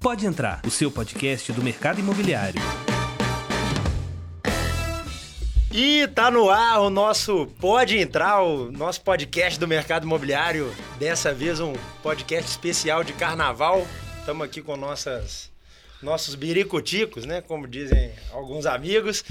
Pode entrar, o seu podcast do mercado imobiliário. E tá no ar o nosso Pode Entrar, o nosso podcast do mercado imobiliário. Dessa vez um podcast especial de carnaval. Estamos aqui com nossas, nossos biricuticos, né? Como dizem alguns amigos.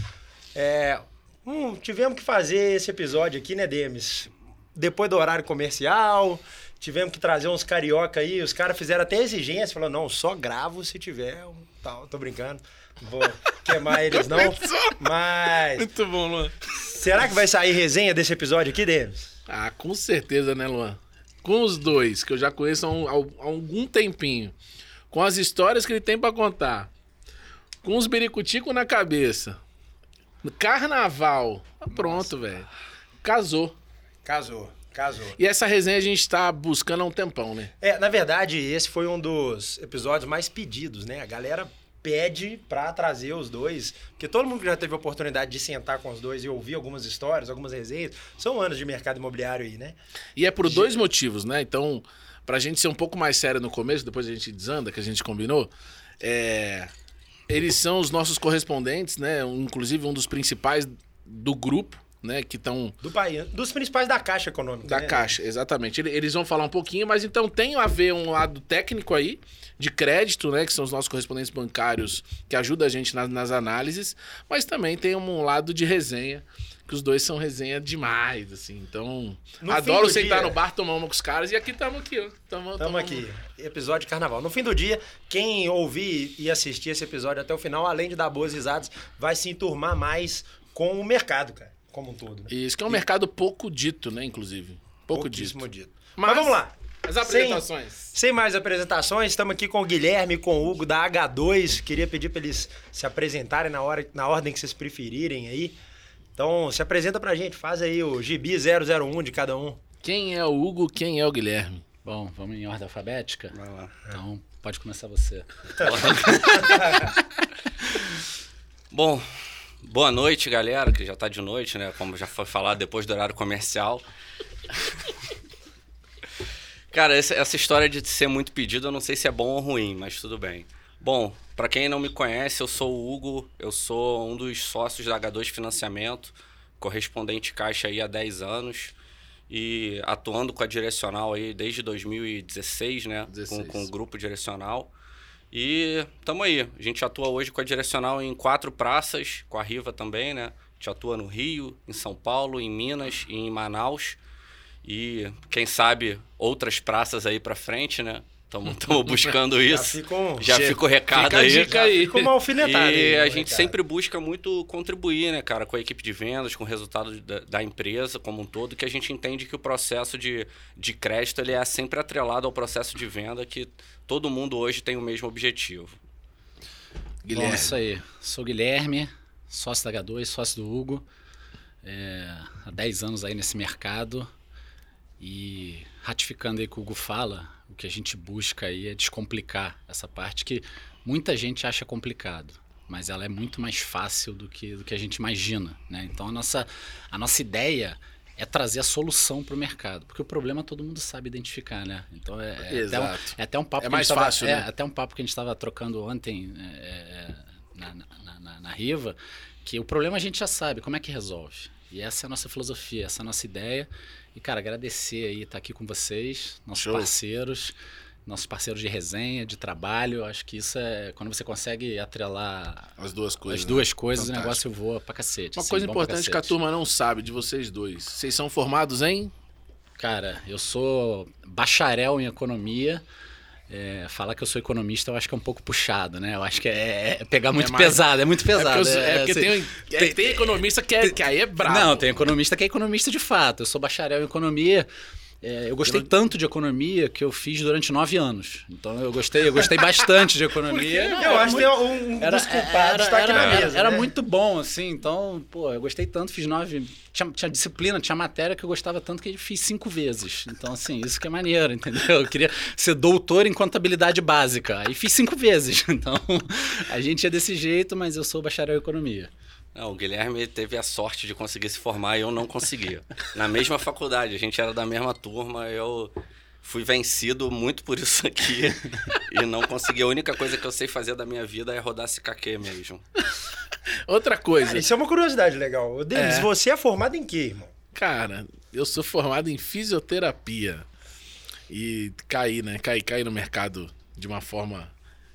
É, hum, tivemos que fazer esse episódio aqui, né, Demis? Depois do horário comercial, tivemos que trazer uns carioca aí. Os caras fizeram até exigência, falou não, só gravo se tiver um tal. Tô brincando. Vou queimar eles não. Mas Muito bom, Luan. será que vai sair resenha desse episódio aqui, Demis? Ah, com certeza, né, Luan? Com os dois, que eu já conheço há, um- há algum tempinho. Com as histórias que ele tem pra contar. Com os biricuticos na cabeça. No Carnaval. Ah, Pronto, velho. Casou. Casou, casou. E essa resenha a gente tá buscando há um tempão, né? É, na verdade, esse foi um dos episódios mais pedidos, né? A galera pede pra trazer os dois, porque todo mundo que já teve a oportunidade de sentar com os dois e ouvir algumas histórias, algumas resenhas, são anos de mercado imobiliário aí, né? E é por dois motivos, né? Então, pra gente ser um pouco mais sério no começo, depois a gente desanda, que a gente combinou. é, Eles são os nossos correspondentes, né? Um- Inclusive um dos principais do grupo, né? Que estão Do país, dos principais da Caixa Econômica, da né? Caixa, exatamente. Ele- Eles vão falar um pouquinho, mas então tem a ver um lado técnico aí, de crédito, né? Que são os nossos correspondentes bancários que ajudam a gente nas, nas análises, mas também tem um lado de resenha, que os dois são resenha demais, assim. Então, No fim adoro do sentar dia- no bar, tomar uma com os caras e aqui estamos aqui, ó. Tamo, Tamo tamo- aqui, episódio de carnaval. No fim do dia, quem ouvir e assistir esse episódio até o final, além de dar boas risadas, vai se enturmar mais com o mercado, cara, como um todo. Né? Isso que é um mercado pouco dito, né, inclusive. Pouco dito. Pouquíssimo dito. Mas- Mas vamos lá. As Sem- apresentações. Sem mais apresentações, estamos aqui com o Guilherme e com o Hugo da H2. Queria pedir para eles se apresentarem na, hora, na ordem que vocês preferirem aí. Então, se apresenta pra gente, faz aí o gibi 001 de cada um. Quem é o Hugo, quem é o Guilherme? Bom, vamos em ordem alfabética? Vai lá. Então, pode começar você. Bom, boa noite, galera, que já tá de noite, né? Como já foi falado, depois do horário comercial. Cara, essa, essa história de ser muito pedido, eu não sei se é bom ou ruim, mas tudo bem. Bom, pra quem não me conhece, eu sou o Hugo, eu sou um dos sócios da H2 Financiamento, correspondente caixa aí há 10 anos e atuando com a direcional aí desde 2016, né? Com- 16. com o grupo direcional. E tamo aí. A gente atua hoje com a direcional em quatro praças, com a Riva também, né? A gente atua no Rio, em São Paulo, em Minas e em Manaus. E quem sabe outras praças aí pra frente, né? Estamos buscando Já isso. fica um... Já Che- fica o recado Fica a aí. dica aí. Fica uma alfinetada. aí, E a né, gente cara? sempre busca muito contribuir, né, cara, com a equipe de vendas, com o resultado da, da empresa como um todo, que a gente entende que o processo de, de crédito ele é sempre atrelado ao processo de venda, que todo mundo hoje tem o mesmo objetivo. Guilherme. Bom, é isso aí. Sou Guilherme, sócio da H2, sócio do Hugo. É, há 10 anos aí nesse mercado. E ratificando aí o que o Hugo fala, o que a gente busca aí é descomplicar essa parte que muita gente acha complicado. Mas ela é muito mais fácil do que, do que a gente imagina. Né? Então a nossa, a nossa ideia é trazer a solução para o mercado. Porque o problema todo mundo sabe identificar, né? Então é, é até um- Exato. é até um papo É que mais a gente tava- fácil, é, né? até um papo que a gente estava trocando ontem é, é, na, na- na- na- na Riva, que o problema a gente já sabe, como é que resolve? E essa é a nossa filosofia, essa é a nossa ideia. E, cara, agradecer aí estar aqui com vocês, nossos Show. parceiros, nossos parceiros de resenha, de trabalho. Eu Acho que isso é. Quando você consegue atrelar As duas coisas. as né? duas coisas, o Fantástico. negócio voa pra cacete. Uma assim, coisa bom pra importante que a cacete. turma não sabe de vocês dois. Vocês são formados em Cara, eu sou bacharel em economia. É, falar que eu sou economista eu acho que é um pouco puxado, né? Eu acho que é, é pegar muito É mais- pesado, é muito pesado. É porque, eu- é porque assim- tem, é, tem economista que, é, que aí é brabo. Não, tem economista que é economista de fato. Eu sou bacharel em economia. É, eu gostei tanto de economia que eu fiz durante nove anos. Então eu gostei, eu gostei bastante de economia. Não, é Eu era acho que tem um, um dos culpados tá aqui era- na era- mesa. era né? muito bom, assim. Então, pô, eu gostei tanto, fiz nove. Tinha, tinha disciplina, tinha matéria que eu gostava tanto que eu fiz cinco vezes. Então, assim, isso que é maneiro, entendeu? Eu queria ser doutor em contabilidade básica. Aí fiz cinco vezes. Então, a gente é desse jeito, mas eu sou bacharel em economia. Não, o Guilherme teve a sorte de conseguir se formar e eu não consegui. Na mesma faculdade, a gente era da mesma turma, eu Fui vencido muito por isso aqui e não consegui. A única coisa que eu sei fazer da minha vida é rodar CKQ mesmo. Outra coisa, Cara, isso é uma curiosidade legal. Ô, Denis, É. você é formado em quê, irmão? cara, eu sou formado em fisioterapia e caí, né? Caí, caí no mercado de uma forma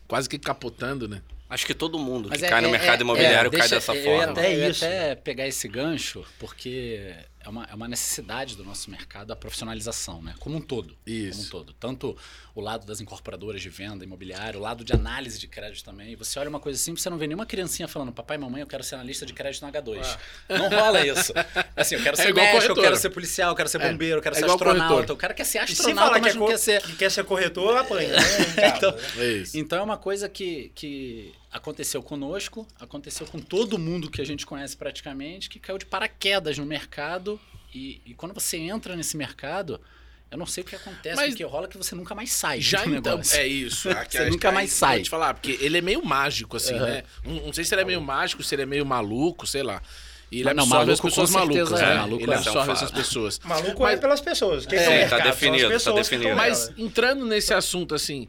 quase que capotando, né? Acho que todo mundo Mas que é- cai no é- mercado é- imobiliário é, cai deixa- dessa eu forma. Ia até, eu ia É isso. até pegar esse gancho, porque é uma, é uma necessidade do nosso mercado a profissionalização, né? Como um todo. Como um Isso. todo. Tanto o lado das incorporadoras de venda, imobiliário, o lado de análise de crédito também. Você olha uma coisa assim, você não vê nenhuma criancinha falando, papai, mamãe, eu quero ser analista de crédito na H2. Não rola isso. Assim, eu Ah. quero É ser igual médico, eu corretora. quero ser policial, eu quero ser bombeiro, eu quero é ser igual astronauta. corretora. O cara quer ser E se falar astronauta, que, é mas não cor- quer ser... que quer ser corretor, apanha. Né? Então- É isso. Então é uma coisa que, que aconteceu conosco, aconteceu com todo mundo que a gente conhece praticamente, que caiu de paraquedas no mercado. E, e quando você entra nesse mercado, eu não sei o que acontece, Mas- o que rola é que você nunca mais sai Já do então, negócio. é isso. Aqui, Você nunca aí, mais vou sai. te falar, porque ele é meio mágico, assim, né? Não, não sei se ele é meio mágico, se ele é meio maluco, sei lá. E ele Mas não, absorve maluco as pessoas com certeza malucas, é, né? maluco ele é. absorve Então, essas fala. pessoas. Maluco Mas- é pelas pessoas. Quem é, Sim, o tá mercado definido, são tá as pessoas que definido. estão Mas nela. entrando nesse assunto, assim.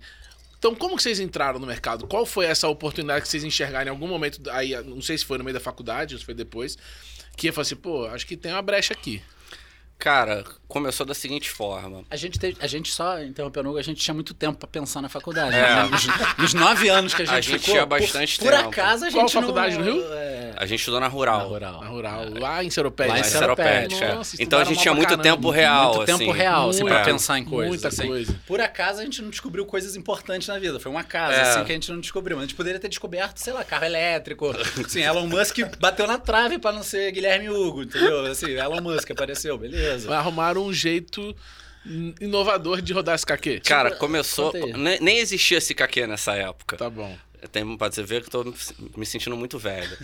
Então, como que vocês entraram no mercado? Qual foi essa oportunidade que vocês enxergaram em algum momento? Aí, não sei se foi no meio da faculdade ou se foi depois. Que eu falei assim, pô, acho que tem uma brecha aqui. Cara, começou da seguinte forma. A gente, teve, a gente só, interrompendo, o Hugo, a gente tinha muito tempo pra pensar na faculdade. É. né? Nos, nos nove anos que a gente, A gente ficou, tinha por- bastante por, tempo. acaso a gente Qual não- faculdade no Rio? É, A gente estudou na na rural. rural. Na rural, lá em Seropédia. né? Lá Mas em Seropédia. seropédia, é. Nossa, Então a gente estudaram tinha mal muito pra tempo caramba. real, Muito tempo assim. real, assim, pra é. pensar em coisas. Muita assim. coisa. Por acaso a gente não descobriu coisas importantes na vida. Foi uma casa, É. assim, que a gente não descobriu. Mas a gente poderia ter descoberto, sei lá, carro elétrico. Assim, Elon Musk bateu na trave pra não ser Guilherme Hugo, entendeu? Assim, Elon Musk apareceu, beleza. Arrumaram um jeito hum, inovador de rodar esse caquê. Cara, começou. Tipo, conta aí. Ne- Nem existia esse caquê nessa época. Tá bom. Tem, pode você ver que eu tô me sentindo muito velho.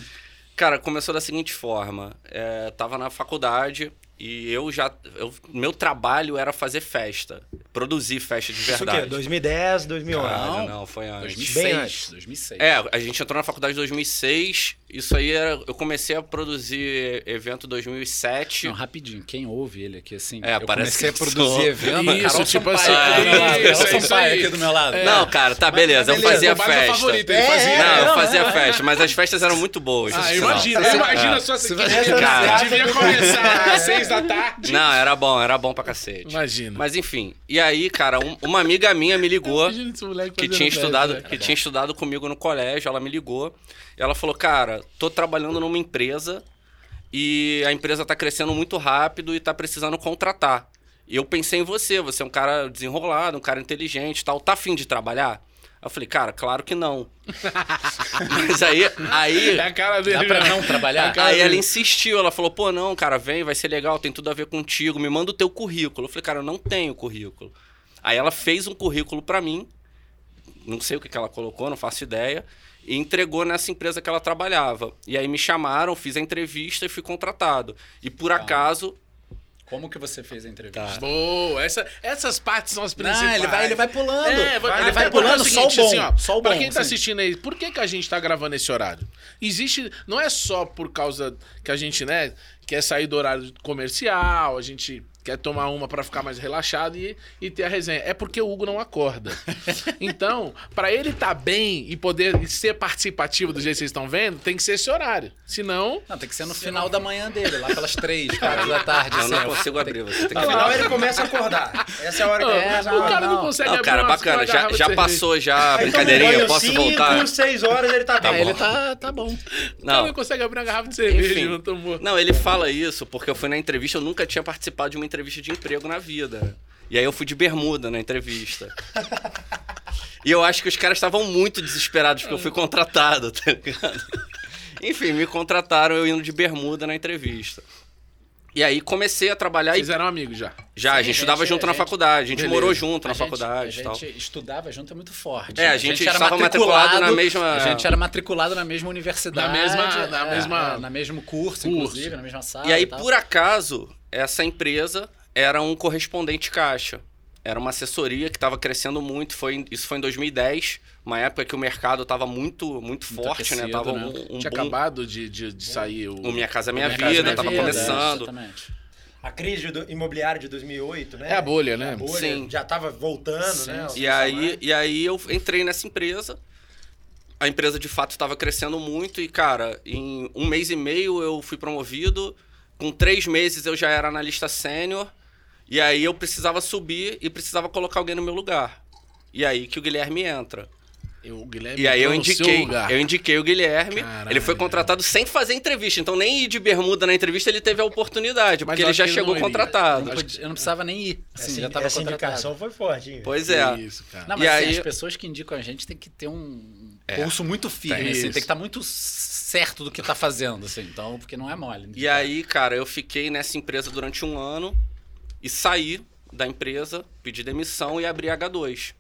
Cara, começou da seguinte forma. É, tava na faculdade e eu já. eu- meu trabalho era fazer festa. Produzir festa de Isso o quê? verdade. Ah, 2010, 2011. Cara, Não. não, foi antes. 2006. Bem antes. 2006. É, a gente entrou na faculdade em 2006. Isso aí era. Eu comecei a produzir evento em 2007. Não, rapidinho. Quem ouve ele aqui, assim... tipo- É, eu parece comecei que a produzir sou. evento. a Isso, Carol tipo Sampaio assim, aqui do meu lado, isso, Carol isso aí. Sampaio aqui do meu lado. Não, cara, tá beleza. beleza, eu fazia o Batman festa. um Ah, favorito, ele É, fazia. Não, eu não, fazia festa, mas as festas eram muito boas. Ah, por sinal. imagina, imagina só se Ah. Cara. tipo, devia começar às seis da tarde. Não, era bom, era bom pra cacete. Imagina. Mas enfim, e aí, cara, um- uma amiga minha me ligou Imagina esse moleque que fazendo né? Tá tinha festa, estudado, cara. que tinha estudado comigo no colégio, ela me ligou. E ela falou: "Cara, tô trabalhando numa empresa e a empresa tá crescendo muito rápido e tá precisando contratar. E eu pensei em você, você é um cara desenrolado, um cara inteligente, e tal, tá afim de trabalhar?" Aí Eu falei: "Cara, claro que não." Mas aí, aí É a cara dele. Dá pra né? não trabalhar? Aí ela insistiu, ela falou: pô, não, cara, vem, vai ser legal, tem tudo a ver contigo, me manda o teu currículo. Eu falei, cara, eu não tenho currículo. Aí ela fez um currículo pra mim, não sei o que, que ela colocou, não faço ideia, e entregou nessa empresa que ela trabalhava. E aí me chamaram, fiz a entrevista e fui contratado. E por acaso. Como que você fez a Tá. entrevista? Boa, essa- essas partes são as principais. Ah, Não, ele vai, ele vai pulando. É, vai- ele até vai porque é o pulando só o seguinte, bom. assim, ó, só o bom. Pra quem tá assim. assistindo aí, por que, que a gente tá gravando esse horário? Existe. Não é só por causa que a gente, né, quer sair do horário comercial, a gente quer tomar uma pra ficar mais relaxado e, e ter a resenha. É porque o Hugo não acorda. Então, pra ele tá bem e poder ser participativo do jeito que vocês estão vendo, tem que ser esse horário. Senão. Não, tem que ser no final da manhã dele, lá pelas três, quatro da tarde. Ah, Eu assim, não ó. consigo abrir, você tem que No abrir. final ele começa a acordar. Essa é a hora que Ah, ele começa a não, o cara acordar. não, não. consegue Não, abrir cara, uma- uma bacana, já, garrafa de já cerveja. passou já Aí a toma um brincadeirinha, eu banho, posso cinco, voltar? seis horas ele tá Tá bem. bom. Ele tá, tá bom. O cara Não. não consegue abrir uma garrafa de cerveja, Enfim. não tomou. Não, ele fala isso porque eu fui na entrevista, eu nunca tinha participado de uma entrevista de emprego na vida. E aí eu fui de bermuda na entrevista. E eu acho que os caras estavam muito desesperados porque eu fui contratado, tá ligado? Enfim, me contrataram eu indo de bermuda na entrevista. E aí comecei a trabalhar Vocês e eram amigos já. já, a Sim, gente, estudava gente, junto a na gente- faculdade, a gente Beleza. morou junto na A gente- faculdade e A tal. gente estudava junto é muito forte. É, né? a gente estava matriculado na mesma- A gente era matriculado na mesma universidade. Na mesma- na é, mesma- é, na mesmo curso, curso. inclusive, na mesma sala. E aí, tal. por acaso, essa empresa era um correspondente caixa. Era uma assessoria que estava crescendo muito. Foi, em- isso foi em 2010, uma época que o mercado estava muito, muito forte, né? aquecido, Tava né? um, um Tinha boom. acabado de, de, de sair o. O Minha Casa Minha Minha Vida, Casa Minha tava Vida, começando. É, Exatamente. a crise do imobiliária de 2008, né? É a bolha, né? A bolha Sim. já tava voltando, né? E aí, e aí eu entrei nessa empresa. A empresa de fato estava crescendo muito e, cara, em um mês e meio eu fui promovido. Com três meses eu já era analista sênior. E aí eu precisava subir e precisava colocar alguém no meu lugar. E aí que o Guilherme entra. Eu, o Guilherme E aí eu entrou no seu indiquei, lugar. eu indiquei o Guilherme. Caralho. Ele foi contratado sem fazer entrevista. Então nem ir de bermuda na entrevista ele teve a oportunidade, Mas porque eu ele acho já que ele chegou não iria. contratado. Eu não, podia- eu não precisava nem ir. Assim, essa, já tava essa contratado. indicação foi forte, hein? Pois é. Isso, cara. Não, E mas assim, aí- as pessoas que indicam a gente tem que ter um pulso muito firme, Tem assim, tem isso. que estar muito certo do que tá fazendo, assim, então, porque não é mole. né? E aí, cara, eu fiquei nessa empresa durante um ano e saí da empresa, pedi demissão e abri H2.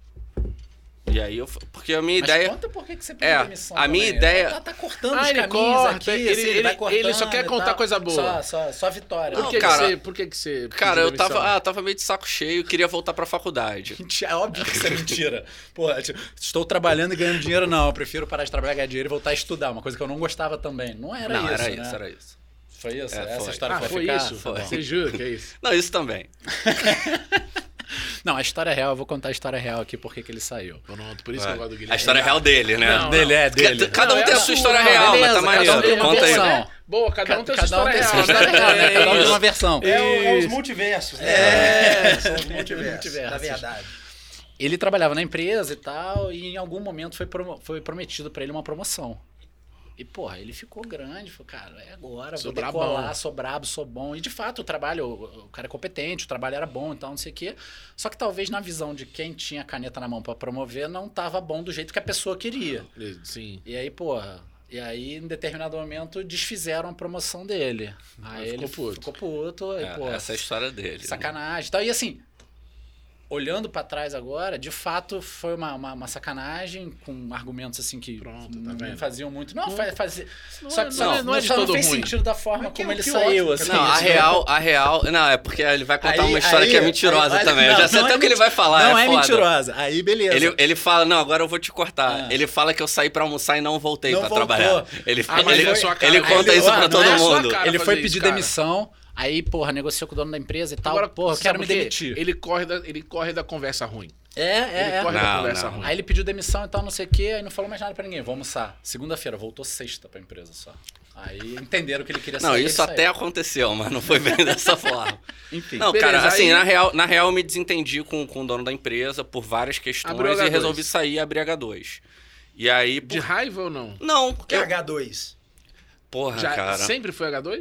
E aí eu. f- Porque a minha Mas ideia. conta por que que você É, pediu demissão a minha também. ideia- Tá, tá cortando Ah, os ele caminhos corta, aqui, ele- assim, ele- vai cortando ele só quer e contar tal. coisa boa. Só, só, só vitória. Não, Por que, cara. que você. Por que, que você Cara, pediu eu tava, demissão? ah, tava meio de saco cheio, queria voltar pra faculdade. Mentira, é óbvio que isso é mentira. Porra, tipo, estou trabalhando e ganhando dinheiro, não. Eu prefiro parar de trabalhar, ganhar dinheiro e voltar a estudar. Uma coisa que eu não gostava também. Não era Não, isso, era né? isso, era isso. Foi isso? É, Essa foi. história Ah, que vai foi ficar? isso? Tá bom. Você jura que é isso? Não, isso também. Não, a história real, eu vou contar a história real aqui, por que que ele saiu. Pronto, por isso que eu gosto do Guilherme. É. A história real dele, né? Não, dele, é, dele. Cada- Cada um Não, tem é a sua, sua história não, real, beleza, mas tá cada um tem maneiro. uma Conta aí. versão. Boa, cada um tem sua Cada um história tem real. sua história real, né? Cada um tem uma versão. É, o- é os Isso. multiversos, né? É, são os os multiversos, na multiversos. verdade. Ele trabalhava na empresa e tal, e em algum momento foi, promo- foi prometido pra ele uma promoção. E, porra, ele ficou grande, falou, cara, é agora, Sou vou brabão. decolar, sou brabo, sou bom. E, de fato, o trabalho, o, o cara é competente, o trabalho era bom e tal, não sei o quê. Só que talvez na visão de quem tinha a caneta na mão pra promover, não tava bom do jeito que a pessoa queria. Sim. E aí, porra. E aí, em determinado momento, desfizeram a promoção dele. Aí Aí ele ficou puto. ficou puto. Aí, É, porra, Essa é a história dele. sacanagem e tal. E assim, olhando pra trás agora, de fato foi uma, uma, uma sacanagem com argumentos assim que Pronto, tá não vendo? faziam muito. Não, faz, fazia. Não só é- que só, não não, é- não é de só não todo fez ruim. sentido da forma Mas que- como ele que saiu. ótimo, assim, Não, a assim, real, a real. Não, é porque ele vai contar Aí- uma história aí- que é mentirosa aí- também. Eu não, já sei não até é o que ele vai falar. Não é, foda. mentirosa. Aí beleza. Ele, ele fala, não, agora eu vou te cortar. Ah. Ele fala que eu saí pra almoçar e não voltei Não pra voltou. trabalhar. Ele, Ah, mas ele, é sua cara. ele conta Ele- isso pra não todo é sua mundo. cara. ele foi fazer pedir isso, cara. demissão, aí, porra, negociou com o dono da empresa e tal. Agora, porra, eu sabe é quero me por quê? demitir. Ele corre da, ele corre da conversa ruim. É, é, ele é. corre da Não, conversa não. ruim. Aí ele pediu demissão e tal, não sei o quê, aí não falou mais nada pra ninguém. Vamos almoçar. Segunda-feira, voltou sexta pra empresa só. Aí entenderam que ele queria Não, sair. isso ele até saiu. aconteceu, mas não foi bem dessa forma. Enfim. Não, Beleza, cara, assim, aí- na real, na real eu me desentendi com, com o dono da empresa por várias questões Abriu H2. e resolvi sair e abrir H2. E aí. De Por... raiva ou não? Não, Que porque. é H2. Porra, Já Ah, é cara. sempre Sempre... foi H2? foi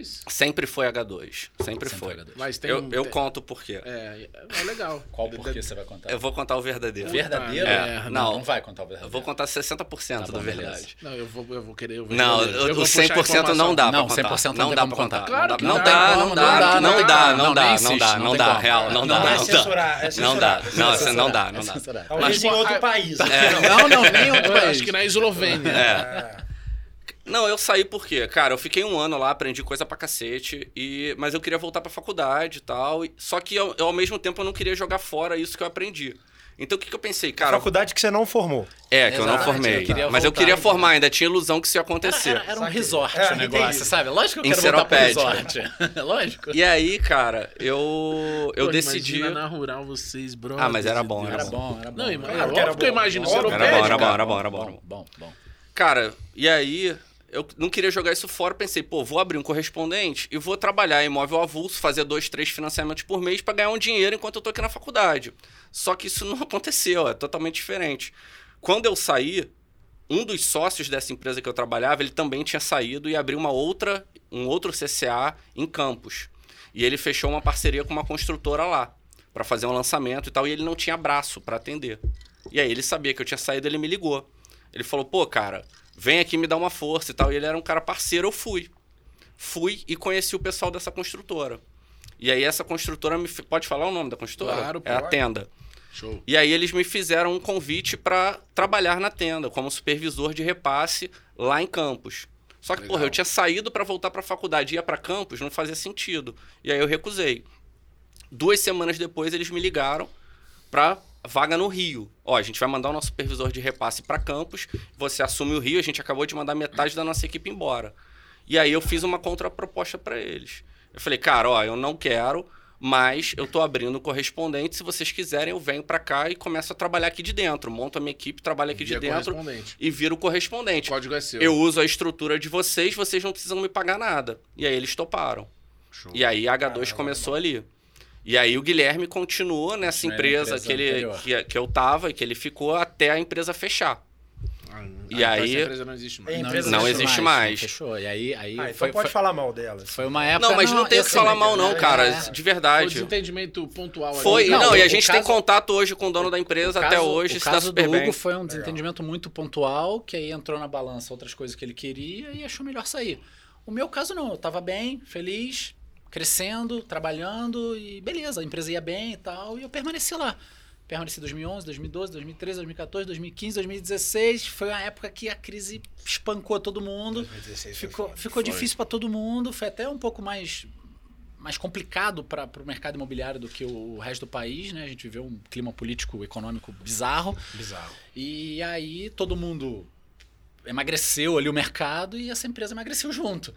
H2. Sempre, foi. H2. Mas tem Eu, um- eu tem- conto o porquê. É, é legal. Qual porquê você vai contar? Eu vou contar o verdadeiro. Verdadeiro? É, não, não. não vai contar o Eu verdadeiro. vou contar 60% Tá da bom, beleza. verdade. Não, eu vou, eu vou querer. Eu vou Não, eu o vou puxar 100% não informação. dá Não, pra contar. 100% não não dá tem pra como contar. contar. Não Claro dá- que não dá. dá, não Não dá, dá, não não dá, dá, não dá, não, nem não dá, existe, não não dá, tem real, como. não Não, dá, não é não dá. censurar, é Não censurar. dá, não, você não dá, não dá. Talvez Mas- em outro país. Não, não, nem outro Eu país. um acho que na Eslovênia. É. Não, eu saí por quê? Cara, eu fiquei um ano lá, aprendi coisa pra cacete, e... mas eu queria voltar pra faculdade e tal. e- Só que eu, eu, ao mesmo tempo eu não queria jogar fora isso que eu aprendi. Então o que, que eu pensei, cara? Faculdade que você não formou. É, que eu não Exatamente, formei. eu queria mas eu voltar, queria né? formar, ainda tinha ilusão que isso ia Era, acontecer. era- era um Saquei. resort É, o negócio, entendi. sabe? Lógico que Em eu quero voltar pro Seropédica. resort. Lógico. E aí, cara, eu, eu Pô, decidi. imagina na rural vocês, bro. Ah, mas era bom, Era era bom, era bom. Não, era que imagina. era Óbvio que eu bom. imagino. Era bom, era seropédica. bom, era bom, era bom, era Bom, bom, bom. Cara, e aí eu não queria jogar isso fora, pensei, pô, vou abrir um correspondente e vou trabalhar em imóvel avulso, fazer dois, três financiamentos por mês pra ganhar um dinheiro enquanto eu tô aqui na faculdade. Só que isso não aconteceu, é totalmente diferente. Quando eu saí, um dos sócios dessa empresa que eu trabalhava, ele também tinha saído e abriu uma outra, um outro CCA em Campos. E ele fechou uma parceria com uma construtora lá pra fazer um lançamento e tal, e ele não tinha braço pra atender. E aí ele sabia que eu tinha saído, ele me ligou. Ele falou: "Pô, cara, vem aqui me dar uma força e tal". E ele era um cara parceiro, eu fui. Fui e conheci o pessoal dessa construtora. E aí essa construtora me fi- pode falar o nome da construtora? Claro, é a pode. Tenda. Show. E aí eles me fizeram um convite pra trabalhar na tenda como supervisor de repasse lá em Campos. Só que, Legal. porra, eu tinha saído pra voltar pra faculdade, ia pra Campos, não fazia sentido. E aí eu recusei. Duas semanas depois eles me ligaram pra vaga no Rio. Ó, a gente vai mandar o nosso supervisor de repasse pra Campos, você assume o Rio, a gente acabou de mandar metade da nossa equipe embora. E aí eu fiz uma contraproposta pra eles. Eu falei, cara, ó, eu não quero, mas eu tô abrindo o correspondente. Se vocês quiserem, eu venho pra cá e começo a trabalhar aqui de dentro. Monto a minha equipe, trabalho aqui de Via dentro correspondente. e viro o O correspondente. código é seu. Eu uso a estrutura de vocês, vocês não precisam me pagar nada. E aí eles toparam. Show. E aí a H2 Caramba. começou ali. E aí o Guilherme continuou nessa Continua na empresa, empresa que, ele, anterior. que, que eu tava e que ele ficou até a empresa fechar. Ah, e ah, então aí- Essa empresa não existe mais. É, empresa não existe existe mais. não Fechou. E aí, aí Ah, então foi, pode foi, falar mal delas. foi uma época. não, né? mas não, tem o que assim, falar mal, não, é, cara. é. De Foi um verdade. desentendimento pontual ali. Foi, Não, não, e o- a o gente tem caso- contato hoje com o dono da empresa O até caso- hoje, O se dá caso do super Hugo bem. foi um desentendimento muito pontual, que aí entrou na balança outras coisas que ele queria e achou melhor sair. O meu caso não, eu tava bem, feliz, crescendo, trabalhando e beleza, a empresa ia bem e tal, e eu permaneci lá. Permaneci em 2011, 2012, 2013, 2014, 2015, 2016, foi uma época que a crise espancou todo mundo. 2016 é foi Ficou, um foda. ficou difícil para todo mundo, foi até um pouco mais, mais complicado para o mercado imobiliário do que o resto do país, né? A gente viveu um clima político econômico bizarro. Bizarro. E aí todo mundo emagreceu ali o mercado e essa empresa emagreceu junto.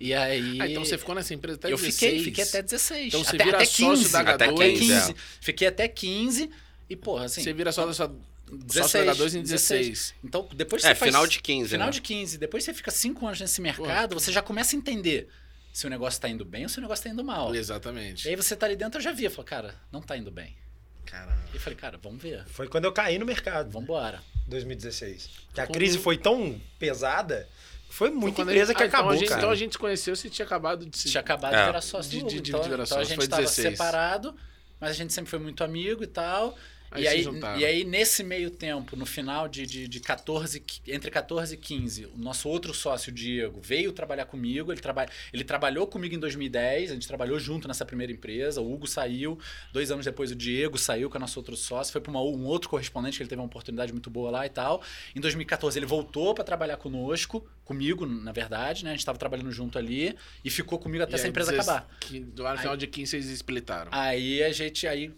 E aí. Ah, então você ficou nessa empresa até Eu 16. fiquei, fiquei até 16. Então você até, vira até sócio 15, da Até até 15, 15. é. Fiquei até 15 e, porra, assim. Você vira só da sua... 16, sócio da H2 em 16. Então, depois que É, você faz- final de 15, Final né? de 15. Depois você fica 5 anos nesse mercado, você já começa a entender se o negócio tá indo bem ou se o negócio tá indo mal. E Exatamente. aí você tá ali dentro, eu já via. Falei, cara, não tá indo bem. Caramba. E eu falei, cara, vamos ver. Foi quando eu caí no mercado. Vambora. 2016. Que a Quando- crise foi tão pesada, foi muita Quando empresa ele- que Ah, então acabou, a gente, cara. Então a gente se conheceu se tinha acabado de se... tinha acabado É, de virar sócio de- do Hugo, de- de então, virar então sócio, a gente foi estava 16. separado, mas a gente sempre foi muito amigo e tal. Aí e, se aí, juntaram. e aí, nesse meio tempo, no final de, de, de 14, qui- entre 14 e 15, o nosso outro sócio, o Diego, veio trabalhar comigo. Ele, traba, ele trabalhou comigo em 2010, a gente trabalhou junto nessa primeira empresa. O Hugo saiu, dois anos depois o Diego saiu com o nosso outro sócio. Foi para um outro correspondente que ele teve uma oportunidade muito boa lá e tal. Em 2014, ele voltou para trabalhar conosco, comigo, na verdade, né? A gente estava trabalhando junto ali e ficou comigo até E essa aí, empresa 16 acabar. Que, lá no final de 15 vocês splitaram. Aí a gente aí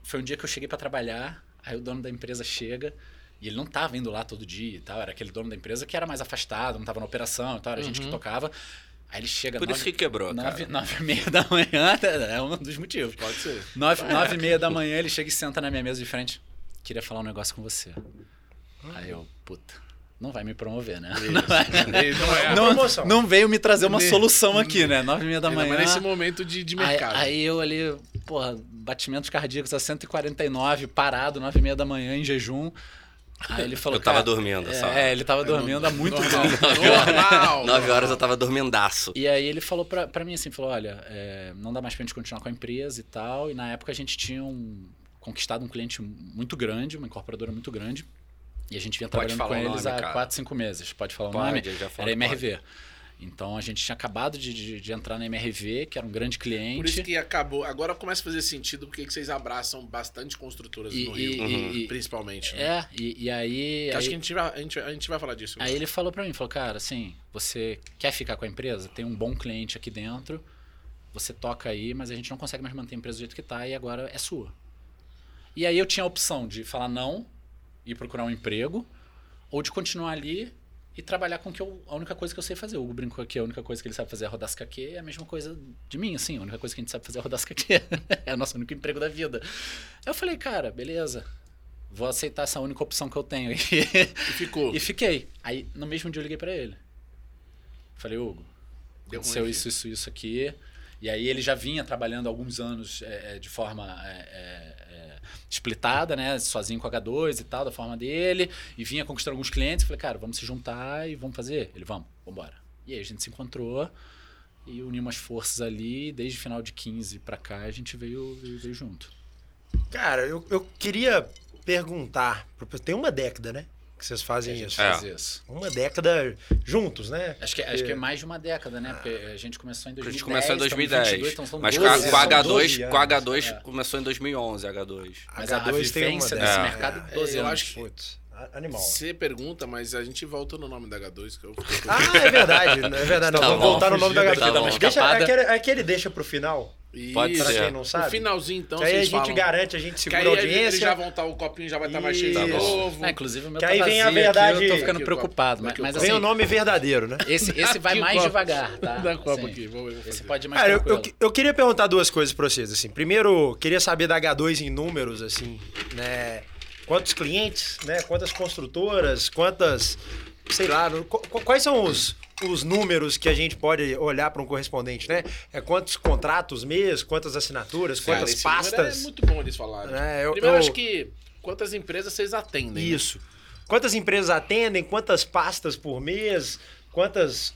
foi um dia que eu cheguei pra trabalhar, aí o dono da empresa chega e ele não tava indo lá todo dia e tal, era aquele dono da empresa que era mais afastado, não tava na operação e tal, era a gente que Uhum. tocava. Aí ele chega Por isso que nove, quebrou, nove, cara. nove e meia da manhã, é um dos motivos. Pode ser. Nove, nove e meia da manhã ele chega e senta na minha mesa de frente, queria falar um negócio com você. Aí eu, puta, não vai me promover, né? Não, vai- Ele não é. não, promoção. não veio me trazer uma Ne- solução aqui, né? Nove e meia da Ainda manhã. mais nesse momento de, de Aí, é mercado. aí eu ali, porra, batimentos cardíacos a 149, parado, 9 e meia da manhã, em jejum. Aí ele falou. Eu tava cara, dormindo, é, sabe? É, ele tava dormindo há muito normal. tempo. Normal. 9 horas eu tava dormindaço. E aí ele falou pra, pra mim assim, falou, olha, é, não dá mais pra gente continuar com a empresa e tal. E na época a gente tinha um- conquistado um cliente muito grande, uma incorporadora muito grande. E a gente vinha Pode trabalhando com falar o eles nome, há cara. 4, 5 meses. Pode falar o nome? Pode, já Era falei, MRV. Então a gente tinha acabado de, de- de entrar na MRV, que era um grande cliente. Por isso que acabou. Agora começa a fazer sentido porque que vocês abraçam bastante construtoras E- no e- Rio, e- e- principalmente. né? É, e, e aí. Que Acho aí- que a gente, vai, a, gente, a gente vai falar disso. Aí ele falou pra mim, falou, cara, assim, você quer ficar com a empresa? Tem um bom cliente aqui dentro, você toca aí, mas a gente não consegue mais manter a empresa do jeito que tá e agora é sua. E aí eu tinha a opção de falar não e procurar um emprego, ou de continuar ali e trabalhar com o que eu, a única coisa que eu sei fazer. O Hugo brincou aqui, a única coisa que ele sabe fazer é rodar que é a mesma coisa de mim, assim, a única coisa que a gente sabe fazer é rodar que é o nosso único emprego da vida. Eu falei, cara, beleza, vou aceitar essa única opção que eu tenho aí. E ficou. E fiquei. Aí, no mesmo dia, eu liguei pra ele. Falei, Hugo, Deu ruim aconteceu aqui. isso, isso, isso aqui. E aí ele já vinha trabalhando há alguns anos é, é, de forma é, é, é, splitada, né? Sozinho com H2 e tal, da forma dele. E vinha conquistando alguns clientes. Falei, cara, vamos se juntar e vamos fazer. Ele, vamos, vambora. E aí a gente se encontrou e uniu umas forças ali. Desde o final de 15 pra cá, a gente veio, veio, veio junto. Cara, eu, eu queria perguntar. pro- Tem uma década, né? Que vocês E a fazem gente isso. É. fez isso. Uma década juntos, né? Acho que, acho que é mais de uma década, né? Porque a gente começou em A 2010. gente começou em 2010. estamos em 22, então são mas 12, com a, são com a H2, 12. anos. com a H2 É. começou em 2011, a H2. Mas a vivência década. desse É. mercado, 12 Eu anos. acho que- Putz, a- animal. Você pergunta, mas a gente volta no nome da H2, que eu fiquei Ah, é verdade, é verdade. Nós Tá vamos bom, voltar no nome da fugiu galera. daqui, dá uma deixa, é escapada. aquele, aquele deixa pro final. com Pode Isso. ser. Pra quem não sabe. No finalzinho, então, que aí a vocês gente falam. garante, a gente Que segura aí a eles já audiência. vão estar, o copinho já vai estar mais cheio Isso. de novo. É, inclusive o meu Que tá aí vem a vazio verdade- aqui, eu tô ficando Aqui o preocupado, mas, copo. mas Vem assim, o nome verdadeiro, né? esse, esse vai Aqui o mais copo. devagar, tá? um Da Copa Assim, aqui, vamos ver. Esse pode ir mais Cara, eu, tranquilo. eu, eu queria perguntar duas coisas pra vocês, assim. Primeiro, eu queria saber da H2 em números, assim, né? Quantos clientes, né? Quantas construtoras, quantas... Sei lá, no- qu- qu- quais são os, os números que a gente pode olhar para um correspondente, né? É quantos contratos mês, quantas assinaturas, Cara, quantas esse número É pastas. muito bom eles falarem. É, eu- Primeiro, eu- acho que quantas empresas vocês atendem. né? Isso. Quantas empresas atendem, quantas pastas por mês, quantas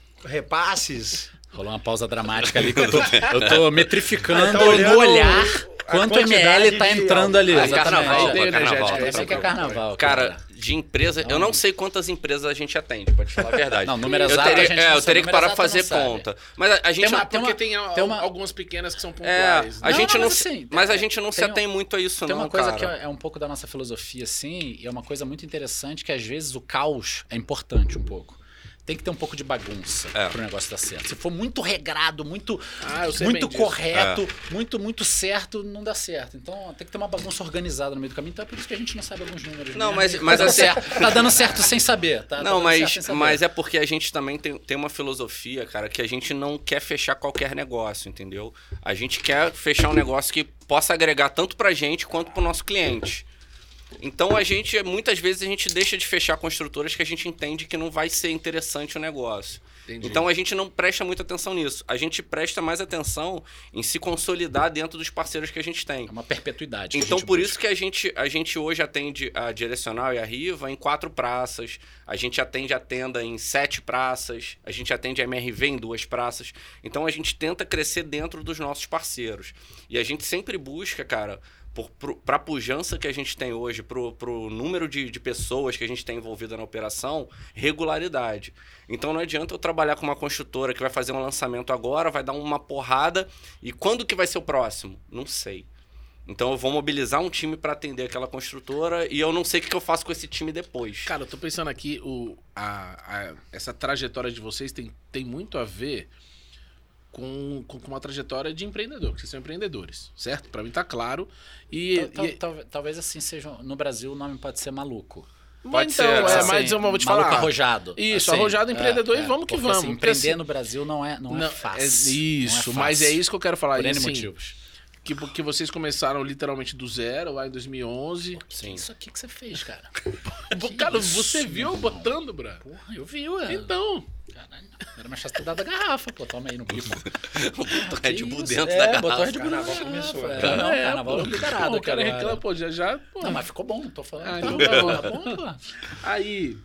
repasses. Rolou uma pausa dramática ali que eu tô, eu tô metrificando Tá olhando no olhar a quanto quantidade ML tá de- entrando ali. Ah, exatamente. carnaval, Aí tem pô, carnaval. energético, tá Essa aqui é tranquilo. carnaval. Cara, de empresa, eu não sei quantas empresas a gente atende, pode falar a verdade. Não, número eu exato teria, a gente é, não eu sabe, teria que número parar pra exato fazer não sabe. conta. Mas a, a gente Tem não- Ah, tem porque uma- tem, a- tem uma- algumas pequenas que são É, pontuais. né? a Não, gente não, mas se- assim, mas a é, gente não se tem um- atém muito a isso, Tem não, uma coisa cara. que é um pouco da nossa filosofia, assim, e é uma coisa muito interessante que às vezes o caos é importante um pouco. Tem que ter um pouco de bagunça É. pro negócio dar certo. Se for muito regrado, muito, Ah, eu sei muito bem disso. correto, É. muito, muito certo, não dá certo. Então tem que ter uma bagunça organizada no meio do caminho. Então é por isso que a gente não sabe alguns números. Não, mesmo. mas- E mas tá, dando assim- certo, tá dando certo sem saber. Tá, Tá Não, dando certo mas, sem saber. mas é porque a gente também tem, tem uma filosofia, cara, que a gente não quer fechar qualquer negócio, entendeu? A gente quer fechar um negócio que possa agregar tanto pra gente quanto pro nosso cliente. Então a gente, muitas vezes, a gente deixa de fechar construtoras que a gente entende que não vai ser interessante o negócio. Entendi. Então a gente não presta muita atenção nisso. A gente presta mais atenção em se consolidar dentro dos parceiros que a gente tem. É uma perpetuidade. que a Então, gente por busca. isso que a gente, a gente hoje atende a Direcional e a Riva em quatro praças, a gente atende a Tenda em sete praças, a gente atende a MRV em duas praças. Então, a gente tenta crescer dentro dos nossos parceiros. E a gente sempre busca, cara, para a pujança que a gente tem hoje, para o número de, de pessoas que a gente tem envolvida na operação, regularidade. Então não adianta eu trabalhar com uma construtora que vai fazer um lançamento agora, vai dar uma porrada, e quando que vai ser o próximo? Não sei. Então eu vou mobilizar um time para atender aquela construtora e eu não sei o que, que eu faço com esse time depois. Cara, eu tô pensando aqui, o, a, a- essa trajetória de vocês tem, tem muito a ver com, com, com uma trajetória de empreendedor, que vocês são empreendedores, certo? Pra mim tá claro. E, Tal- tal- e- tal- talvez assim seja. No Brasil o nome pode ser maluco. pode mas ser, então, pode é, assim, ser. mas eu vou te Maluco falar. arrojado. assim, é, Isso, arrojado, empreendedor, e vamos que porque, vamos. assim, Porque, empreender assim, no Brasil não é, não é fácil. é- Não isso, fácil, mas é isso que eu quero falar. Por e, N assim, motivos. que, que vocês começaram literalmente do zero lá em 2011. Sim. Isso aqui que você fez, cara. Que cara, isso, você viu eu meu irmão? É. botando, Bra? Porra, eu vi, ué. Então, Caralho, era mais fácil ter dado a garrafa. Pô, toma aí no bico. Botou Red Bull dentro é, da Botou garrafa. Red Bull na Carnaval garrafa. começou, É, é, não, pô, carnaval é liberado, O cara reclama, pô, já já. pô. Não, mas ficou bom, tô falando. Ah, Tá então bom, tá bom. tá bom, pô. Aí,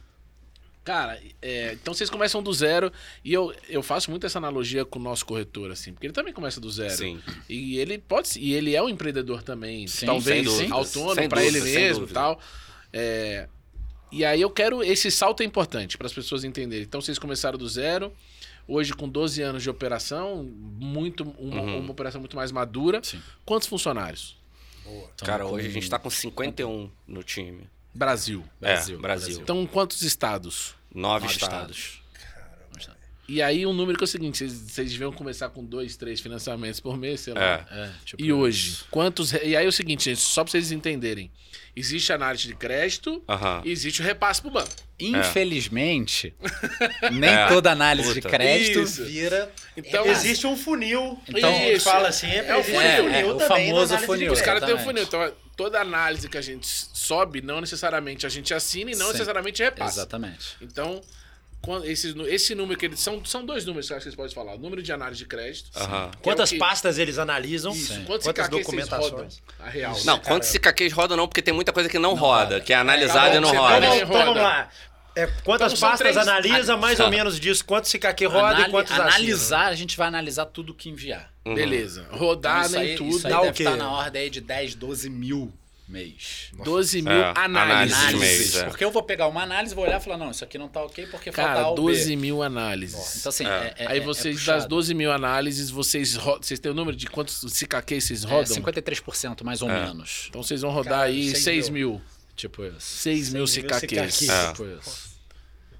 cara, é, então vocês começam do zero e eu, eu faço muito essa analogia com o nosso corretor, assim, porque ele também começa do zero. Sim. E ele pode ser- e ele é um empreendedor também, Sim, talvez sem dúvida. autônomo Sem para ele dúvida, sem mesmo e dúvida. tal. É, e aí eu quero esse salto é importante para as pessoas entenderem. Então vocês começaram do zero, hoje com 12 anos de operação, muito uma, Uhum. uma operação muito mais madura. Sim. Quantos funcionários? Cara, hoje a gente tá com 51 no time. Brasil. É, Brasil. Então quantos estados? Nove, Nove estados. estados. E aí um número que é o seguinte, vocês, vocês deviam começar com dois, três financiamentos por mês, sei lá. É. É, tipo, E hoje, quantos... re- E aí é o seguinte, gente, só pra vocês entenderem. Existe análise de crédito Aham. e existe o repasse pro banco. É. Infelizmente, nem É. toda análise de Puta. crédito. Isso. Vira. Então, existe um funil. Então- a gente Isso. fala sempre. É o existe funil, um é, o também na famoso análise de funil. os crédito. caras têm um funil. exatamente. Então, toda análise que a gente s- sobe, não necessariamente a gente assina e não Sim. necessariamente repassa. Exatamente. Então, quan- esses nu- esse, número que eles... São, são dois números que eu acho que vocês podem falar. O número de análise de crédito. Aham. que é o Quantas que- pastas eles analisam? Isso. Sim. Quantos Quantas IKQ vocês rodam? documentações? A real. Não, né? quantos CKQs roda não, porque tem muita coisa que não, roda, que é É, analisada tá e não bom, você roda. Então, tá bom. roda. então vamos lá. É, quantas Então são pastas três- analisa, mais ou Ah. menos disso? Quantos CKQ roda Anali- e quantos assina? analisar, a gente vai analisar tudo que enviar. Então, Uhum. né? Beleza. Rodar isso nem aí, tudo. Isso aí é Dá o deve quê? estar na ordem aí de 10, 12 mil mês. 12 mil É, análises. análise de mês, é. Porque eu vou pegar uma análise, vou olhar e falar, não, isso aqui não tá ok porque falta A Cara, ou B. 12 mil análises. Então, assim, É. é- é- Aí é- vocês, é das puxado. 12 mil análises, vocês, ro- vocês têm o número de quantos CKQs vocês É, rodam? 53% mais É. ou menos. Então vocês vão rodar Cara, aí seis 6 mil. Tipo isso. 6 mil mil CKQs. CKQs. É. Tipo isso.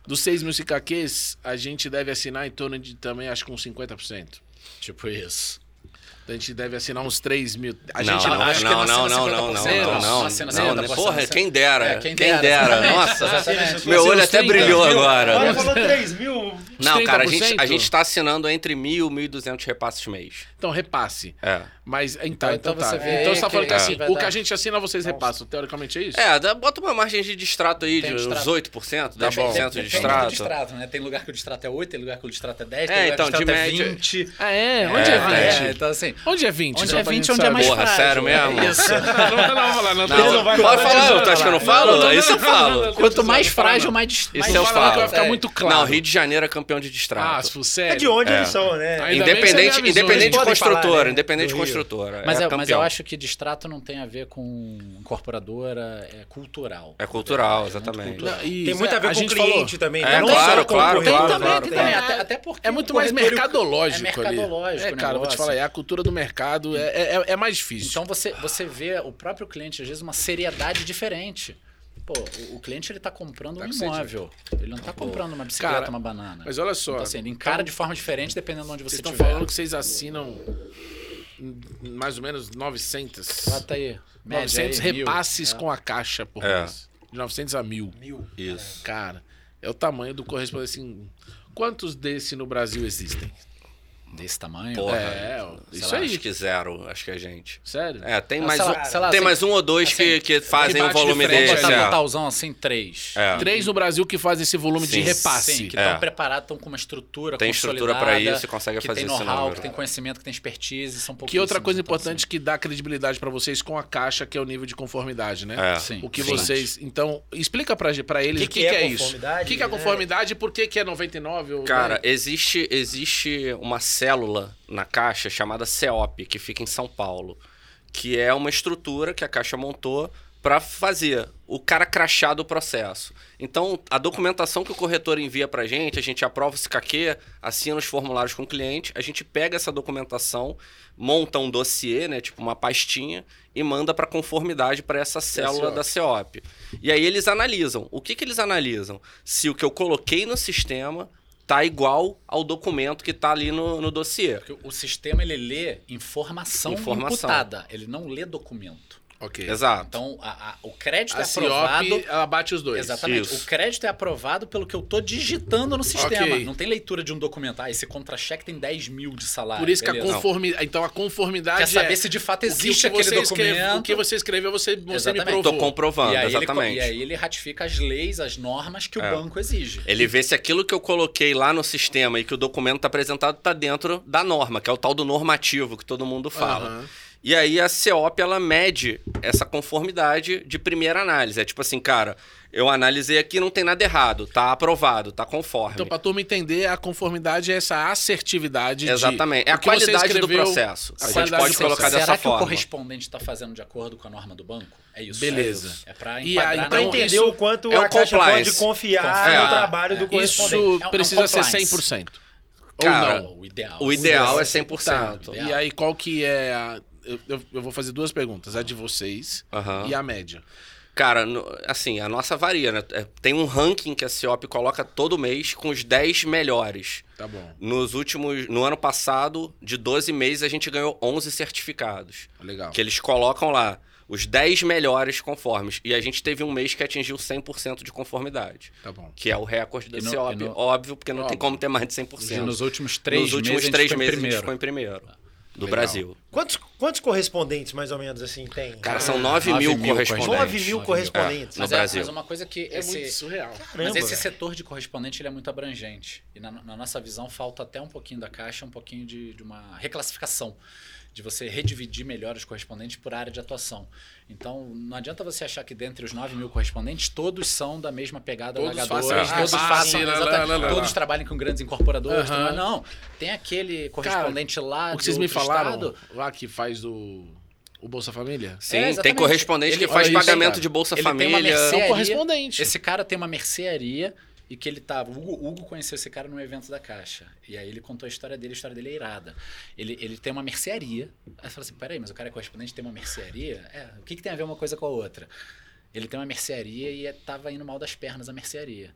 Dos 6 mil CKQs, a gente deve assinar em torno de também, acho que uns 50%. Tipo isso. A gente deve assinar uns 3 mil. A Não, gente não, acho que não, é não, nossa não, 50%, não, não, nossa, não, não, nossa, não, nossa, não, nossa, não, Porra, nossa. quem dera. É, quem, quem dera. dera. Nossa, Exatamente. Vai meu ser olho uns até 30, brilhou viu? agora. né? Agora Vamos- falou 3 mil. Não, cara, a gente, a 30%? gente tá assinando entre 1.000 e 1.200 repasses mês. Então repasse. É. Mas então, então, então tá. você vê então você tá que- falando que assim, é. vai o dar- que a gente assina, vocês repassam. Teoricamente é isso? É, dá- bota uma margem de distrato aí Tem de uns distrato. 8%, 10% Depende- tá de depende do distrato. distrato, né? Tem lugar que o distrato é 8, tem lugar que o distrato é 10, É, tem lugar então, que o de distrato é média- 20. Ah, é? Onde é 20? É, então assim... Onde é 20? Onde Só é pra gente 20, onde é saber. mais Porra, frágil, sério é mesmo? isso. Não, não, vou lá, não. Não, não vai pode falar, falar, não. tu acha que eu não falo? Não, não, Isso eu não, não, não, falo. não. Quanto mais Não, não, frágil, não. mais... dis- mais Isso eu distrato. fala que vai falo. ficar É. muito claro. Não, Rio de Janeiro é campeão de Ah, se distrato. for É sério. de onde É. eles são, né? Ainda bem que você me Independente, avisou, eles independente de podem falar, construtora, né? independente de Do Rio. construtora. Mas, é, é, campeão. mas eu acho que distrato não tem a ver com incorporadora, é cultural. É cultural, É muito exatamente. cultural. Tem muito a ver com o cliente também. É, né? Não claro, só com o né? claro, corretor, claro, Tem também, claro, tem claro. também. Até, até porque É muito mais mercadológico É mercadológico ali. o É, cara, eu vou te negócio. falar, é a cultura do mercado é, é, é mais difícil. Então você, você vê o próprio cliente, às vezes, uma seriedade diferente. Pô, o, o cliente ele tá comprando Tá um com sede. imóvel. Ele não tá comprando uma bicicleta, Cara, uma banana. Mas olha só, então, assim, ele encara de forma diferente dependendo de onde vocês você estão estiver. falando que vocês assinam hum, mais ou menos 900, Bota aí. média 900 aí, mil. repasses com a caixa por É. mês. De 900 a 1000. Isso. Cara, é o tamanho do correspondente. Assim, quantos desse no Brasil existem? Desse tamanho. Porra. É, ó, Sei isso lá, aí. Acho que zero, acho que é gente. Sério? É, tem Ah, mais sei um, lá, sei lá, tem assim, mais um ou dois que, assim, que fazem o bate de volume frente, Vamos desse. botar é. totalzão assim, três. É. Três no Brasil que fazem esse volume de Sim, repasse. Sim, que É. estão preparados, estão com uma estrutura Tem estrutura pra consolidada, isso e consegue que fazer tem esse know-how, número. que tem conhecimento, que tem expertise, são pouquíssimos. Que outra coisa então, importante que dá credibilidade pra vocês com a caixa, que é o nível de conformidade, né? É. assim. Sim, O que sim. vocês. Então, explica pra, ge- pra eles Que o que, que é que é isso. conformidade, O que, que é né? conformidade e por que, que é 99? Ou Cara, existe, existe uma célula na Caixa chamada CEOP, que fica em São Paulo, que é uma estrutura que a Caixa montou para fazer o cara crachar do processo. Então, a documentação que o corretor envia para gente, a gente aprova esse caquê, assina os formulários com o cliente, a gente pega essa documentação, monta um dossiê, né, tipo uma pastinha, e manda para conformidade para essa célula da CEOP. E aí eles analisam. O que, que eles analisam? Se o que eu coloquei no sistema tá igual ao documento que tá ali no, no dossiê. Porque o sistema ele lê informação, Informação. imputada, ele não lê documento. ok. Exato. Então a- a- o crédito A é CIOP, aprovado. ela bate os dois. Exatamente. Isso. O crédito é aprovado pelo que eu tô digitando no sistema. Ok. Não tem leitura de um documento. Ah, esse contra-cheque tem 10 mil de salário. Por isso que a beleza. conformidade. Então, a conformidade. Quer saber é, se de fato o que- existe o que aquele você escreve- documento. o que você escreveu, você, você me Exatamente. Então, provou. Tô comprovando, e, aí ele, co- exatamente. e aí ele ratifica as leis, as normas que É. o banco exige. Ele vê se aquilo que eu coloquei lá no sistema e que o documento está apresentado está dentro da norma, que é o tal do normativo que todo mundo fala. Aham. E aí a CEOP, ela mede essa conformidade de primeira análise. É tipo assim, cara, eu analisei aqui, não tem nada errado, tá aprovado, tá conforme. Então, pra turma entender, a conformidade é essa assertividade. de- Exatamente. É a o que você qualidade do escreveu- processo. a A gente qualidade pode do colocar processo. dessa Será que o forma. correspondente está fazendo de acordo com a norma do banco? É isso. Beleza. É, isso. é para E enquadrar aí, na Pra Então, norma. entender isso o quanto é um a Caixa compliance. pode confiar É. no trabalho do correspondente. Isso É um- é um precisa ser compliance. 100%. Cara, ou não. O ideal. O ideal é Tá. 100%. E aí, qual que é a. Eu, eu- eu vou fazer duas perguntas. A de vocês Aham. e a média. Cara, no- assim, a nossa varia, né? É, Tem um ranking que a CEOP coloca todo mês com os 10 melhores. Tá bom. Nos últimos. No ano passado, de 12 meses, a gente ganhou 11 certificados. Legal. Que eles colocam lá os 10 melhores conformes. E a gente teve um mês que atingiu 100% de conformidade. Tá bom. Que é o recorde da E no- CEOP. e no- Óbvio, porque não tem Óbvio. como ter mais de 100%. Nos últimos três Nos últimos meses, três a gente meses ficou em a gente ficou em primeiro. Ah, primeiro. Do Legal. Brasil. Quantos, quantos correspondentes, mais ou menos, assim, tem? Cara, são 9 mil 9 Ah, mil correspondentes. 9 mil correspondentes. correspondentes. no Mas, é- Brasil. mas uma coisa que É esse, muito surreal. Caramba, mas esse velho. setor de correspondente ele é muito abrangente. E na, na nossa visão falta até um pouquinho da caixa, um pouquinho de, de uma reclassificação. De você redividir melhor os correspondentes por área de atuação. Então, não adianta você achar que dentre os 9 mil correspondentes, todos são da mesma pegada Todos largadora, façam todos repasse, façam, lá, lá, exatamente, lá, lá, lá. todos trabalham com grandes Aham. incorporadoras. tudo mais. Não, tem aquele correspondente lá O que de vocês me outro falaram estado, lá que faz o, o Bolsa Família? Sim, tem É, exatamente. correspondente Ele- é que faz olha isso, pagamento cara. de Bolsa Ele tem uma Família. mercê- É um Mercearia. correspondente. Esse cara tem uma mercearia e que ele tava. O Hugo, Hugo conheceu esse cara no evento da Caixa. E aí ele contou a história dele, a história dele é irada. Ele, ele tem uma mercearia. Aí você fala assim: peraí, mas o cara é correspondente tem uma mercearia? É, o que, que tem a ver uma coisa com a outra? Ele tem uma mercearia e é- tava indo mal das pernas a mercearia.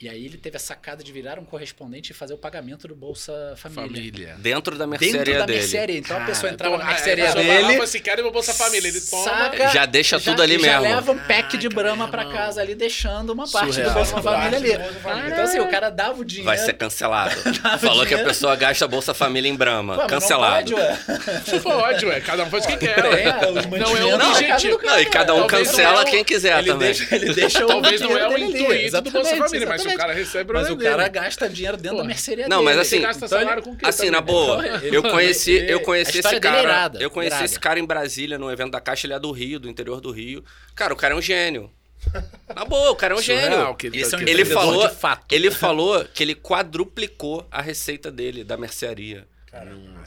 E aí ele teve a sacada de virar um correspondente e fazer o pagamento do Bolsa Família. Família. Dentro da mercearia Dentro da dele. mercearia. Então a pessoa Cara, entrava então, na mercearia a- a pessoa dele. vai lá, fala assim, cara, meu Bolsa Família, ele Ah, toma. saca, Já deixa tudo ali mesmo. já leva um pack Caraca, de brama meu pra irmão. casa ali, deixando uma parte Surreal. do Bolsa Família ali. Uma parte do Bolsa Família. Então assim, o cara dava o dinheiro. Vai ser cancelado. Falou que a dinheiro. pessoa gasta Bolsa Família em Brahma. Pô, mas não cancelado. pode, ué. Isso pode, ué. Cada um faz o que quer. ué. É, os não é mantimentos o na casa do objetivo. Não, e cada um Talvez cancela não é o- quem quiser ele, também. deixa, ele deixa o Talvez não dinheiro é o dele ali. intuito do Bolsa Exatamente, Família, mas se o exatamente. cara recebe né? Mas o problema cara dele. gasta dinheiro dentro Pô. da mercearia Não, dele. mas ele assim, gasta gasta então salário com ele- o quê? Assim, na também, boa, né? eu conheci, eu A conheci esse história dele é cara. irada, eu conheci irada. esse cara em Brasília, num evento da Caixa, ele é do Rio, do interior do Rio. Cara, o cara é um gênio. Na boa, o cara é um Surreal gênio. que tá Esse é um que Ele Empreendedor falou, de fato. ele falou que ele quadruplicou a receita dele da mercearia.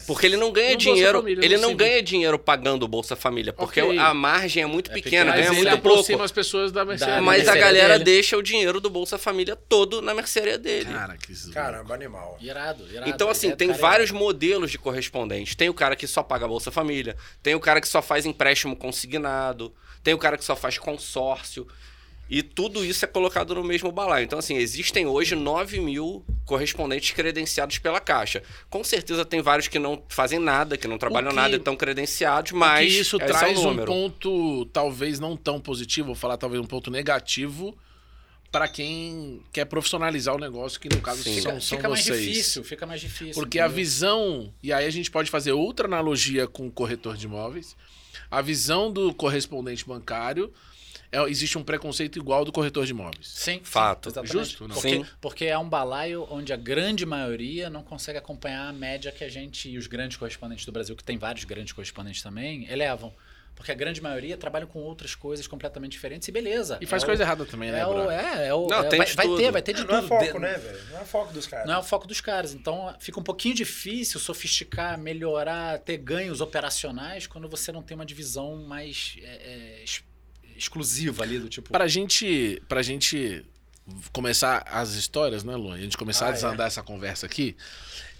Porque ele não ganha No Bolsa dinheiro, Família, ele não não sei ganha dinheiro pagando o Bolsa Família, porque Ok. a margem é muito pequena, pequena, Mas ganha ele muito aproxima pouco. as pessoas da mercearia. Da Mas a mercearia galera dele. deixa o dinheiro do Bolsa Família todo na mercearia dele. Cara, que zoeira. Caramba, animal. Irado, irado. Então, Ele assim, é tem cara- vários modelos de correspondente. Tem o cara que só paga Bolsa Família, tem o cara que só faz empréstimo consignado, tem o cara que só faz consórcio. E tudo isso é colocado no mesmo balaio. Então, assim, existem hoje 9 mil correspondentes credenciados pela Caixa. Com certeza tem vários que não fazem nada, que não trabalham que- nada e estão credenciados, Mas mas isso esse é o traz um número. ponto, talvez não tão positivo, vou falar talvez um ponto negativo pra quem quer profissionalizar o negócio, que no caso Sim. são, são Fica mais vocês. difícil, fica mais difícil. Porque a entendeu? visão, e aí a gente pode fazer outra analogia com o corretor de imóveis, a visão do correspondente bancário é, existe um preconceito igual do corretor de imóveis. Sim. sim, Fato. exatamente. Justo, não? Porque, Sim. porque é um balaio onde a grande maioria não consegue acompanhar a média que a gente e os grandes correspondentes do Brasil, que tem vários grandes correspondentes também, elevam. Porque a grande maioria trabalha com outras coisas completamente diferentes e beleza. E faz É coisa o- errada também, né, é, o, Bruno? é, é o. Não, é- tem vai, de vai tudo. ter, vai ter de Não é tudo. foco, De- né, velho? Não é foco dos caras. Não é o foco dos caras. Então fica um pouquinho difícil sofisticar, melhorar, ter ganhos operacionais quando você não tem uma divisão mais é, é, ex- exclusiva ali do tipo. Pra gente, pra gente começar as histórias, né, Luan? E a gente começar Ah, a é. desandar essa conversa aqui,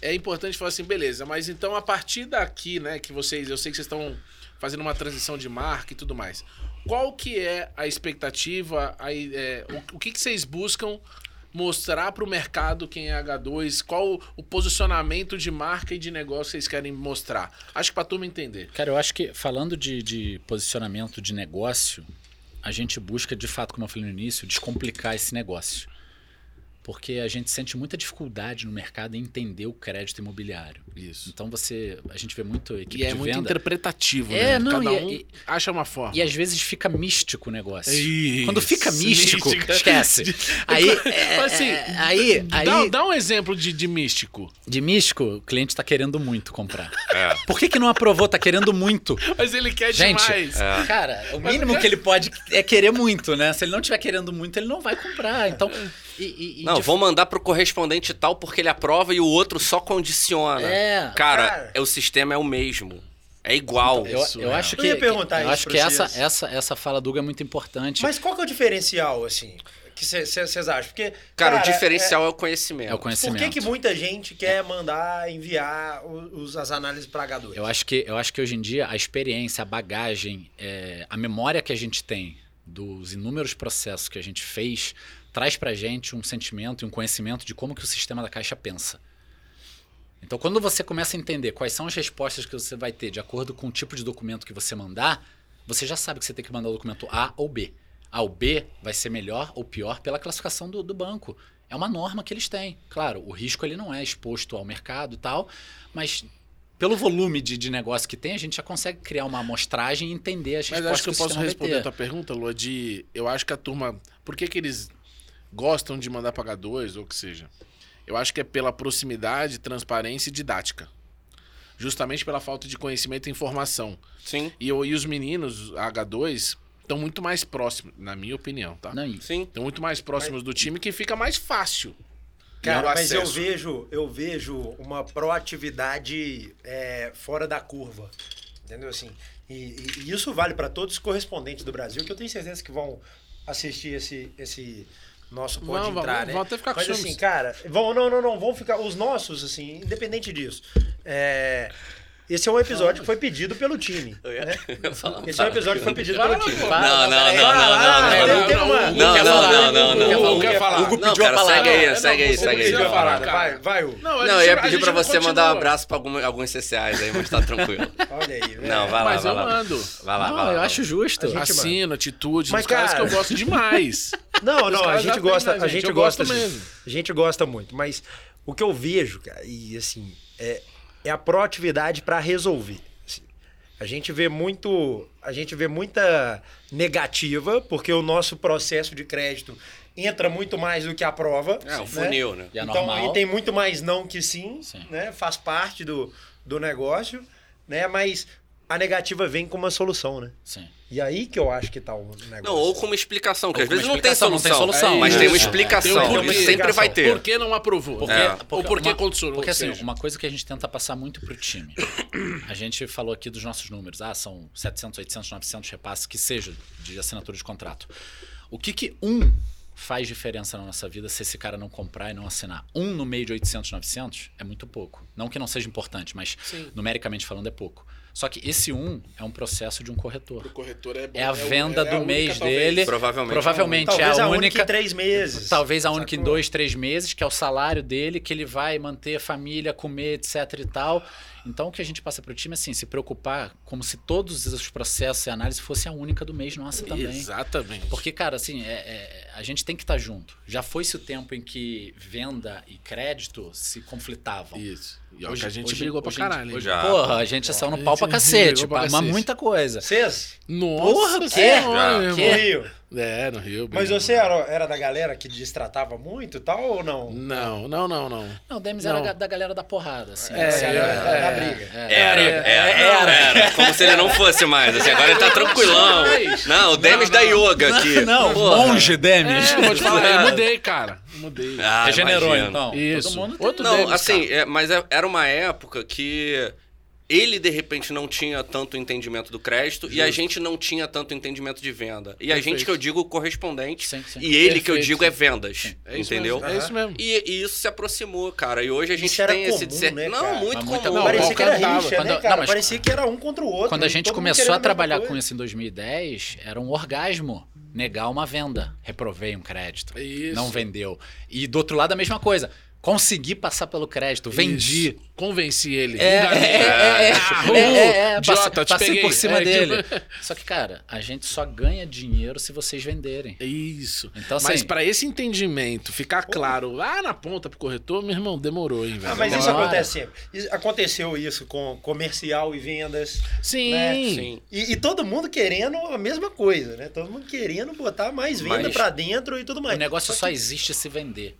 é importante falar assim, beleza, mas então a partir daqui, né, que vocês, eu sei que vocês estão fazendo uma transição de marca e tudo mais. Qual que é a expectativa, a i- é, o, o que, que vocês buscam mostrar para o mercado quem é H2, qual o posicionamento de marca e de negócio que vocês querem mostrar? Acho que para turma entender. Cara, eu acho que falando de, de posicionamento de negócio, a gente busca, de fato, como eu falei no início, descomplicar esse negócio. Porque a gente sente muita dificuldade no mercado em entender o crédito imobiliário. Isso. Então você. A gente vê muito equipe E é de muito venda. interpretativo, né? É, não, Cada e- um e- acha uma forma. E às vezes fica místico o negócio. É Isso. Quando fica místico, Mística. esquece. Aí, é, Assim, é, aí, aí Dá, dá um exemplo de, de místico. de místico, o cliente tá querendo muito comprar. É. Por que, que não aprovou? Tá querendo muito. Mas ele quer Gente, é, demais. Cara, o mínimo que ele pode é querer muito, né? Se ele não tiver querendo muito, ele não vai comprar. Então, É. e, e- e Não, de- vou mandar pro correspondente tal porque ele aprova e o outro só condiciona. É. Cara, Cara. é, o sistema é o mesmo. É igual. Então, Eu, Isso, eu é. acho Eu que ia perguntar eu isso acho pra que essa, vocês. essa essa fala do Hugo é muito importante. Mas qual que é o diferencial, assim, que vocês acham? Porque, Cara, o é- diferencial é, o conhecimento. é o Por conhecimento. que, que muita gente quer mandar enviar o- os, as análises para H2? Eu acho que eu acho que hoje em dia a experiência, a bagagem, é, a memória que a gente tem dos inúmeros processos que a gente fez traz pra gente um sentimento e um conhecimento de como que o sistema da caixa pensa. Então, quando você começa a entender quais são as respostas que você vai ter de acordo com o tipo de documento que você mandar, você já sabe que você tem que mandar o documento A ou B. A ou B vai ser melhor ou pior pela classificação do, do banco. É uma norma que eles têm. Claro, o risco ele não é exposto ao mercado e tal, mas pelo volume de, de negócio que tem, a gente já consegue criar uma amostragem e entender as Mas respostas acho que eu posso responder a responder. tua pergunta, Lua, de... Eu acho que a turma... Por que que eles gostam de mandar pagar dois, ou o que seja? Eu acho que é pela proximidade, transparência e didática. Justamente pela falta de conhecimento e informação. Sim, E, eu- e os meninos, a H2, estão muito mais próximos, na minha opinião, tá? Não, é e- sim. Estão muito mais próximos do time que fica mais fácil. Cara, o mas eu acesso. vejo, eu vejo uma proatividade é, fora da curva. Entendeu? Assim, e, e- e isso vale para todos os correspondentes do Brasil, que eu tenho certeza que vão assistir esse, esse nosso Vão, pode vão, entrar, vão, né? vão até ficar com Mas ciúmes. assim, cara, vão, não, não, não, vão ficar. Os nossos, assim, independente disso. é, esse é um episódio que foi pedido pelo time. né? Esse é um episódio que foi pedido pelo time. Não, não, não, Fala, não, não, fala, não, tem- tem uma- não, não, não, não, Hugo né? não, quer não. falar, Hugo Não, pediu a cara, palavra. segue aí, Não, segue não, aí, você segue aí. pediu a João. palavra. Vai, vai, Hugo. Não, a Não, eu gente- ia a pedir gente pra não você mandar um continua. abraço pra algum- alguns CCAs aí, mas tá tranquilo. Olha aí, velho. Não, vai lá, Mas vai eu lá. mando. Vai lá, Não, vai lá. eu vai acho lá. justo. A gente- Assino, atitude, Mas, dos caras que cara- eu gosto demais. Não, Os não, a caras gente aprendem, gosta, né, a gente? gente Eu gosta, gosto assim, mesmo. a gente gosta muito, mas o que eu vejo, cara, e assim, é, é a proatividade pra resolver. assim. A gente vê muito, a gente vê muita negativa, porque o nosso processo de crédito entra muito mais do que a prova. É, o né? funil, né? E é então, normal. aí tem muito mais não que sim, Sim. né? Faz parte do, do negócio, né? Mas a negativa vem com uma solução, né? Sim. E aí que eu acho que tá o negócio. Não, ou com uma explicação, que Ou às com uma vezes não tem explicação, solução. não tem solução. Mas É tem uma isso, explicação. é. Tem um isso porquê. sempre vai ter. Por que não aprovou? Porque, É. Ou por que uma- condicionou, Porque ou assim, seja- uma coisa que a gente tenta passar muito pro time. A gente falou aqui dos nossos números. Ah, são 700, 800, 900 repasses, que seja, de assinatura de contrato. O que que um faz diferença na nossa vida se esse cara não comprar e não assinar? Um no meio de 800, 900 é muito pouco. Não que não seja importante, mas Sim. numericamente falando é pouco. Só que esse um é um processo de um corretor. O corretor é bom, É a o- venda é a do única, mês talvez. dele. Provavelmente. Provavelmente Talvez é a a única única em três meses. Talvez a única em Sacou? dois, três meses, que é o salário dele, que ele vai manter a família, comer, etc e tal. Então, o que a gente passa para o time é assim, se preocupar como se todos esses processos e análise fossem a única do mês nossa também. Exatamente. Porque, cara, assim, é- é- a gente tem que estar junto. Já foi-se o tempo em que venda e crédito se conflitavam. Isso. E Hoje- hoje, a gente hoje- brigou pra hoje- caralho. hein? hoje- Já. Porra, a gente saiu no A pau gente pra cacete, brigou pra pra- mas cacete. muita coisa. Vocês? Nossa, Porra, que? senhora, meu Já. No irmão. Rio. É, no Rio. Mas bem. você era, era da galera que destratava muito e tal ou não? Não, não, não, não. Não, o Demis Não. era ga- da galera da porrada, assim. É, assim, Era, era da é. briga. Era, era, era. Como se ele não fosse mais. Assim, agora ele tá tranquilão. Não, o Demis da yoga aqui. Não, Porra. monge Demis. É, vou te falar, eu mudei, cara. Mudei. Ah, Regenerou, imagino. então. Isso. Todo mundo tem- Outro Não, Demis, assim, cara. é, mas é- era uma época que ele, de repente, não tinha tanto entendimento do crédito e a gente não tinha tanto entendimento de venda. E a gente Perfeito. que eu digo correspondente Sim, sim. e ele que eu Perfeito. digo é vendas, É isso entendeu? mesmo, É isso mesmo. E, e isso se aproximou, cara. E hoje a gente era tem esse comum, discernimento. né, não, cara? muito Mas comum. muita- Não, Não, parecia o que era Balcão rixa, tava- né, quando- cara? não, mas- parecia que era um contra o outro. Quando a gente todo mundo começou querendo a mesma trabalhar coisa. com isso em 2010, era um orgasmo negar uma venda. Reprovei um crédito. Isso. Não vendeu. E do outro lado, a mesma coisa. Consegui passar pelo crédito, vendi. Isso. Convenci ele. É, enganei. é, é, é. Ah, É, é, é. idiota, Passei- te passei peguei. por cima É, dele. tipo- Só que, cara, a gente só ganha dinheiro se vocês venderem. é Isso. Então, assim, Mas pra esse entendimento ficar claro lá na ponta pro corretor, meu irmão, demorou, hein, velho. Ah, mas isso Demora. acontece sempre. Isso- Aconteceu isso com comercial e vendas. Sim. né? um. assim. Sim. E, e todo mundo querendo a mesma coisa, né? Todo mundo querendo botar mais venda Mas- pra dentro e tudo mais. o negócio que- só existe se vender.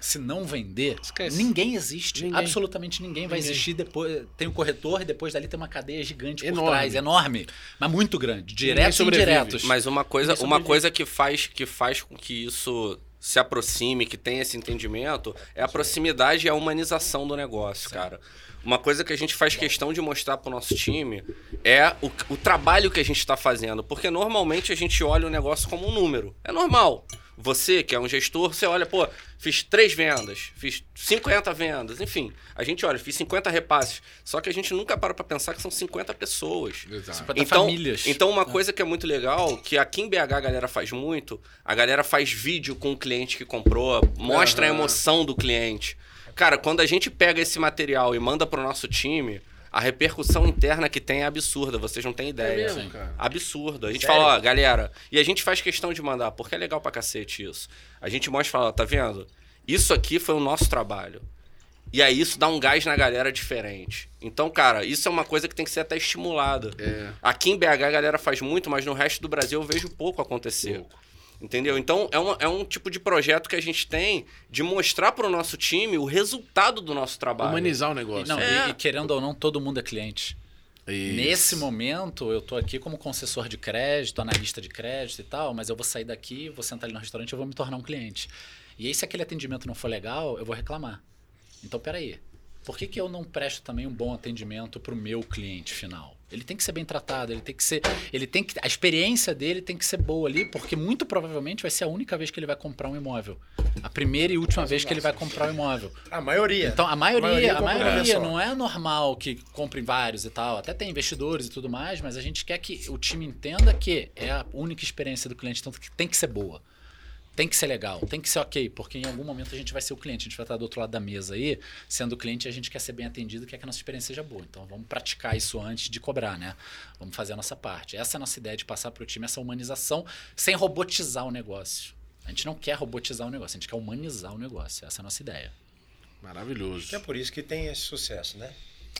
Se não vender, Esquece. ninguém existe. Ninguém. Absolutamente ninguém vai Ninguém. existir depois. Tem o corretor e depois dali tem uma cadeia gigante Enorme. por trás, enorme, mas muito grande, Ninguém diretos e sobrevive. indiretos. Mas uma coisa, Ninguém uma sobrevive. coisa que faz que faz com que isso se aproxime, que tenha esse entendimento, é a proximidade e a humanização do negócio, cara. Uma coisa que a gente faz questão de mostrar pro nosso time é o, o trabalho que a gente está fazendo. Porque normalmente a gente olha o negócio como um número. É normal. Você, que é um gestor, você olha, pô, fiz três vendas, fiz 50 vendas, enfim. A gente olha, fiz 50 repasses. Só que a gente nunca para pra pensar que são 50 pessoas. Exato. 50 famílias. Então, uma coisa que é muito legal, que aqui em BH a galera faz muito, a galera faz vídeo com o cliente que comprou, mostra a Aham. emoção do cliente. Cara, quando a gente pega esse material e manda pro nosso time, a repercussão interna que tem é absurda, vocês não têm É ideia. mesmo, cara. Absurdo. A gente Sério? fala, ó, galera. E a gente faz questão de mandar, porque é legal pra cacete isso. A gente mostra e fala, ó, tá vendo? Isso aqui foi o nosso trabalho. E aí isso dá um gás na galera diferente. Então, cara, isso é uma coisa que tem que ser até estimulada. É, Aqui em BH a galera faz muito, mas no resto do Brasil eu vejo pouco acontecer. Entendeu? Então é, uma- é um tipo de projeto que a gente tem de mostrar pro nosso time o resultado do nosso trabalho. Humanizar o E, negócio. não, É. e- e querendo ou não, todo mundo é cliente. Isso. Nesse momento, eu tô aqui como concessor de crédito, analista de crédito e tal, mas eu vou sair daqui, vou sentar ali no restaurante e vou me tornar um cliente. E aí, se aquele atendimento não for legal, eu vou reclamar. Então, peraí. Por que, que eu não presto também um bom atendimento para o meu cliente final? Ele tem que ser bem tratado, ele tem que ser. Ele tem que. A experiência dele tem que ser boa ali, porque muito provavelmente vai ser a única vez que ele vai comprar um imóvel. A primeira e última vez que ele vai comprar um imóvel. A maioria. Então, a maioria, A maioria a compra uma maioria, vez só. não é normal que comprem vários e tal. Até tem investidores e tudo mais, mas a então gente quer que o time entenda que é a única experiência do cliente, tanto que tem que ser boa. Tem que ser legal, tem que ser ok, porque em algum momento a gente vai ser o cliente, a gente vai estar do outro lado da mesa aí, sendo cliente a gente quer ser bem atendido, quer que a nossa experiência seja boa. Então vamos praticar isso antes de cobrar, né? Vamos fazer a nossa parte. Essa é a nossa ideia de passar para o time essa humanização sem robotizar o negócio. A gente não quer robotizar o negócio, a gente quer humanizar o negócio. Essa é a nossa ideia. Maravilhoso. É por isso que tem esse sucesso, né?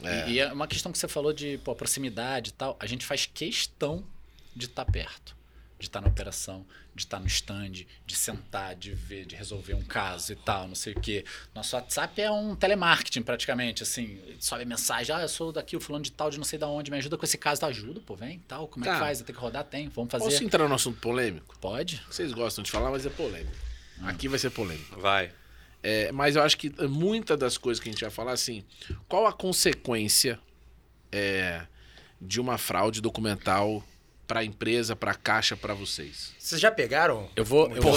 É. E, e é uma questão que você falou de pô, proximidade e tal. A gente faz questão de estar perto, de estar na operação, de estar no stand, de sentar, de ver, de resolver um caso e tal, não sei o quê. Nosso WhatsApp é um telemarketing praticamente, assim. Sobe mensagem, ah, eu sou daqui, o fulano de tal, de não sei de onde, me ajuda com esse caso. Tá, ajuda, pô, vem, tal. Como é Tá. que faz? Tem que rodar? Tem, vamos fazer. Posso entrar no assunto polêmico? Pode? Vocês gostam de falar, mas é polêmico. Hum. Aqui vai ser polêmico. Vai. É, mas eu acho que muita das coisas que a gente vai falar, assim, qual a consequência é, de uma fraude documental para a empresa, para a caixa, para vocês? Vocês já pegaram? Eu vou... um Eu vou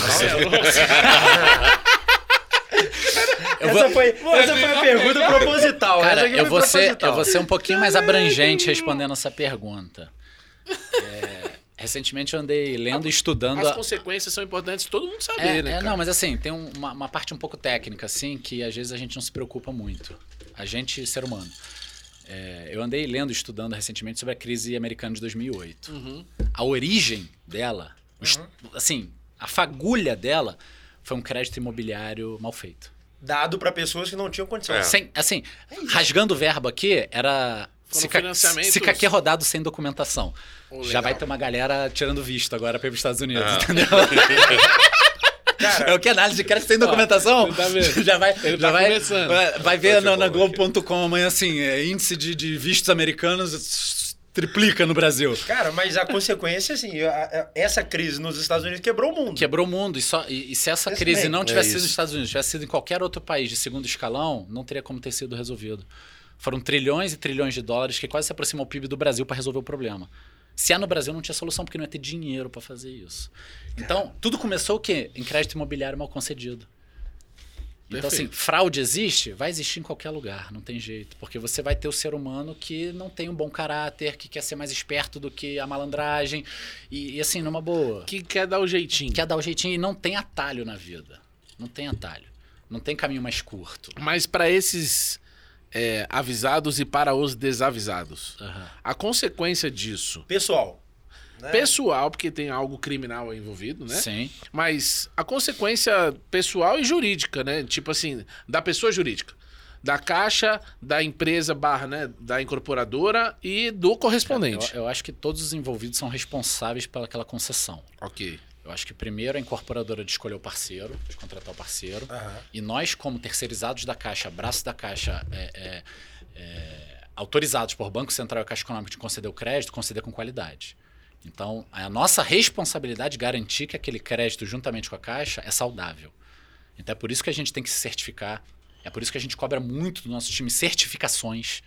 essa, foi, essa foi a pergunta proposital. essa Cara, aqui eu foi vou, ser, proposital. eu vou ser um pouquinho mais abrangente respondendo essa pergunta. É, recentemente eu andei lendo e estudando. As a- consequências são importantes, todo mundo saber, É, né? é, cara? não, mas assim, tem um- uma, uma parte um pouco técnica, assim, que às vezes a gente não se preocupa muito. A gente, ser humano. É, eu andei lendo e estudando recentemente sobre a crise americana de 2008. Uhum. A origem dela, o est- assim, a fagulha dela foi um crédito imobiliário mal feito. Dado pra pessoas que não tinham condição. É. Sem- assim, rasgando o verbo aqui, era. Foram cica- financiamentos- Cicaque rodado sem documentação. Oh, legal. Já É. vai ter uma galera tirando visto agora para os Estados Unidos, entendeu? Cara, É o que análise de crédito sem documentação? ele tá vendo. já vai, Ele já tá vai, começando. vai- vai ver na, na de bola Globo.com amanhã assim, é, índice de, de vistos americanos s- triplica no Brasil. cara, mas a consequência, assim, a- a- essa crise nos Estados Unidos quebrou o mundo. Quebrou o mundo. E, só, e, e se essa Esse crise bem. não É tivesse sido isso. nos Estados Unidos, tivesse sido em qualquer outro país de segundo escalão, não teria como ter sido resolvido. Foram trilhões e trilhões de dólares que quase se aproximam ao PIB do Brasil para resolver o problema. Se é no Brasil, não tinha solução, porque não ia ter dinheiro para fazer isso. Então, tudo começou o quê? Em crédito imobiliário mal concedido. Então, assim, Perfeito. fraude existe? Vai existir em qualquer lugar, não tem jeito. Porque você vai ter o ser humano que não tem um bom caráter, que quer ser mais esperto do que a malandragem. E, e, assim, numa boa Que quer dar o jeitinho. quer dar o jeitinho e não tem atalho na vida. Não tem atalho. Não tem caminho mais curto. Mas para esses é, avisados e para os desavisados, a consequência disso, Pessoal. né? pessoal, porque tem algo criminal aí envolvido, né? É. Sim. Mas a consequência pessoal e jurídica, né? Tipo assim, da pessoa jurídica. Da caixa, da empresa barra, né? Da incorporadora e do Eu, correspondente. eu acho que todos os envolvidos são responsáveis pelaquela concessão. Ok. Eu acho que primeiro a incorporadora de escolher o parceiro, de contratar o parceiro. Aham. E nós, como terceirizados da Caixa, braço da Caixa, é, é, é, autorizados por Banco Central e Caixa Econômica de conceder o crédito, conceder com qualidade. Então, a nossa responsabilidade é garantir que aquele crédito, juntamente com a Caixa, é saudável. Então, é por isso que a gente tem que se certificar. É por isso que a gente cobra muito do nosso time certificações.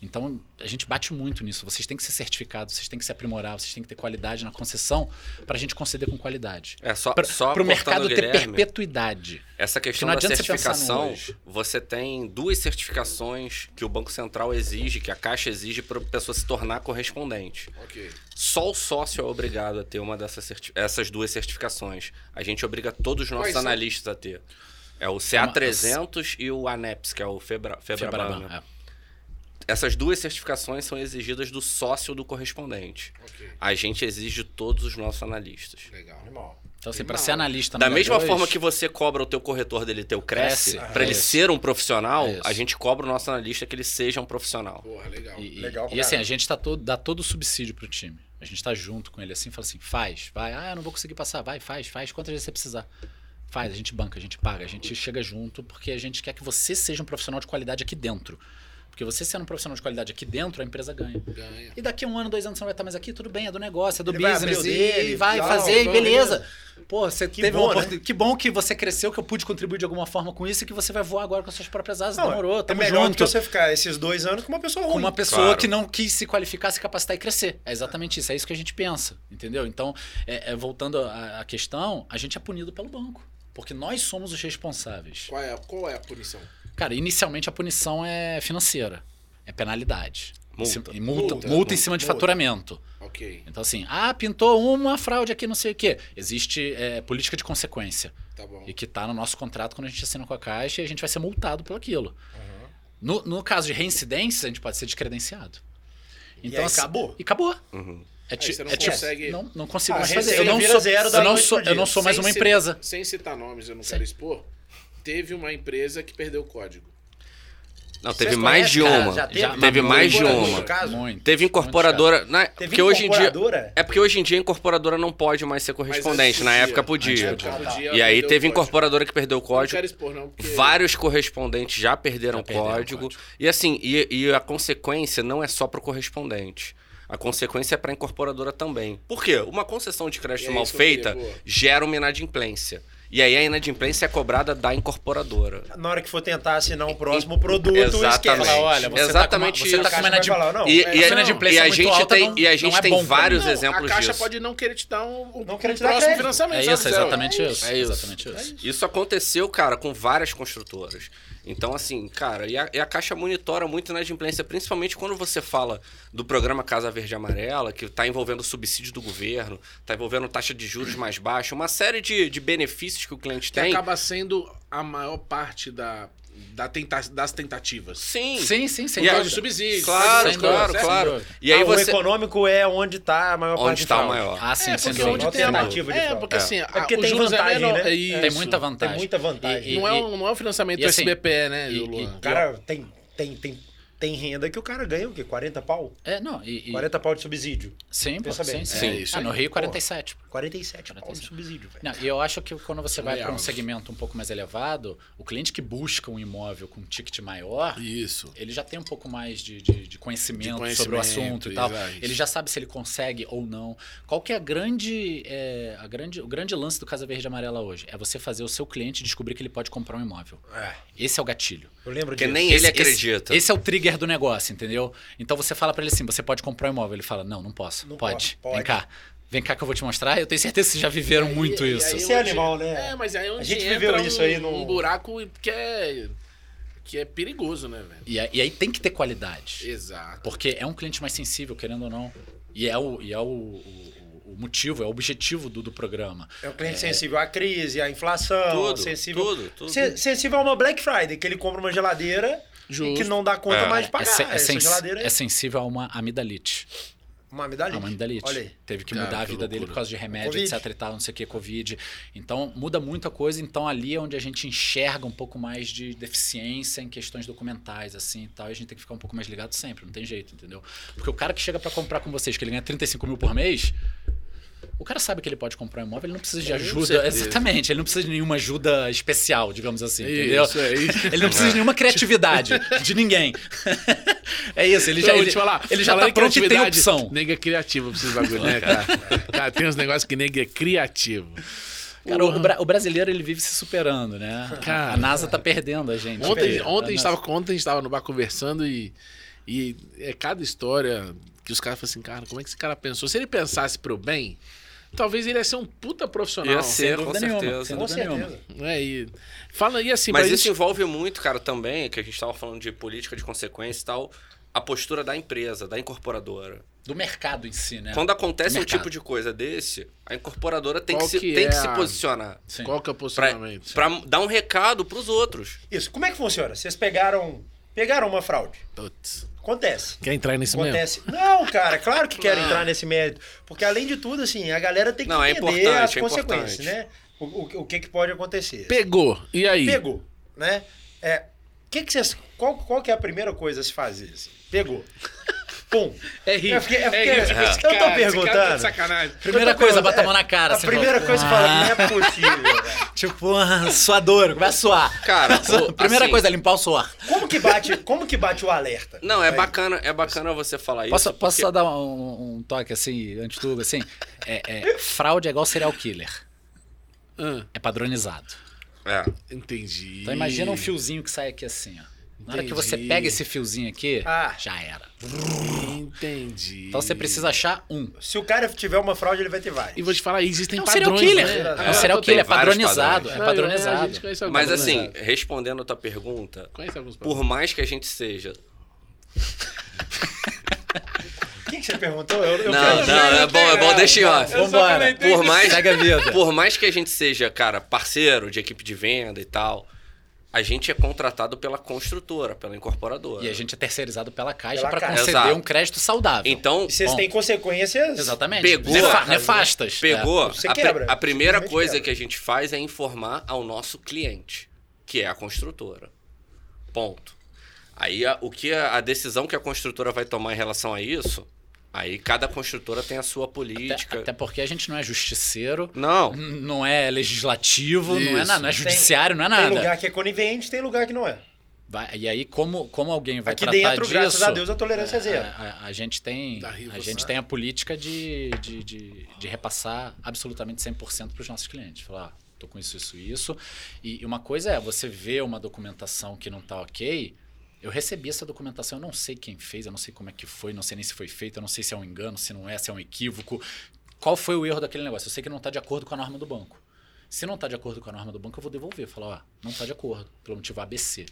Então, a gente bate muito nisso. Vocês têm que ser certificados, vocês têm que se aprimorar, vocês têm que ter qualidade na concessão para a gente conceder com qualidade. É só, Para só o mercado cortando o ter Guilherme, perpetuidade. Essa Porque questão não da adianta você pensar no certificação, hoje. você tem duas certificações que o Banco Central exige, que a Caixa exige para a pessoa se tornar correspondente. Ok. Só o sócio é obrigado a ter uma dessas certi- essas duas certificações. A gente obriga todos os nossos Quais são? analistas a ter. É o CA300 e o ANEPS, que é o Febra, Febraban, né? Febraban, Essas duas certificações são exigidas do sócio do correspondente. A gente exige de todos os nossos analistas. Legal. Irmão. é. Então, assim, para ser analista no Da H2, mesma forma que você cobra o teu corretor dele ter o Cresce, Cresce, pra ele isso. ser um profissional, Isso. a gente cobra o nosso analista que ele seja um profissional. Porra, legal. E, e- Legal pra e assim, caramba. a gente tá todo, dá todo o subsídio pro time. A gente tá junto com ele assim, fala assim, faz, vai. Ah, eu não vou conseguir passar. Vai, faz, faz. Quantas vezes você precisar. Faz, a gente banca, a gente paga, a gente chega junto, porque a gente quer que você seja um profissional de qualidade aqui dentro. Porque você sendo um profissional de qualidade aqui dentro, a empresa ganha. Ganha. E daqui a um ano, dois anos você não vai estar mais aqui, tudo bem, é do negócio, é do Ele vai business, abrir o e dele, vai tal, fazer, e tal, beleza. Pô, você Que teve bom, uma né? oportunidade. Que bom que você cresceu, que eu pude contribuir de alguma forma com isso e que você vai voar agora com as suas próprias asas. Não, Demorou, é tamo melhor do junto que você ficar esses dois anos com uma pessoa ruim. com uma pessoa Claro. que não quis se qualificar, se capacitar e crescer. É exatamente isso, é isso que a gente pensa, entendeu? Então, é- é, voltando à, à questão, a gente é punido pelo banco. Porque nós somos os responsáveis. Qual é, qual é a punição? Cara, inicialmente a punição é financeira, é penalidade. Multa. Em multa, Multa, multa, em cima de multa. faturamento. Ok, Então, assim, ah, pintou uma fraude aqui, não sei o quê. Existe é, política de consequência. tá bom. E que está no nosso contrato quando a gente assina com a Caixa e a gente vai ser multado por aquilo. Uhum. No, no caso de reincidência, a gente pode ser descredenciado. aí assim- acabou? E acabou. Uhum. É ti- você não é tipo- consegue- não, não consigo Ah, mais a fazer. receita Eu não vira sou, zero da eu não noite sou, pro eu não dia. sou mais Sem uma ci- empresa. Sem citar nomes, eu não Sim. quero expor. Teve uma empresa que perdeu o código. Não, Vocês teve mais de conhecem, cara? uma. Já teve? Teve mais de Incorporadora, uma. no caso? Muito, Teve muito incorporadora. Na, Teve porque hoje em dia. incorporadora? É porque hoje em dia a incorporadora não pode mais ser Mas é correspondente. antes Na podia. época podia. Antes podia, podia, E aí perdeu o teve código. incorporadora que perdeu o Não código. quero expor, não. Porque... Vários correspondentes já perderam Já perderam o o código. código. E assim, e, e a consequência não é só para o correspondente. A consequência é para a incorporadora também. Por quê? Uma concessão de crédito É mal isso que eu feita queria, boa. gera uma inadimplência. E aí a inadimplência é cobrada da incorporadora. Na hora que for tentar assinar um próximo produto, Exatamente. esquece. Fala, olha, você Exatamente tá com uma, você tá isso. com Caixa uma vai falar, inadimplência. não, e, é, e a- não, e inadimplência a muito gente alta tem, não- e a não gente é tem bom pra vários mim. exemplos A Caixa disso. pode não querer te dar um, um, Não quer um te dar próximo crédito. financiamento. É sabe, um isso, Zé? exatamente isso. É É isso. exatamente isso. Isso aconteceu, cara, com várias construtoras. Então, assim, cara, e a, e a Caixa monitora muito na inadimplência, principalmente quando você fala do programa Casa Verde e Amarela, que está envolvendo subsídio do governo, está envolvendo taxa de juros mais baixa, uma série de, de benefícios que o cliente Que tem. acaba sendo a maior parte da, da tenta- das tentativas. Sim. Sim, sim, E sim. aí- Código de subsídio. Claro, código de claro, processo. claro. E E aí ah, O você. econômico é onde está a maior parte Onde de está o fraude. maior? Ah, sim, é, sem porque um dúvida. onde tem a Alternativa de É, fraude. porque É. assim, a- porque o tem juros é vantagem, menor. né? É Tem isso. muita vantagem. Tem muita vantagem. E- Não é um, não é um financiamento e assim, SBP, né, e- Luan? O cara tem, tem, tem, tem renda que o cara ganha o quê? 40 pau? É, não, e, e 40 pau de subsídio. sim, pô, Pensa bem. sim, Sim, sim. isso Ah, no aí. Rio 47. 47 pau de 47. subsídio, velho. Não, e eu acho que quando você vai para Surreal. um segmento um pouco mais elevado, o cliente que busca um imóvel com um ticket maior, Isso. ele já tem um pouco mais de, de- de conhecimento, De sobre o conhecimento, assunto e tal. exato. Ele já sabe se ele consegue ou não. Qual que é a grande, é, a grande, o grande lance do Casa Verde e Amarela hoje? É você fazer o seu cliente descobrir que ele pode comprar um imóvel. Esse é o gatilho. Eu lembro Porque disso. nem ele Esse- acredita. Esse, esse é o trigger do negócio, entendeu? Então você fala pra ele assim: você pode comprar um imóvel. Ele fala: não, não posso. Não pode. posso, pode. Vem cá. Vem cá que eu vou te mostrar. Eu tenho certeza que vocês já viveram muito E- e isso. aí Isso é onde- animal, né? É, mas aí onde gente entra viveu isso um, aí no- um buraco que é, que é perigoso, né, velho? E, a- e aí tem que ter qualidade. Exato. Porque é um cliente mais sensível, querendo ou não. E é o, e é o, o- o motivo, é o objetivo do, do programa. É um cliente sensível à crise, à inflação, Tudo, Ah, sensível... tudo, tudo. Sen- Sensível a uma Black Friday, que ele compra uma geladeira e que não dá conta É. mais de é, pagar. sen- é Essa sens- geladeira é é sensível a uma amidalite. uma amidalite. A Ah, uma amidalite. Olha aí. Teve que Cara, mudar a que vida dele loucura. por causa de remédio, Covid. etc e tal, não sei o que, Covid. Então, muda muita coisa. Então, ali é onde a gente enxerga um pouco mais de deficiência em questões documentais, assim e tal. E a gente tem que ficar um pouco mais ligado sempre, não tem jeito, entendeu? Porque o cara que chega pra comprar com vocês, que ele ganha 35 mil por mês... O cara sabe que ele pode comprar um imóvel, ele não precisa de É, Com ajuda. certeza. Exatamente, ele não precisa de nenhuma ajuda especial, digamos assim, entendeu? Isso aí. Ele não precisa de nenhuma criatividade de ninguém. é isso, ele já, Não, Então, eu ele, te falar, ele já falar tá em pronto e tem criatividade, opção. Nega é criativo pra esses bagulho, né, cara? cara, tem uns negócios que nega é criativo. Cara, o, bra- o brasileiro ele vive se superando, né? Cara. a NASA tá perdendo a gente. Ontem, Tá ontem, a gente na- tava, ontem a gente tava no bar conversando e, e é cada história que os caras falam assim, cara, como é que esse cara pensou? Se ele pensasse pro bem, talvez ele ia ser um puta profissional. Ia ser, com dúvida nenhuma, certeza. sem Com dúvida nenhuma. certeza. É, e, fala, e assim, Mas pra isso envolve muito, cara, também, que a gente estava falando de política de consequência e tal, a postura da empresa, da incorporadora. Do mercado em si, né? Quando acontece um Mercado. tipo de coisa desse, a incorporadora tem, Qual que se, que tem é que se a- posicionar. Sim. Qual que é o Pra, posicionamento? pra dar um recado pros outros. Isso, como é que funciona? Vocês pegaram, pegaram uma fraude. Putz. Acontece. Quer entrar nisso mesmo? Acontece. Não, cara, claro que quero entrar nesse mérito. Porque, além de tudo, assim, a galera tem que Não, é entender importante, as é consequências, importante. né? O, o, o que, que pode acontecer. Pegou. E aí? Pegou, né? É, que que vocês, qual, qual que é a primeira coisa a se fazer? assim? Pegou. Pum. É rir. Eu fiquei- eu É fiquei- rir. eu tô Esse cara- esse perguntando. cara tá de sacanagem. Ah. Primeira Eu tô coisa, perguntando, bota a mão na cara. A você primeira fala, coisa que fala, não é possível. velho. "Ah", Tipo, ah, suador, vai suar. Cara, o- primeira assim, coisa é limpar o suor. Como que bate, como que bate o alerta? Não, é Aí. bacana, é bacana você falar isso. Posso, posso porque- só dar um, um toque assim, antes de tudo, assim? É, é, fraude é igual serial killer. Ah, É padronizado. É. entendi. Então imagina um fiozinho que sai aqui assim, ó. Na hora que você Entendi. pega esse fiozinho aqui, Ah. já era. Entendi. Então você precisa achar um. Se o cara tiver uma fraude, ele vai ter várias. E vou te falar, existem É um serial padrões, killer. né? É um serial killer, é Tem vários padronizado. padrões. Não, é, né? É a gente padronizado. conhece alguns Mas assim, padrões. respondendo a tua pergunta, Conhece alguns por mais que a gente seja O que, que você perguntou? Eu, eu Não, quero- não, é bom, é bom, deixa em off. Eu só Vambora. comentei Por mais, Segue a vida. por mais que a gente seja, cara, parceiro de equipe de venda e tal, a gente é contratado pela construtora, pela incorporadora. E a gente é terceirizado pela Caixa Pela para Caixa. conceder Exato. um crédito saudável. Então, E Vocês Bom. têm consequências. Exatamente. Pegou. Nefa- nefastas. É. pegou. É, Você a, pri- quebra, a primeira simplesmente coisa quebra. que a gente faz é informar ao nosso cliente, que é a construtora. Ponto. Aí a- o que a, a decisão que a construtora vai tomar em relação a isso, aí cada construtora tem a sua É. Até, política. até porque a gente não é justiceiro, Não. não é legislativo, não é, Isso. nada, não é Tem- judiciário, não é Tem nada. lugar que é conivente, tem lugar que não é. Vai- e aí, como, como alguém vai Aqui tratar dentro, disso? graças a Deus, a tolerância é zero. A, a- a gente tem Da Riva, a gente sabe? tem a política de, de, de, de repassar absolutamente 100% para os nossos clientes. Falar, ah, tô com isso, isso, isso. E, e uma coisa é, você vê uma documentação que não tá ok, eu recebi essa documentação, eu não sei quem fez, eu não sei como é que foi, não sei nem se foi feito, eu não sei se é um engano, se não é, se é um equívoco. Qual foi o erro daquele negócio? Eu sei que não está de acordo com a norma do banco. Se não está de acordo com a norma do banco, eu vou devolver. Falar, ó, não está de acordo, pelo motivo ABC.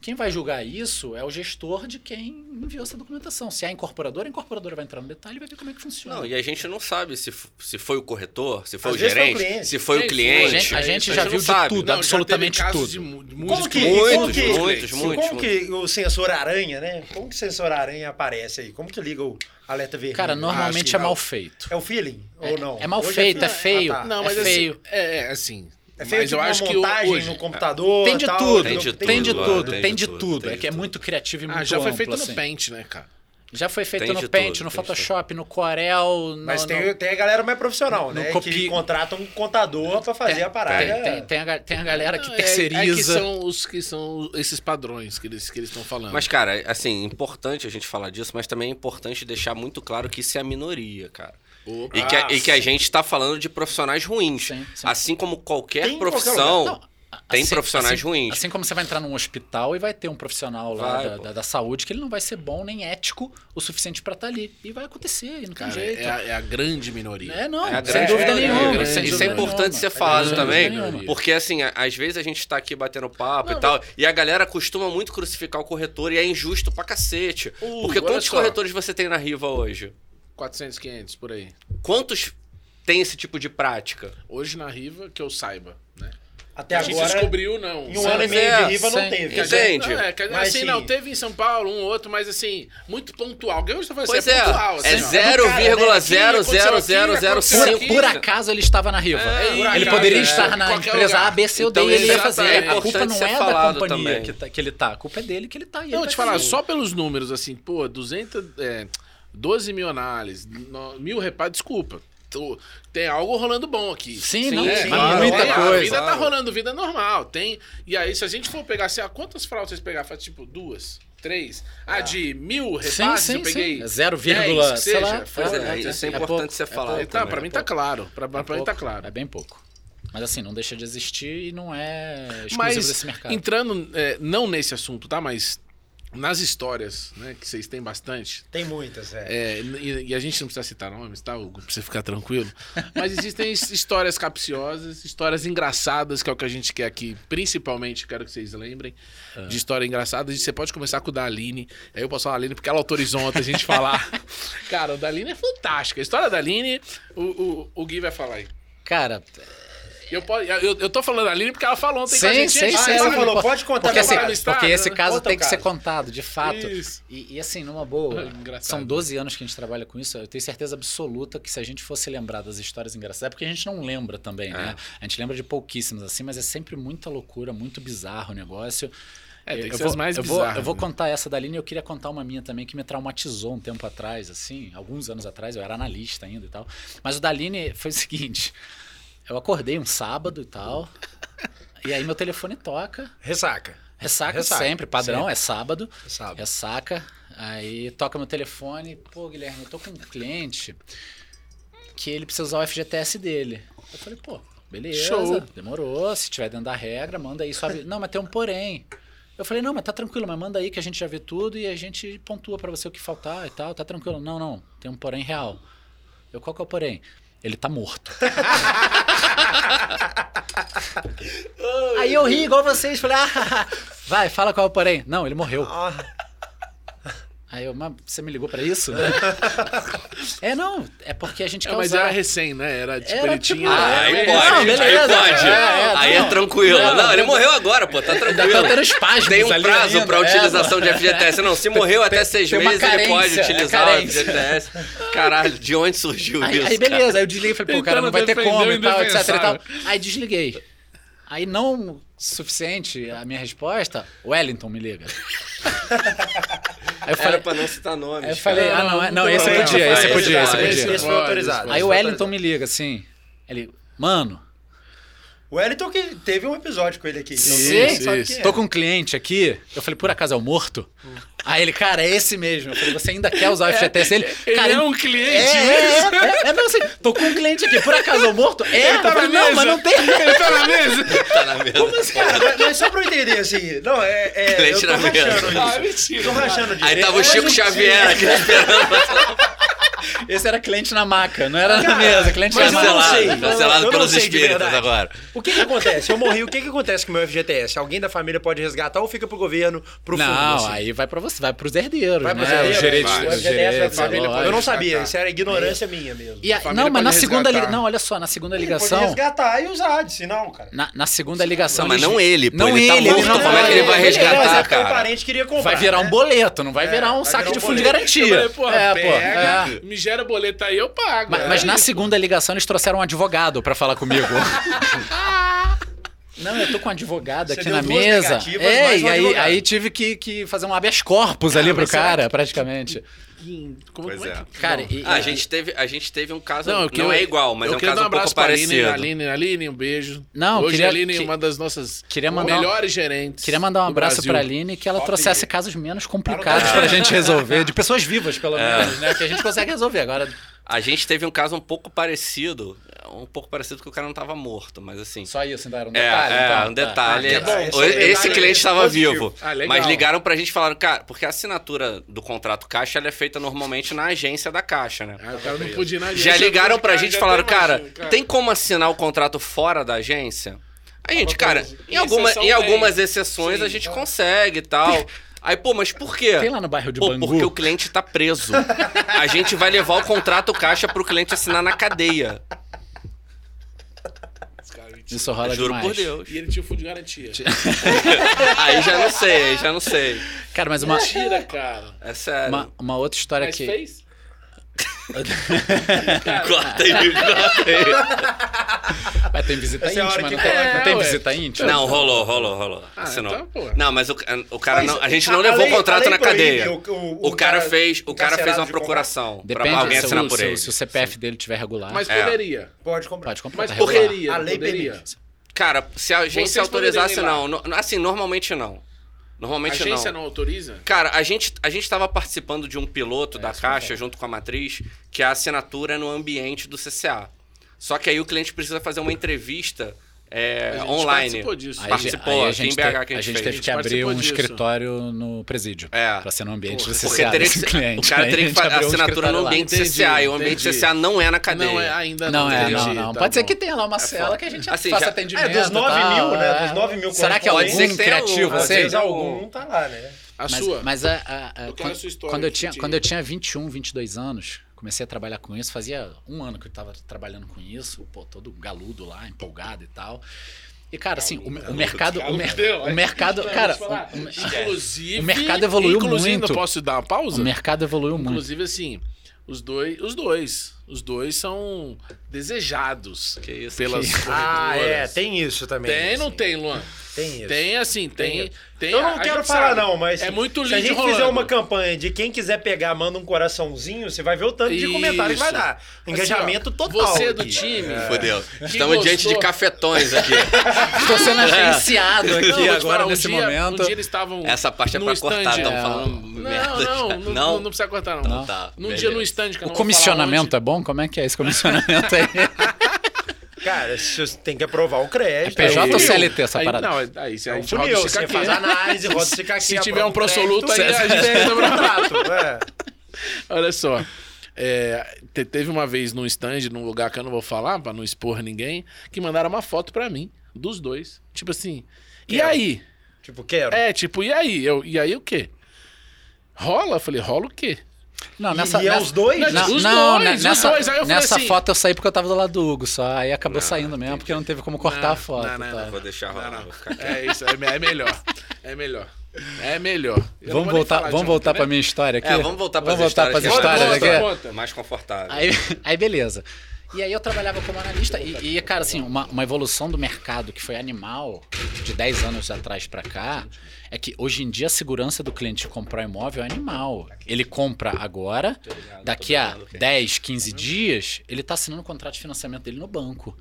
Quem vai julgar isso é o gestor de quem enviou essa documentação. Se é a incorporadora, a incorporadora vai entrar no detalhe e vai ver como é que funciona. Não, e a gente não sabe se, f- se foi o corretor, se foi Às o vezes foi o gerente, cliente. se foi Quem o foi? cliente. A gente- a gente já não viu de sabe. Não, tudo. já absolutamente teve casos tudo. de mu- de Como músicos que, muitos, como que, muitos, como muitos, que o sensor aranha, né? Como que o sensor aranha aparece aí? Como que liga o alerta vermelho? Cara, normalmente acho que é mal feito. É o feeling É- ou não? é mal Hoje feito, feeling. é feio. Ah, tá. Não, mas É assim, feio. é, é, assim. É feio mas tipo eu acho uma que montagem hoje. no computador. Tem de tal, tudo, tem de tem de tudo, tudo, é, tem de tudo. É que é muito criativo e muito Ah, já foi amplo, feito assim. no Paint, né, cara? Já foi feito Tem no de Paint, tudo, tem no de Photoshop, no Corel, no... Mas no- tem, tem a galera mais profissional, né? Que copi- contrata um contador pra fazer a parada. Tem, tem, tem a, ga- tem a galera que Não, é- terceiriza. É, que são os que são esses padrões que eles que eles estão né? falando. Mas, cara, assim, importante a gente falar disso, mas também é importante deixar muito claro que isso é a minoria, cara. Opa. E que, a- e que sim. a gente tá falando de profissionais ruins. Sim, sim. Assim como qualquer Tem em qualquer profissão. Não, a- tem profissionais ruins. Assim como você vai entrar num hospital e vai ter um profissional lá Vai, da, pô. da- da saúde que ele não vai ser bom nem ético o suficiente pra estar ali. E vai acontecer, e não Cara, tem um jeito. é, a, é a grande minoria. Né? É, não, É a sem grande dúvida maioria, nenhuma. grande Isso, sem é- isso dúvida é importante nenhuma. ser É falado grande também, dúvida nenhuma. porque assim, a- às vezes a gente tá aqui batendo papo e tal, e a galera costuma muito crucificar o corretor e é injusto pra cacete. Uh, porque olha quantos só. corretores você tem na Riva hoje? 400, 500 por aí. Quantos tem esse tipo de prática? Hoje na Riva, que eu saiba, né? Até a gente agora, descobriu não. em um Sim, ano e meio é, de riva, sim. não teve. Entende? Não, é, que- assim, Mas, assim, não, teve em São Paulo um outro, mas assim, muito pontual. Alguém hoje tá falando Pois assim, é, é, pontual. é assim, ó. né, Por, Aqui, por acaso ele estava na Riva. É, ele por acaso, poderia é, estar na em qualquer empresa lugar. A, B, C ou D Então, e ele ia fazer. exatamente, a culpa é não importante é ser da falado companhia também. que, tá- que ele tá. A culpa é dele que ele tá. Não, E ele eu tá te falar, fazendo. só pelos números, assim, pô, 200, é, 12 mil análises, no- mil reparos, desculpa. Tô- tem algo rolando bom aqui. Sim, Sim, não, é, tem claro, muita é, a coisa. vida tá claro. rolando, vida normal. Tem. E aí, se a gente for pegar, assim, ah, quantas fraudes vocês pegaram? Faz tipo duas, três. Ah, de mil Sim, reparos, eu sim, peguei. sim. É 0, vírgula, que sei seja, lá. foi Pois é, exatamente isso né? assim. é É importante ser Tá, falado. também. pra mim tá claro. Pra, pra mim tá pouco, claro. É bem pouco. Mas assim, não deixa de existir e não é exclusivo Mas desse mercado. entrando, é, não nesse assunto, tá? Mas nas histórias, né, que vocês têm bastante. Tem muitas, é. É, e, e a gente não precisa citar nomes, tá, Hugo? Pra você ficar tranquilo. Mas existem his- histórias capciosas, histórias engraçadas, que é o que a gente quer aqui. Principalmente, quero que vocês lembrem Ah. de história engraçada. E Você pode começar com o da Aline. Aí eu posso falar a Aline, porque ela autorizou ontem a gente falar. Cara, o da Aline é fantástica. A história da Aline, o, o, o Gui vai falar aí. Cara, Eu, po- eu, eu tô falando da Aline porque ela falou ontem com a sim, gente. sim, Ah, sim. ela é sim. falou, pode contar porque, meu assim, caso. porque esse caso Conta o tem que caso. ser contado, de fato. Isso. E, e, assim, numa boa, Engraçado. são 12 anos que a gente trabalha com isso. Eu tenho certeza absoluta que se a gente fosse lembrar das histórias engraçadas, é porque a gente não lembra também, né? A gente lembra de pouquíssimas, assim, mas é sempre muita loucura, muito bizarro o negócio. É, tem que eu ser vou, as mais eu vou- bizarras, eu vou né? contar essa da Aline e eu queria contar uma minha também que me traumatizou um tempo atrás, assim, alguns anos atrás, eu era analista ainda e tal. Mas o da Aline foi o seguinte: eu acordei um sábado e tal, e aí meu telefone toca. Ressaca. Ressaca, Ressaca, sempre, padrão, é sábado. Sabe? Ressaca. Aí toca meu telefone. Pô, Guilherme, eu tô com um cliente que ele precisa usar o FGTS dele. Eu falei, pô, beleza. Show. Demorou. Se tiver dentro da regra, manda aí. Sobe. Não, mas tem um porém. Eu falei, não, mas tá tranquilo, mas manda aí que a gente já vê tudo e a gente pontua pra você o que faltar e tal. Tá tranquilo. Não, não, tem um porém real. Eu, qual que é o porém? Ele tá morto. Aí eu ri igual vocês, falei, ah, vai, fala qual é o porém. Não, ele morreu. Aí eu, mas você me ligou pra isso? é, não, é porque a gente É, quer mas usar. era recém, né? Era tipo, Era ele tipo- tinha. Ah, aí é, pode, não, aí beleza, pode. é, é, aí não. é tranquilo. Não, Não, ele não. morreu agora, pô, tá Ainda tranquilo. tá tendo espasmos Tem um ali prazo ainda, pra é, utilização pô. de FGTS. Não, se morreu até seis tem uma meses, ele pode carência, é utilizar o carência. FGTS. Caralho, de onde surgiu Aí, isso? aí cara? Então beleza, aí eu desliguei e falei, pô, cara, não vai ter Tentando como e defender o tal, etc e tal. indefensável. Aí desliguei. Aí não suficiente a minha resposta, Wellington me liga. Aí eu Era falei, pra não citar nomes. aí cara. eu falei ah, não, é- não, esse não, podia, não, esse não, podia, esse não, podia. Esse foi autorizado. Aí o Wellington me liga assim, ele, mano, O Wellington que teve um episódio com ele aqui. então, você Sim, sabe sim. quem é. tô com um cliente aqui. Eu falei, por acaso é o morto? Aí ele, cara, é esse mesmo. Eu falei, você ainda quer usar o FGTS? Ele, Ele cara, é um cliente. É, é, é, é, é, não, assim, tô com um cliente aqui, por acaso é o morto? É, Ele tá na eu falei, mesa. não, mas não tem. Ele tá na ah. mesa. Tá na mesa. Como assim, cara? Mas- Mas só pra eu entender, assim. Não, é. é Cliente eu tô na mesa. rachando isso. Ah, mentira. Tô rachando disso. Aí tava o Mas Chico não Xavier aqui esperando. Esse era cliente na maca, não era na Cara, mesa, cliente mas na eu não maca. sei. Cancelado, cancelado Eu não pelos sei de espíritos verdade. agora. O que que acontece? Eu morri, o que que acontece com o meu FGTS? Alguém da família pode resgatar ou fica pro governo, pro fundo? Não, assim? aí vai pra você, vai pros herdeiros, Vai né? pra você, Os vai, direitos, vai, vai, o os FGTS vai direitos, pra família. lógica. Eu não sabia, resgatar. isso era ignorância minha mesmo. E a- família não, mas pode na segunda resgatar. li- não, olha só, na segunda Ele ligação, pode resgatar e usar, disse assim, não, cara. na, na segunda ligação, Não, mas eles- não ele, pô, não ele tá morto, não como é que ele vai beleza, resgatar, mas é porque cara? O parente queria comprar. Vai virar um né? boleto, não vai virar um vai saco virar de um fundo de boleto. garantia. Eu falei, porra, é, pega, pô. é. me gera boleto aí, eu pago. Mas, mas É. na segunda ligação eles trouxeram um advogado pra falar comigo. Não, eu tô com um advogado Você aqui deu na duas mesa. negativas, É, mais um e aí, advogado. aí tive que, que fazer um habeas corpus ali pro cara, praticamente. Como, Pois como é. que- Cara, e, Ah, a, gente teve, a gente teve um caso. Não, Não, eu queria- é igual, mas eu é um queria caso dar um pouco abraço pra Aline, parecido. Aline, Aline, um beijo. Não, Hoje queria- a Aline é que- uma das nossas queria mandar- melhores gerentes. queria mandar um do abraço Brasil. pra Aline que ela trouxesse casos menos complicados pra gente resolver, de pessoas vivas, pelo menos, né? Que a gente consegue resolver agora. A gente teve um caso um pouco parecido. Um pouco parecido que o cara não tava morto, mas assim. Só isso, ainda era um É, detalhe. é, então, um tá. detalhe. Ah, que é bom, O- esse esse detalhe cliente é estava positivo. vivo. Ah, legal. mas ligaram pra gente e falaram, cara, porque a assinatura do contrato Caixa ela é feita normalmente na agência da Caixa, né? Ah, o cara não podia ir na Já agência, ligaram pra cara, gente e já falaram, até cara, imagino, tem como assinar o contrato fora da agência? A gente, cara, em, Exceção alguma, tem. em algumas exceções Sim, a gente tá. consegue e tal. Aí, pô, mas por quê? Tem lá no bairro de Pô, Bangu. porque o cliente tá preso. A gente vai levar o contrato caixa pro cliente assinar na cadeia. Esse cara, mentira. Isso rola Juro demais. por Deus. E ele tinha o fundo de garantia. Aí já não sei, aí já não sei. Cara, mas uma, Mentira, cara. É sério. uma, uma outra história Mas que... fez? Corta aí, corta aí. Mas tem visita Essa é a hora íntima, que- não tem, É, não tem ué. visita íntima? Não, rolou, rolou, rolou. Ah, Assinou. então, pô. Não, mas o, o cara Mas não. A gente não a- a levou lei- o a contrato lei na proíbe cadeia. o- o- O o cara cara fez, o cara fez encarcerado uma de procuração Depende pra alguém se, assinar o, por se o- ele. se o CPF dele tiver regular, Mas É. poderia. Pode comprar. pode comprar. Mas tá regular. poderia. A lei poderia. permite. Cara, se a agência Vocês poderiam autorizasse, ir lá. não. No- Assim, normalmente não. A é Normalmente agência não autoriza? Cara, a gente a gente estava participando de um piloto É, da Caixa junto com a matriz, que a assinatura é no ambiente do CCA. Só que aí o cliente precisa fazer uma entrevista é, A gente online. participou disso. Aí, Participou, aí a aqui gente, em BH te- que a gente a gente fez. teve que A gente abrir participou um disso. escritório no presídio. É. Pra ser no ambiente do Porque CCA teria que desse ser- né? cliente. o cara Aí teria que gente fazer abriu um assinatura no escritório lá. ambiente Entendi, CCA. E o ambiente entendi. CCA não é na cadeia. Não, é, ainda não. Não, é, não, entendi. não. Tá Pode ser bom. que tenha lá uma cela que a gente Assim, faça já- atendimento. é, dos e nove tal, mil, né? é. Dos nove mil Será correspondentes. que algum Pode ser que tenha criativo, um, Às assim? vezes assim? algum tá lá, né? A Mas, sua? mas a- a- a- Eu quero quando, a sua história, quando eu que tinha, te- quando eu tinha 21, 22 anos, comecei a trabalhar com isso. Fazia um ano que eu estava trabalhando com isso, pô, todo galudo lá, empolgado e tal. E, cara, assim, o, me- o mercado. O, galudo, mer- deu, o é. mercado. Cara, o- o, me- inclusive. é. o mercado evoluiu inclusive, muito. eu posso dar uma pausa? o mercado evoluiu muito. Inclusive, assim, os dois. Os dois. Os dois são desejados Que isso, pelas Ah, é, corretoras. tem isso também. Tem, não assim. tem, Luan? Tem isso. Tem, assim, tem. tem Eu não a- a quero gente falar, sabe. não, mas. É muito Se lindo. a gente fizer uma campanha de quem quiser pegar, manda um coraçãozinho, você vai ver o tanto de comentário que vai Isso. dar. Engajamento total. Assim, Você é do aqui. time. Fudeu. Estamos gostou? diante de cafetões aqui. Estou sendo agenciado É. Não, aqui vou te agora, falar, um nesse dia- momento. Um dia eles estavam. Essa parte é no pra cortar, stand. estão é. falando merda. Não, não, não, não, precisa cortar, não. Não. Tá, Num beleza. dia no stand, que eu não O vou comissionamento falar é bom? Como é que é esse comissionamento aí? Cara, você tem que aprovar o crédito. É PJ aí- ou CLT essa onde. Aí, parada? não, aí, um aí se a É o gente roda o funil, você CKQ. faz análise, roda o CKQ. Se aprova tiver um o crédito, prosoluto aí, a gente você- tem que contrato, é. Olha só. é, te- teve uma vez num stand, num lugar que eu não vou falar, pra não expor ninguém, que mandaram uma foto pra mim, dos dois. Tipo assim, e Quero. aí? Tipo, quero. É, tipo, e aí? Eu, e aí o quê? Rola? Eu falei, rola o quê? Não, E- nessa. e é nessa- os dois? Não, Os não, dois, ne- os nessa, dois. Aí eu falei nessa assim- foto eu saí porque eu tava do lado do Hugo só. Aí acabou saindo mesmo, porque não teve como cortar Não, a foto. não, não, tá? Vou deixar rolar, Não, não. vou ficar quieto. É isso, é, me- é melhor. É melhor. É melhor. Eu não Vamos vou nem voltar, falar vamos de voltar ontem, pra né? minha história aqui. É, vamos voltar pras Vamos voltar histórias pras que é histórias mais aqui. legal. Mais confortável. Aí, aí beleza. E aí eu trabalhava como analista e, e, cara, assim, uma, uma evolução do mercado que foi animal de 10 anos atrás pra cá é que hoje em dia a segurança do cliente de comprar imóvel é animal. Ele compra agora, daqui a 10, 15 dias, ele tá assinando o contrato de financiamento dele no banco.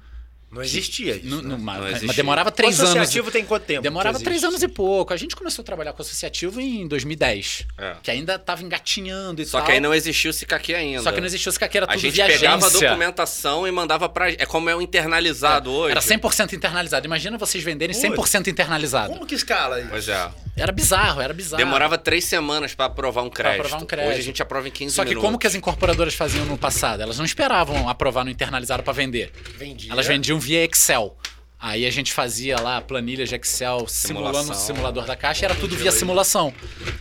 Não existia isso. No- né? no- mas, existia. mas demorava 3 O anos. associativo tem quanto tempo? Demorava que três existe? anos e pouco. A gente começou a trabalhar com associativo em 2010. É. Que ainda tava engatinhando e Só tal. que aí não existiu o Sicaque ainda. Só que não existia os caqueiros, A tudo gente via pegava a agência. documentação e mandava pra. É como é o internalizado hoje. É, Era 100% internalizado. Imagina vocês venderem 100% internalizado. Como que escala isso? Pois é. Era bizarro, era bizarro. Demorava três semanas pra aprovar um crédito. aprovar um crédito. Hoje a gente aprova em 15 Só que minutos. como que as incorporadoras faziam no passado? Elas não esperavam aprovar no internalizado para vender. Vendia. Elas vendiam via Excel. Aí a gente fazia lá planilhas de Excel simulando o Simulação. simulador da caixa, era tudo via simulação.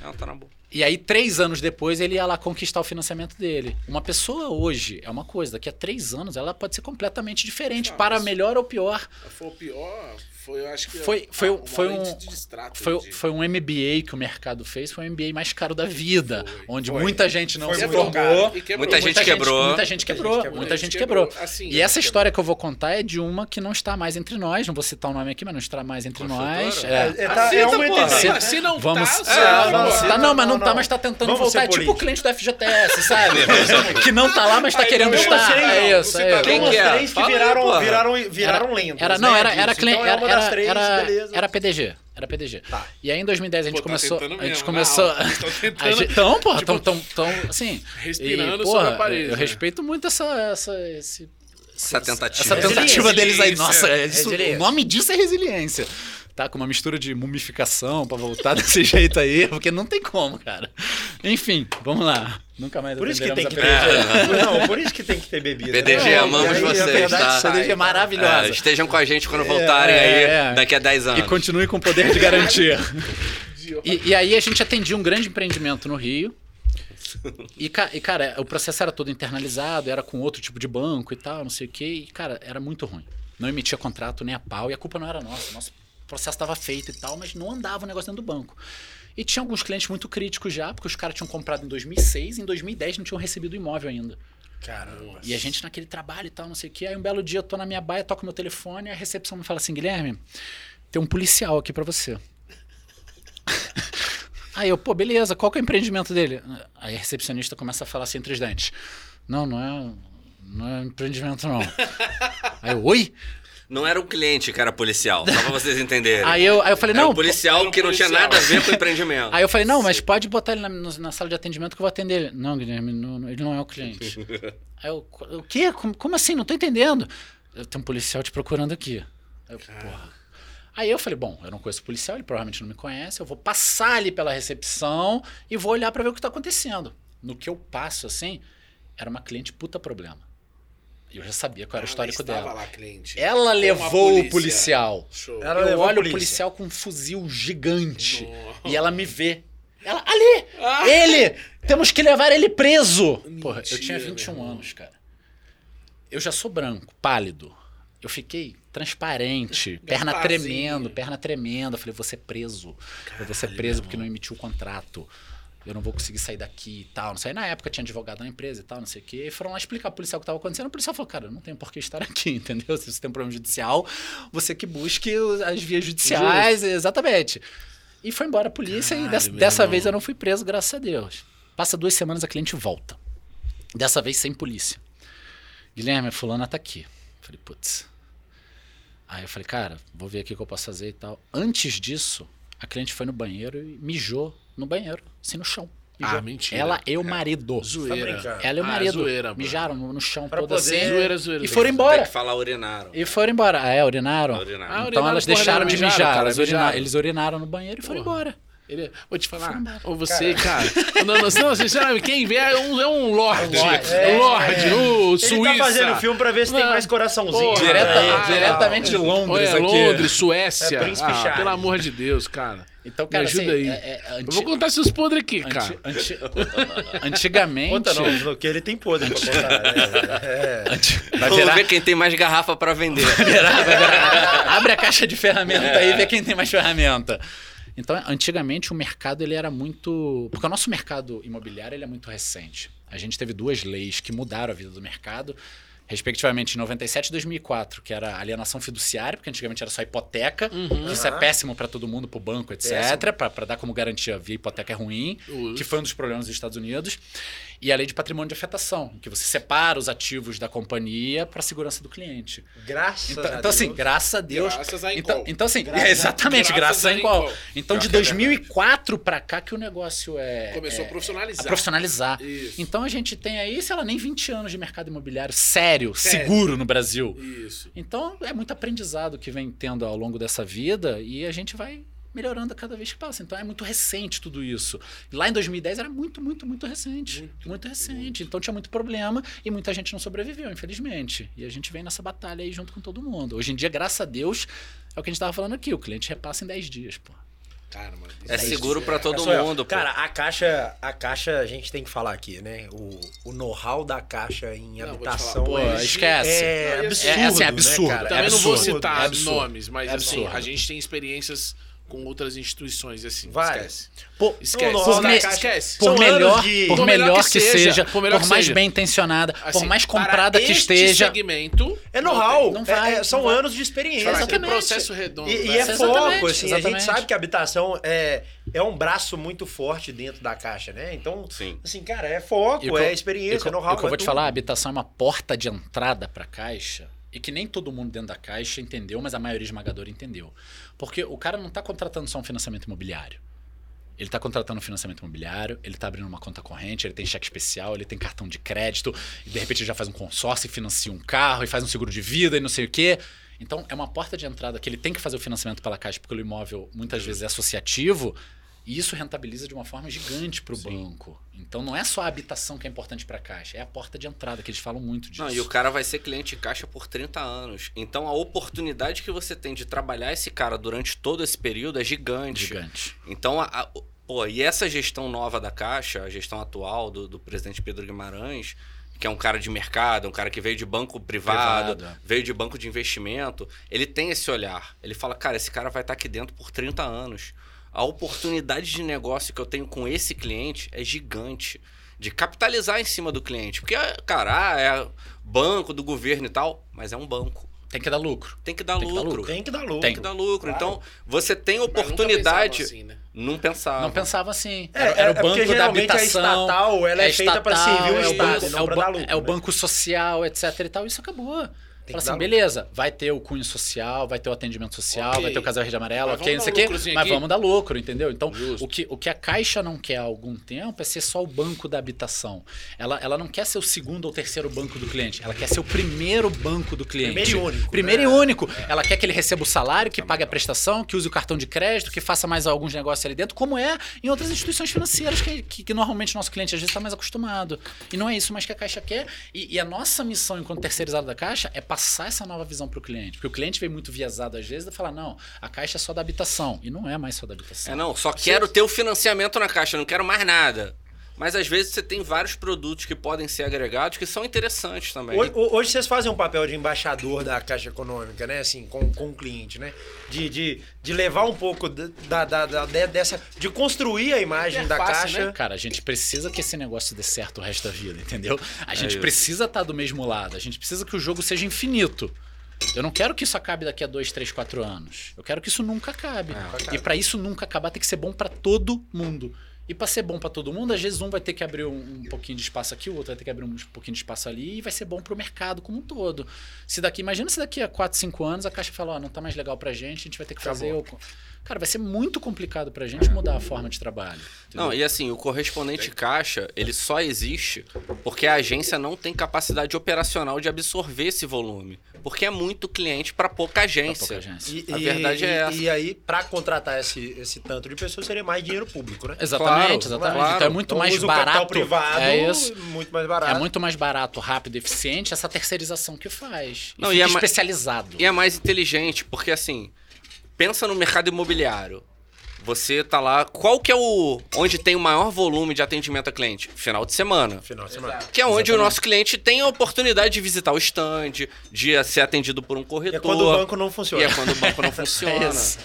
Não, tá na boa. E aí, três anos depois, ele ia lá conquistar o financiamento dele. Uma pessoa hoje é uma coisa, daqui a três anos ela pode ser completamente diferente, para melhor ou pior. Foi o pior, foi, eu acho que. é Foi- foi- uma foi hora um- de distrato Foi, de- foi um MBA que o mercado fez, foi o MBA mais caro da vida, onde muita gente não Foi se muito formou. caro. E quebrou. Muita gente quebrou. Muita gente quebrou, quebrou. muita gente quebrou. Assim, E essa história que eu vou contar é de uma que não está mais entre nós, não vou citar o nome aqui, mas não está mais entre nós. É. É, tá, é uma porra. entidade. Se, se não Vamos. tá, é, sai, vamos porra. se- tá, não, mas não, não, tá, não. mas tá tentando Vamos voltar. É ser tipo o político. cliente do FGTS, sabe? que não tá lá, mas tá querendo Eu estar. sei, é isso, é Tem isso. Quem umas que é? três que Fala aí, viraram, porra. viraram, viraram lentas. Era, não, né, era, disso. era, cliente, Então é uma era, das três, era- beleza. era PDG. Era PDG. Tá. E aí em 2010 a gente Pô, tá começou. tentando a gente mesmo, começou. na aula. Tô tentando. a gente- Então, porra, Tipo, tão, tão, tão, assim. respirando e, sobre porra, a parede, Eu né? respeito muito essa. essa esse, Essa tentativa. essa tentativa Resiliência. deles aí. Nossa, É isso- Resiliência. o nome disso é resiliência. Tá, com uma mistura de mumificação pra voltar desse jeito aí, porque não tem como, cara. Enfim, vamos lá. Nunca mais Por isso que tem atenderemos que a ter. pergunta. Não, por isso que tem que ter bebida. né? BDG, Não, amamos e aí, a vocês, verdade tá? sai, BDG é maravilhosa. É, estejam com a gente quando voltarem é, aí é. daqui a 10 anos. E continue com o poder de garantia. e, e aí a gente atendia um grande empreendimento no Rio. E, ca- e, cara, o processo era todo internalizado, era com outro tipo de banco e tal, não sei o quê. E, cara, era muito ruim. Não emitia contrato nem a pau. E a culpa não era nossa. Nosso processo estava feito e tal, mas não andava o negócio dentro do banco. E tinha alguns clientes muito críticos já, porque os caras tinham comprado em 2006 e em 2010 não tinham recebido o imóvel ainda. Caramba. E a gente naquele trabalho e tal, não sei o quê. Aí um belo dia eu tô na minha baia, toco meu telefone, a recepção me fala assim, Guilherme, tem um policial aqui pra você. Aí eu, pô, beleza, qual que é o empreendimento dele? Aí a recepcionista começa a falar assim entre os dentes. Não, não é, não é empreendimento não. Aí eu, oi? Não era um cliente que era policial, só pra vocês entenderem. Aí eu, aí eu falei, era não, um policial era um que não tinha policial. nada a ver com empreendimento. Aí eu falei, não, mas pode botar ele na, no- na sala de atendimento que eu vou atender ele. Não, Guilherme, não- não, ele não é o cliente. Aí eu, o quê? Como, como assim? Não tô entendendo. Eu tenho um policial te procurando aqui. Aí eu, porra. Aí eu falei, bom, eu não conheço o policial, ele provavelmente não me conhece, eu vou passar ali pela recepção e vou olhar pra ver o que tá acontecendo. No que eu passo, assim, era uma cliente puta problema. E eu já sabia qual era o histórico Ela Ah, estava dela. É. lá, cliente. Ela Com a levou o polícia. policial. Show. Ela eu levou a olho o polícia. policial com um fuzil gigante. Nossa. Ah!" E ela me vê. Ela, ali! Ele! Temos que levar ele preso! Porra, eu Mentira, tinha meu 21 irmão. anos, cara. Eu já sou branco, pálido. Eu fiquei transparente, perna Gasparzinho. tremendo, perna tremenda. Eu falei, vou ser preso. eu vou ser preso porque não emitiu o contrato. Eu não vou conseguir sair daqui e tal. Não sei. Na época tinha advogado na empresa e tal, não sei o quê. E foram lá explicar pro policial o que estava acontecendo. O policial falou, cara, eu não tenho por que estar aqui, entendeu? Se você tem um problema judicial, você que busque os- as vias judiciais. Exatamente. E foi embora a polícia e dessa, meu dessa irmão. vez eu não fui preso, graças a Deus. Passa duas semanas, a cliente volta. Dessa vez sem polícia. Guilherme, a fulana tá aqui. Falei, putz. Aí eu falei, cara, vou ver aqui o que eu posso fazer e tal. Antes disso, a cliente foi no banheiro e mijou no banheiro, assim, no chão. Mijou. Ah, mentira. Ela e o marido. Zoeira. Tá brincando. Ela e o Ah, marido. zoeira, mano. mijaram no, no chão, Pra todo poder- assim. Zoeira, zoeira. E foram Tem que embora. falar urinaram. E foram embora. Ah, é, urinaram? Urinaram. Ah, então urinaram, elas porra, deixaram de urinaram, mijar. cara, elas urina- mijaram. Eles urinaram no banheiro e foram embora. Ele é- vou te falar, ou você, cara. Não, não, não, você sabe, quem vê é um, é um lorde. lorde. É, lorde, o Ele Suíça. tá fazendo filme pra ver se tem Não. mais coraçãozinho. Porra. Direta- né? Ah, é. diretamente de Ou Londres é aqui. Londres, Suécia. É Príncipe Ah, Charles. pelo amor de Deus, cara. Então, cara, Me ajuda assim, aí. é- é Eu anti- vou contar seus podres aqui, Anti- cara. anti- antigamente. Conta não, porque ele tem podre pra contar. É, é. Vai Vamos virar, ver quem tem mais garrafa pra vender. Vai virar- Abre a caixa de ferramenta aí e vê quem tem mais ferramenta. Então, antigamente o mercado ele era muito, porque o nosso mercado imobiliário ele é muito recente. A gente teve duas leis que mudaram a vida do mercado, respectivamente em 97 e 2004, que era alienação fiduciária, porque antigamente era só hipoteca, que isso é péssimo para todo mundo, para o banco, etc, para dar como garantia via hipoteca é ruim, O- que foi um dos problemas dos Estados Unidos, e a lei de patrimônio de afetação, que você separa os ativos da companhia para a segurança do cliente. Graças a Então, Deus. então, assim, graças a Deus. Graças a então, Incol. então, assim, Graças a- exatamente, graças graças, a a Incol. Incol. Então, de 2004 pra cá que o negócio é. é Começou é, a profissionalizar. a profissionalizar. Isso. Então a gente tem aí, sei lá, nem 20 anos de mercado imobiliário sério, Sério. seguro no Brasil. Isso. Então é muito aprendizado que vem tendo ao longo dessa vida e a gente vai melhorando a cada vez que passa. Então é muito recente tudo isso. Lá em 2010 era muito, muito, muito recente. Muito, recente. Então tinha muito problema e muita gente não sobreviveu, infelizmente. E a gente vem nessa batalha aí junto com todo mundo. Hoje em dia, graças a Deus, é o que a gente tava falando aqui. O cliente repassa em 10 dias, pô. Cara, mano. É seguro pra todo Pessoal, mundo, pô. Cara, a caixa, a caixa, a gente tem que falar aqui, né? O, o know-how da caixa em Não, vou te habitação falar, Pô, é, esquece. é Não, e assim, absurdo. é, assim, é né, absurdo. cara? Também É não vou absurdo, citar é absurdo. nomes, mas É assim, absurdo. a gente tem experiências com outras instituições, e assim, Vai. esquece. Pô, Esquece. não, Esquece, não, esquece, não. esquece. São Por melhor, anos de- por melhor que seja, por, melhor que mais seja. bem intencionada, Assim, por mais para comprada que este esteja. segmento, É know-how. Não vai, é- é- não são vai. anos de experiência. Fala, Exatamente. processo redondo. E, e né? é Então, Exatamente, foco, assim. A gente exatamente. sabe que a habitação é, é um braço muito forte dentro da caixa, né? Então, Sim. assim, cara, é foco, E o que eu- é E experiência, co- é know-how. e o que eu é vou te tudo. falar, a habitação é uma porta de entrada para caixa e que nem todo mundo dentro da caixa entendeu, mas a maioria esmagadora entendeu. Porque o cara não está contratando só um financiamento imobiliário. Ele está contratando um financiamento imobiliário, ele está abrindo uma conta corrente, ele tem cheque especial, ele tem cartão de crédito, e de repente ele já faz um consórcio e financia um carro e faz um seguro de vida e não sei o quê. Então é uma porta de entrada que ele tem que fazer o financiamento pela caixa, porque o imóvel muitas Uhum. vezes é associativo, e isso rentabiliza de uma forma gigante para o banco. Então não é só a habitação que é importante para a caixa, é a porta de entrada, que eles falam muito disso. Não, e o cara vai ser cliente de caixa por 30 anos. Então a oportunidade que você tem de trabalhar esse cara durante todo esse período é gigante. Gigante. Então, a, a- o- pô, e essa gestão nova da Caixa, a gestão atual do, do presidente Pedro Guimarães, que é um cara de mercado, um cara que veio de banco privado, Privado, veio de banco de investimento, ele tem esse olhar. Ele fala, cara, esse cara vai estar aqui dentro por 30 anos. A oportunidade de negócio que eu tenho com esse cliente é gigante. De capitalizar em cima do cliente. Porque, cara, ah, é banco do governo e tal, mas é um banco. Tem que dar lucro. Tem que dar Tem que dar lucro. lucro. Tem que dar louco. Tem que dar lucro. Claro. Então, você tem Mas nunca oportunidade. pensava assim, né? Não pensava. Não pensava assim. É, Era, era é o banco porque da geralmente a habitação. estatal, ela é feita pra servir o é Estado, banco- não é o pra ban- dar lucro, É o né? banco social, etc e tal. Isso acabou. que Fala dar assim, lucro. beleza, vai ter o cunho social, vai ter o atendimento social, Ok. vai ter o casal verde amarelo, Mas ok, vamos não dar sei o um quê, lucrozinho mas aqui? vamos dar lucro, entendeu? Então, Justo. o que, o que a Caixa não quer há algum tempo é ser só o banco da habitação. Ela, ela não quer ser o segundo ou terceiro banco do cliente, ela quer ser o primeiro banco do cliente. Primeiro e único, Primeiro né? e único. Ela quer que ele receba o salário, que pague a prestação, que use o cartão de crédito, que faça mais alguns negócios ali dentro, como é em outras instituições financeiras, que, que, que normalmente o nosso cliente às vezes está mais acostumado. E não é isso mais que a Caixa quer. E, e a nossa missão enquanto terceirizado da Caixa é passar essa nova visão para o cliente. Porque o cliente vem muito viesado às vezes e fala, não, a Caixa é só da habitação. E não é mais só da habitação. É, não, só quero ter o financiamento na caixa, não quero mais nada. Mas às vezes você tem vários produtos que podem ser agregados que são interessantes também. Hoje, hoje vocês fazem um papel de embaixador da Caixa Econômica, né? Assim, com, com o cliente, né? De, de, de levar um pouco de- da, da, da- de- dessa. De construir a imagem da Interface, Caixa. É né, Cara, a gente precisa que esse negócio dê certo o resto da vida, entendeu? A gente isso. precisa estar do mesmo lado, a gente precisa que o jogo seja infinito. Eu não quero que isso acabe daqui a dois, três, quatro anos. Eu quero que isso nunca acabe. e pra isso nunca acabar, tem que ser bom pra todo mundo. E pra ser bom pra todo mundo, às vezes um vai ter que abrir um, um pouquinho de espaço aqui, o outro vai ter que abrir um pouquinho de espaço ali, e vai ser bom pro mercado como um todo. Se daqui, imagina se daqui a 4, 5 anos a caixa fala, ó, não tá mais legal pra gente, a gente vai ter que fazer o- Cara, vai ser muito complicado pra gente mudar a forma de trabalho. entendeu? Não, e assim, o correspondente caixa, ele só existe porque a agência não tem capacidade operacional de absorver esse volume. Porque é muito cliente para pouca Pra agência. pouca agência. E, A e- verdade é e- essa. E aí, pra contratar esse, esse tanto de pessoas, seria mais dinheiro público, É né? Exatamente, Claro, exatamente. claro. Então é muito Então, mais usa o barato. capital privado, é isso. muito mais É barato. muito mais barato, rápido e eficiente essa terceirização que faz. E Não, fica e é ma- especializado. E é mais inteligente, porque assim, pensa no mercado imobiliário. Você tá lá, qual que é o onde tem o maior volume de atendimento a cliente? Final de semana. Final de semana. Que é onde o nosso cliente tem a oportunidade de visitar o stand, de ser atendido por um E corretor. é quando o banco não E funciona. é quando o banco não funciona. isso.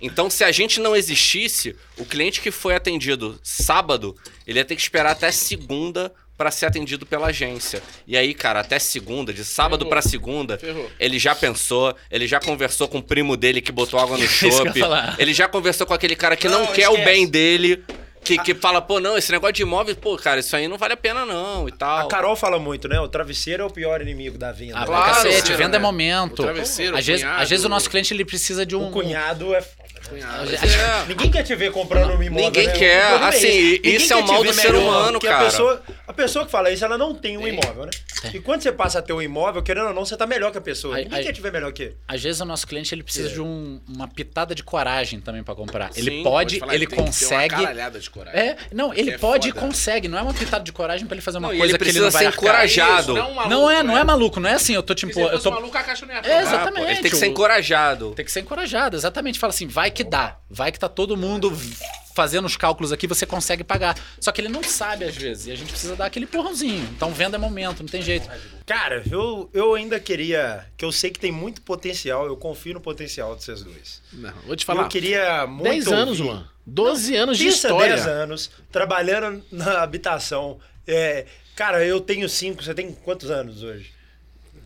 então, se a gente não existisse, o cliente que foi atendido sábado, ele ia ter que esperar até segunda pra ser atendido pela agência. E aí, cara, até segunda, de sábado Ferrou. Uhum. pra segunda, Ferrou. ele já pensou, ele já conversou com o primo dele que botou água no Isso que eu ia chope, falar. ele já conversou com aquele cara que não, Não, quer o esquece. Ah. bem dele, que, que fala, pô, não, esse negócio de imóvel, pô, cara, isso aí não vale a pena não e A tal. Carol fala muito, né? O travesseiro é o pior inimigo da venda. Ah, pra Claro, cacete, cara, venda né? é momento. O travesseiro, às, o vezes, cunhado. às vezes o nosso cliente ele precisa de um. O cunhado é. Cunhado. Mas é. Ninguém quer te ver comprando um imóvel. Ninguém né? quer. O problema é Assim, esse. Ninguém isso é o quer te mal ver do ser melhor, humano, porque cara. A pessoa, a pessoa que fala isso, ela não tem um imóvel, né? E quando você passa a ter um imóvel, querendo ou não, você tá melhor que a pessoa. Aí- Ninguém aí- quer te ver melhor que ele. Às vezes o nosso cliente ele precisa É. de um- uma pitada de coragem também pra comprar. ele Sim, pode, falar, ele tem que ter consegue. Uma caralhada de coragem. É, não, ele é pode foda. e consegue. Não é uma pitada de coragem pra ele fazer uma Não, e coisa ele que ele precisa não vai ser arcar. é encorajado. Isso, não, um Não é, maluco, não é maluco, não é assim, eu tô te Se você impo- eu fosse tô maluco, a caixa não ia É, acabar. Ah, pô, ele tem que ser exatamente, o- encorajado. Tem que ser encorajado, exatamente. Fala assim, vai que dá. Vai que tá todo mundo v- fazendo os cálculos aqui, você consegue pagar. Só que ele não sabe, às vezes, e a gente precisa dar aquele empurrãozinho. Então, venda é momento, não tem jeito. Cara, eu, eu ainda queria. Que eu sei que tem muito potencial, eu confio no potencial de vocês dois. Não, vou te Eu falar. queria muito. 10 anos, ouvir. mano. 12 anos de Pensa história. 10 anos, trabalhando na habitação. É, cara, eu tenho 5, você tem quantos anos hoje?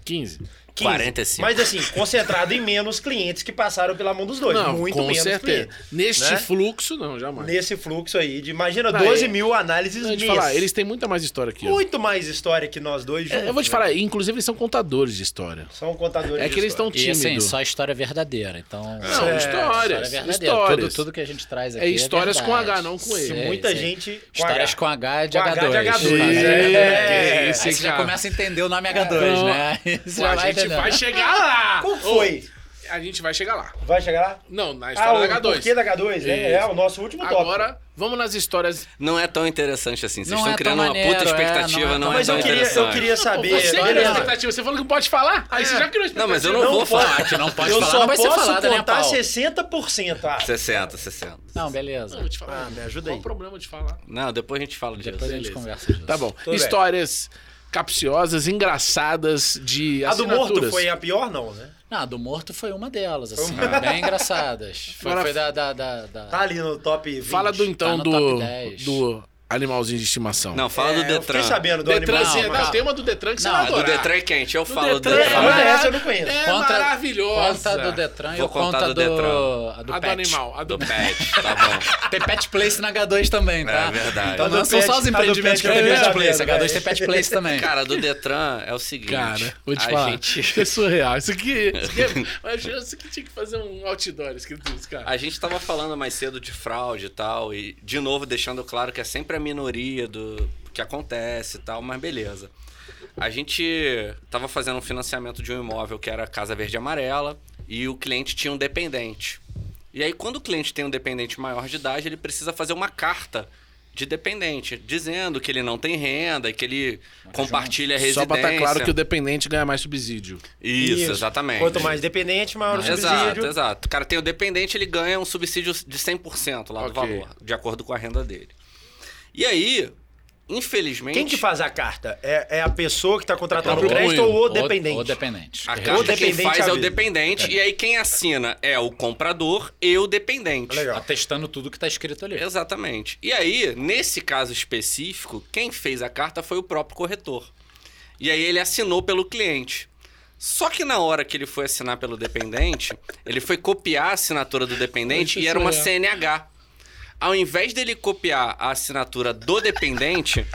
15. 15. 45. Mas assim, concentrado em menos clientes que passaram pela mão dos dois. não, muito com menos certeza. clientes. Neste né? fluxo, não, jamais. Nesse fluxo aí de, imagina, Não, 12 é- mil análises Não, eu mês. te falar, eles têm muita mais história que eu. Muito mais história que nós dois juntos. É, Eu vou te né? falar, inclusive eles são contadores de história. São contadores É de que eles estão história. E tímidos. assim, só história verdadeira. Então, Não, É, histórias. histórias. Tudo, tudo que a gente traz aqui. É histórias com verdade. H, não com E. Sim, É, Muita sim. gente... com Histórias H. com H de Com H H2. de H2, é. Aí Esse você já já- começa a entender o nome H2, Então, né? Aí você Pô, já a gente entendendo. vai chegar lá. Como foi? A gente vai chegar lá. Vai chegar lá? Não, na Ah, história o da H2. porquê da H2, né? É o nosso último tópico. Agora, vamos nas histórias. Não é tão interessante assim. Vocês Não estão é tão criando uma maneiro, puta é, expectativa, não é não, tão- é, Mas tão eu queria, interessante. eu queria saber... É. você criou beleza. expectativa. Você falou que não pode falar. Aí você já criou Não, expectativa. mas eu Ah, não, vou pode. falar. tipo, Que não pode eu falar, só não vai ser posso falada, né, contar Paulo? 60%. Ah, 60, 60. Não, beleza. Não, vou te falar. Ah, me ajuda Qual aí. o problema de falar? Não, depois a gente fala disso. Depois a gente Beleza. conversa disso. Tá bom. bem. histórias capciosas, engraçadas de a do assinaturas. morto foi a pior, não, né? Não, a do morto foi uma delas, assim, bem engraçadas. Foi, Agora- foi da... da, da, da- Tá ali no top 20. Fala do Tá então no do, top 10. do animalzinho de estimação. Não, fala do É, eu fiquei Detran. sabendo do Detran, animal. você- mas- tá. não, tem uma do Detran que você Não, vai A do adorar. Detran é quente, eu Do falo do Detran, Detran. Mas essa eu não conheço. É Conta- maravilhosa. Conta do Detran e Vou eu conto contar a do do... Detran. A do, A do Pet. animal. A do Do Pet, tá bom. Tem Pet Place na H2 também, tá? É verdade. Então A do não são Pet- só os a do empreendimentos que Pet tem eu Pet já Place. vi, H2 velho. tem Pet Place também. Cara, do Detran é o seguinte. Cara, vou te a falar. Gente, Isso é surreal. Isso aqui. Isso aqui, é- eu acho que tinha que fazer um outdoor escrito isso, cara. a gente tava falando mais cedo de fraude e tal, e de novo deixando claro que é sempre a minoria do que acontece e tal, mas beleza. A gente tava fazendo um financiamento de um imóvel que era Casa Verde e Amarela e o cliente tinha um dependente. E aí, quando o cliente tem um dependente maior de idade, ele precisa fazer uma carta de dependente, dizendo que ele não tem renda, e que ele compartilha a é residência. Só pra estar claro que o dependente ganha mais subsídio. Isso, exatamente. Quanto mais dependente, maior o subsídio. Exato, exato. O cara tem o dependente, ele ganha um subsídio de 100% lá do Ok. valor, de acordo com a renda dele. E aí, infelizmente... Quem que faz a carta? É, é a pessoa que tá contratando o O próprio crédito ou o Ou- dependente? Ou dependente. A Que carta quem dependente faz é o avisa. dependente, e aí quem assina é o comprador e o dependente. Legal. Atestando tudo que tá escrito ali. Exatamente. E aí, nesse caso específico, quem fez a carta foi o próprio corretor. E aí ele assinou pelo cliente. Só que na hora que ele foi assinar pelo dependente, ele foi copiar a assinatura do dependente e era uma CNH. Ao invés dele copiar a assinatura do dependente,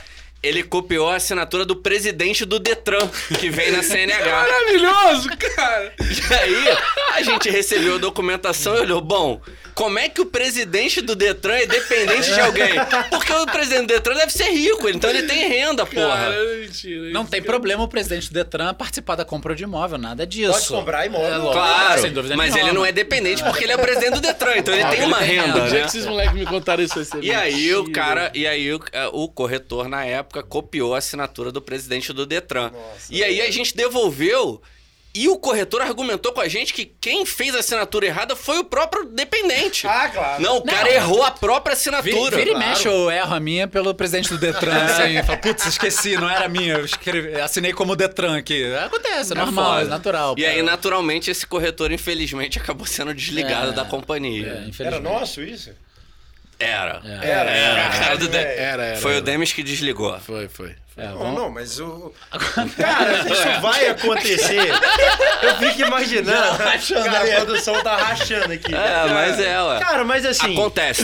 ele copiou a assinatura do presidente do Detran, que vem na CNH. Maravilhoso, cara! E aí, a gente recebeu a documentação e olhou, bom, Como é que o presidente do Detran é dependente de alguém? Porque o presidente do Detran deve ser rico, então ele tem renda, porra. Cara, mentira. Não Isso tem que- problema o presidente do Detran participar da compra de imóvel, nada disso. Pode comprar imóvel. É, lógico, Claro, sem dúvida mas nenhuma. ele não é dependente porque ele é o presidente do Detran, então ele tem uma tem renda, renda. O dia né? que esses moleques me contaram isso vai ser E aí mentira. o cara, e aí o, eh, o corretor na época copiou a assinatura do presidente do Detran. e aí a gente devolveu e o corretor argumentou com a gente que quem fez a assinatura errada foi o próprio dependente. Ah, claro. Não, o cara errou a própria Vira, assinatura. vira e mexe, eu erro a minha pelo presidente do Detran, assim, fala, putz, esqueci, não era minha, eu escrevi- assinei como Detran aqui. Acontece, é É normal, foda. é natural. E pô. aí, naturalmente, esse corretor, infelizmente, acabou sendo desligado É, da companhia. É, Era infelizmente. nosso isso? Era. É. Era, É, Era, cara do Dem- Era, era. Foi o era. Demis que desligou. Foi, foi. foi. É, Não, vamos- não, mas o. Cara, isso vai acontecer. Eu fico imaginando. cara, a produção tá rachando aqui. É, mas é, ué. Cara, mas assim. Acontece,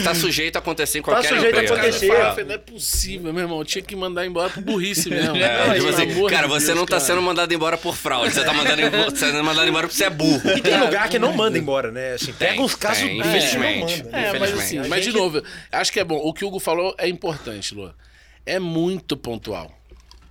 tá sujeito a acontecer em qualquer sujeito a empresa. acontecer. Cara, eu falei, não é possível, meu irmão. Eu tinha que mandar embora por burrice mesmo. É, Pelo tipo assim, amor de cara, você Deus, não tá cara. sendo mandado embora por fraude. Você tá mandando embo- você tá sendo mandado embora porque você é burro. E tem lugar que não manda embora, né? Assim, pega Tem, uns casos tem, desses e infelizmente. não manda, né? É, mas Infelizmente. assim, A mas de gente- novo, acho que é bom. O que o Hugo falou é importante, Lu. É muito pontual.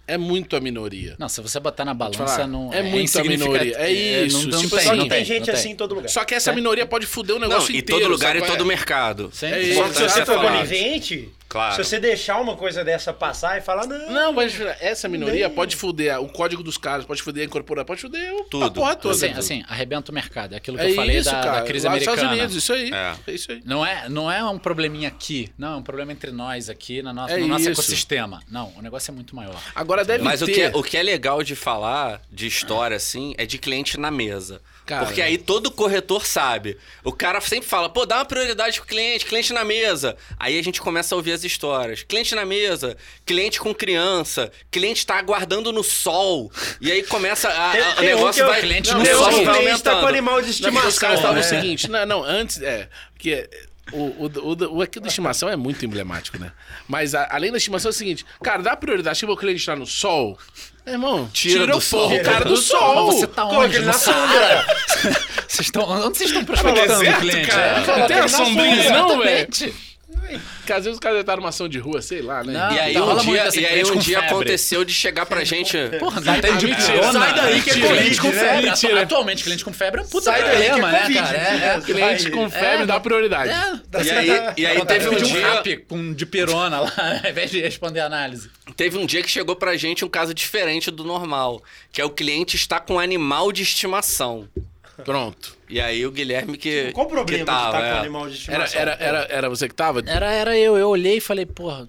É muito a minoria. Não, se você botar na balança, falar, não é muito a insignificante- minoria, é isso, Não, não tipo tem, Só assim, que não tem gente não assim em todo lugar. Só que essa minoria pode foder o É. Não, negócio em inteiro. todo lugar e sabe qual todo é? mercado. Sim. É Só que se Importante você é for falar. conivente, Claro. se você deixar uma coisa dessa passar e falar, não, Não, mas essa minoria pode foder o código dos caras, pode foder a incorporação, pode foder o- a Tudo. porra toda. Assim, assim, arrebenta o mercado. É aquilo que é eu falei isso, da, da cara. crise Lá nos americana. Estados Unidos, isso aí. É. É, isso aí. Não é, não é um probleminha aqui, não, é um problema entre nós aqui, na nossa, É no nosso isso. ecossistema. Não, o negócio é muito maior. Agora deve Mas ter... o que, é, o que é legal de falar de história, assim, é de cliente na mesa. Cara. Porque aí todo corretor sabe. O cara sempre fala, pô, dá uma prioridade pro cliente, cliente na mesa. Aí a gente começa a ouvir as histórias. Cliente na mesa, cliente com criança, cliente tá aguardando no sol. E aí começa a, Tem- a- o tem um que negócio eu- vai. cliente o não, no meu sol. negócio vai cliente tá com aumentando. animal de Não, porque os estimação. caras estavam né? o seguinte, não, não, antes, é, porque o, o, o, o aqui do estimação é muito emblemático, né? Mas a- além da estimação é o seguinte, cara, dá prioridade, chega o cliente tá no sol, meu irmão, Tira tira, do o porro, sol. o cara é do sol. é Mas você tá Coloca onde? ele No na Saara? Vocês estão, onde vocês estão prospectando o cliente? cara. É. Não tem né? a sombrinha, não, é? velho. Exatamente. Porque às vezes os caras já tá numa ação de rua, sei lá, né? Não. E aí Tá, um rola muito dia, essa e aí cliente um com dia febre. aconteceu de chegar pra gente. Porra, não tem mentira. Sai daí que é cliente Covid, com né? febre. Mentira. Atualmente, cliente com febre é um puta Sai daí que é problema, né, Covid, cara? né? É, é. Cliente com febre É, dá prioridade. É. E aí, e aí teve um de um dia. rap com de pirona lá, ao invés de responder a análise. Teve um dia que chegou pra gente um caso diferente do normal, que é o cliente está com um animal de estimação. Pronto. E aí o Guilherme que Tipo, Qual o problema que de tava, estar é. com animal de Era, estimação? era, era, era você que tava? Era, era eu, eu olhei e falei, porra,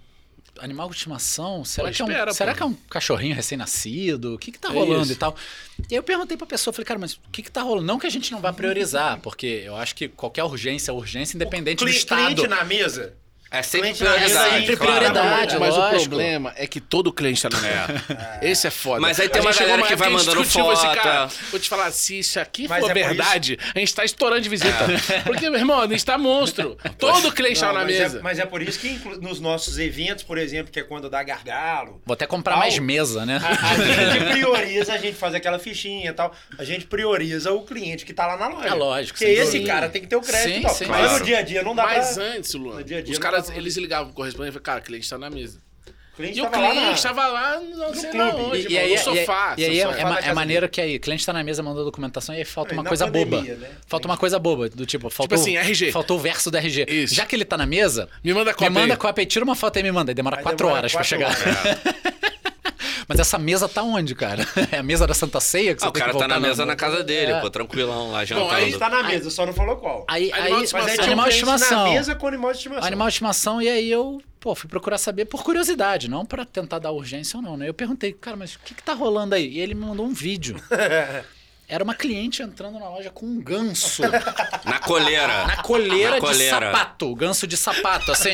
animal de estimação? Será, Pô, que, é um, espera, será pô. que é um cachorrinho recém-nascido? O que que tá É rolando isso. e tal? E aí eu perguntei pra pessoa, falei, cara, mas o que que tá rolando? Não que a gente não vá priorizar, porque eu acho que qualquer urgência é urgência, independente do Cli- estado. cliente na mesa. É sempre tá Cliente na mesa prioridade. é sempre claro. um prioridade. mas lógico. o problema é que todo cliente tá no mercado. Esse é foda. Mas aí tem A uma gente chegou galera que época vai a gente mandando discutiu esse foto, cara. é. Vou te falar, se isso aqui Mas for é por verdade, a gente tá estourando de visita. É. Porque, meu irmão, a gente tá monstro. Todo cliente tá Não, na mas, mesa. É, mas é por isso que inclu- nos nossos eventos, por exemplo, que é quando dá gargalo, Vou até comprar mais mesa, né? a gente prioriza, a gente faz aquela fichinha e tal. A gente prioriza o cliente que tá lá na loja. É lógico, Porque sem esse dúvida. cara tem que ter o crédito Sim, e tal. sim. Mas Claro. no dia a dia não dá Mas pra... antes, Luan, No dia a dia os não caras, dava- eles ligavam pro correspondente e falavam, cara, o cliente tá na mesa. cliente E o tava lá na- cliente tava lá, não sei clube. lá onde, e, e mano, aí, Tipo, no sofá. e aí, e aí é, sofá é da ma- é casa maneiro que aí, cliente tá na mesa, mandando documentação, e aí falta E uma na coisa pandemia, boba. né? Falta uma coisa boba, do tipo, faltou, assim, RG. faltou o verso da RG. Isso. Já que ele tá na mesa, Me manda me cópia manda aí. cópia e tira uma foto aí e me manda. Aí demora Aí quatro demora horas quatro é. pra chegar. Mas essa mesa tá onde, cara? É a mesa da Santa Ceia que você Ah, o tem cara que tá voltar na mesa na casa dele, É. pô, tranquilão lá Bom, jantando. aí está tá na mesa, só não falou qual. Aí, é aí, Animal de estimação. Mas aí Mas tinha um animal de cliente estimação. na mesa com animal de Tá estimação. Animal de estimação, e aí eu, pô, fui procurar saber por curiosidade, não pra tentar dar urgência ou não, né? Eu perguntei, cara, mas o que que tá rolando aí? E ele me mandou um vídeo. Era uma cliente entrando na loja com um ganso tá. Na coleira. na coleira, Na de coleira. sapato. Ganso de sapato, assim.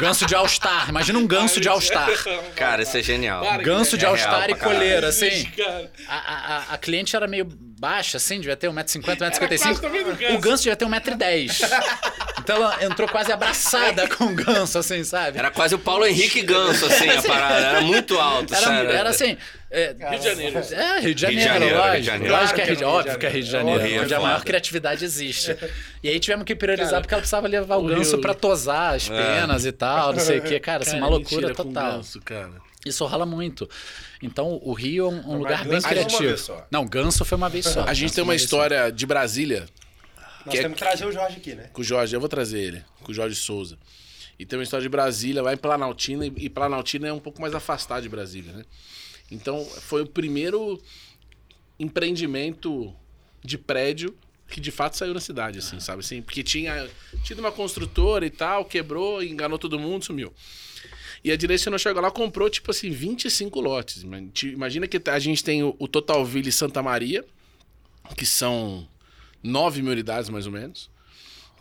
ganso de All-Star. Imagina um ganso de All-Star. Cara, isso é genial. Para, Ganso de É All-Star real e pra caralho. coleira, assim. Existe, cara. A, a- a- a cliente era um meio baixa, assim, devia um ter 1,50m, 1,55m. quase tamanho do ganso. O ganso devia ter 1,10m. Então ela entrou quase abraçada com o ganso, assim, sabe? Era quase o Paulo Henrique Ganso, assim, a parada. Era muito alto, Era, sério. era assim. É, Rio de Janeiro. É, Rio de Janeiro, Janeiro, lógico. Rio de Janeiro. Lógico que é Claro Rio de que é Óbvio que é Rio de Janeiro, Rio é onde a maior foda. criatividade existe. E aí tivemos que priorizar porque ela precisava levar o o ganso Rio- pra tosar as penas e tal, não sei o quê. Cara, assim, uma loucura mentira com total. ganso, cara. Isso rola muito. Então, o Rio é um, um lugar bem ganso foi uma criativo. vez só. Não, ganso foi uma vez só. A gente Ganso tem foi uma vez só. história de Brasília Nós Que- temos que trazer o Jorge aqui, né? com o Jorge, eu vou trazer ele, com o Jorge Souza. E tem uma história de Brasília, lá em Planaltina, e e Planaltina é um pouco mais afastado de Brasília, né? Então, foi o primeiro empreendimento de prédio que de fato saiu na cidade, assim, sabe? Assim, porque tinha tido uma construtora e tal, quebrou, enganou todo mundo, sumiu. E a direcional chegou lá, comprou, tipo assim, 25 lotes. Ima- te- Imagina que a gente tem o, o Totalville e Santa Maria, que são 9 mil unidades, mais ou menos.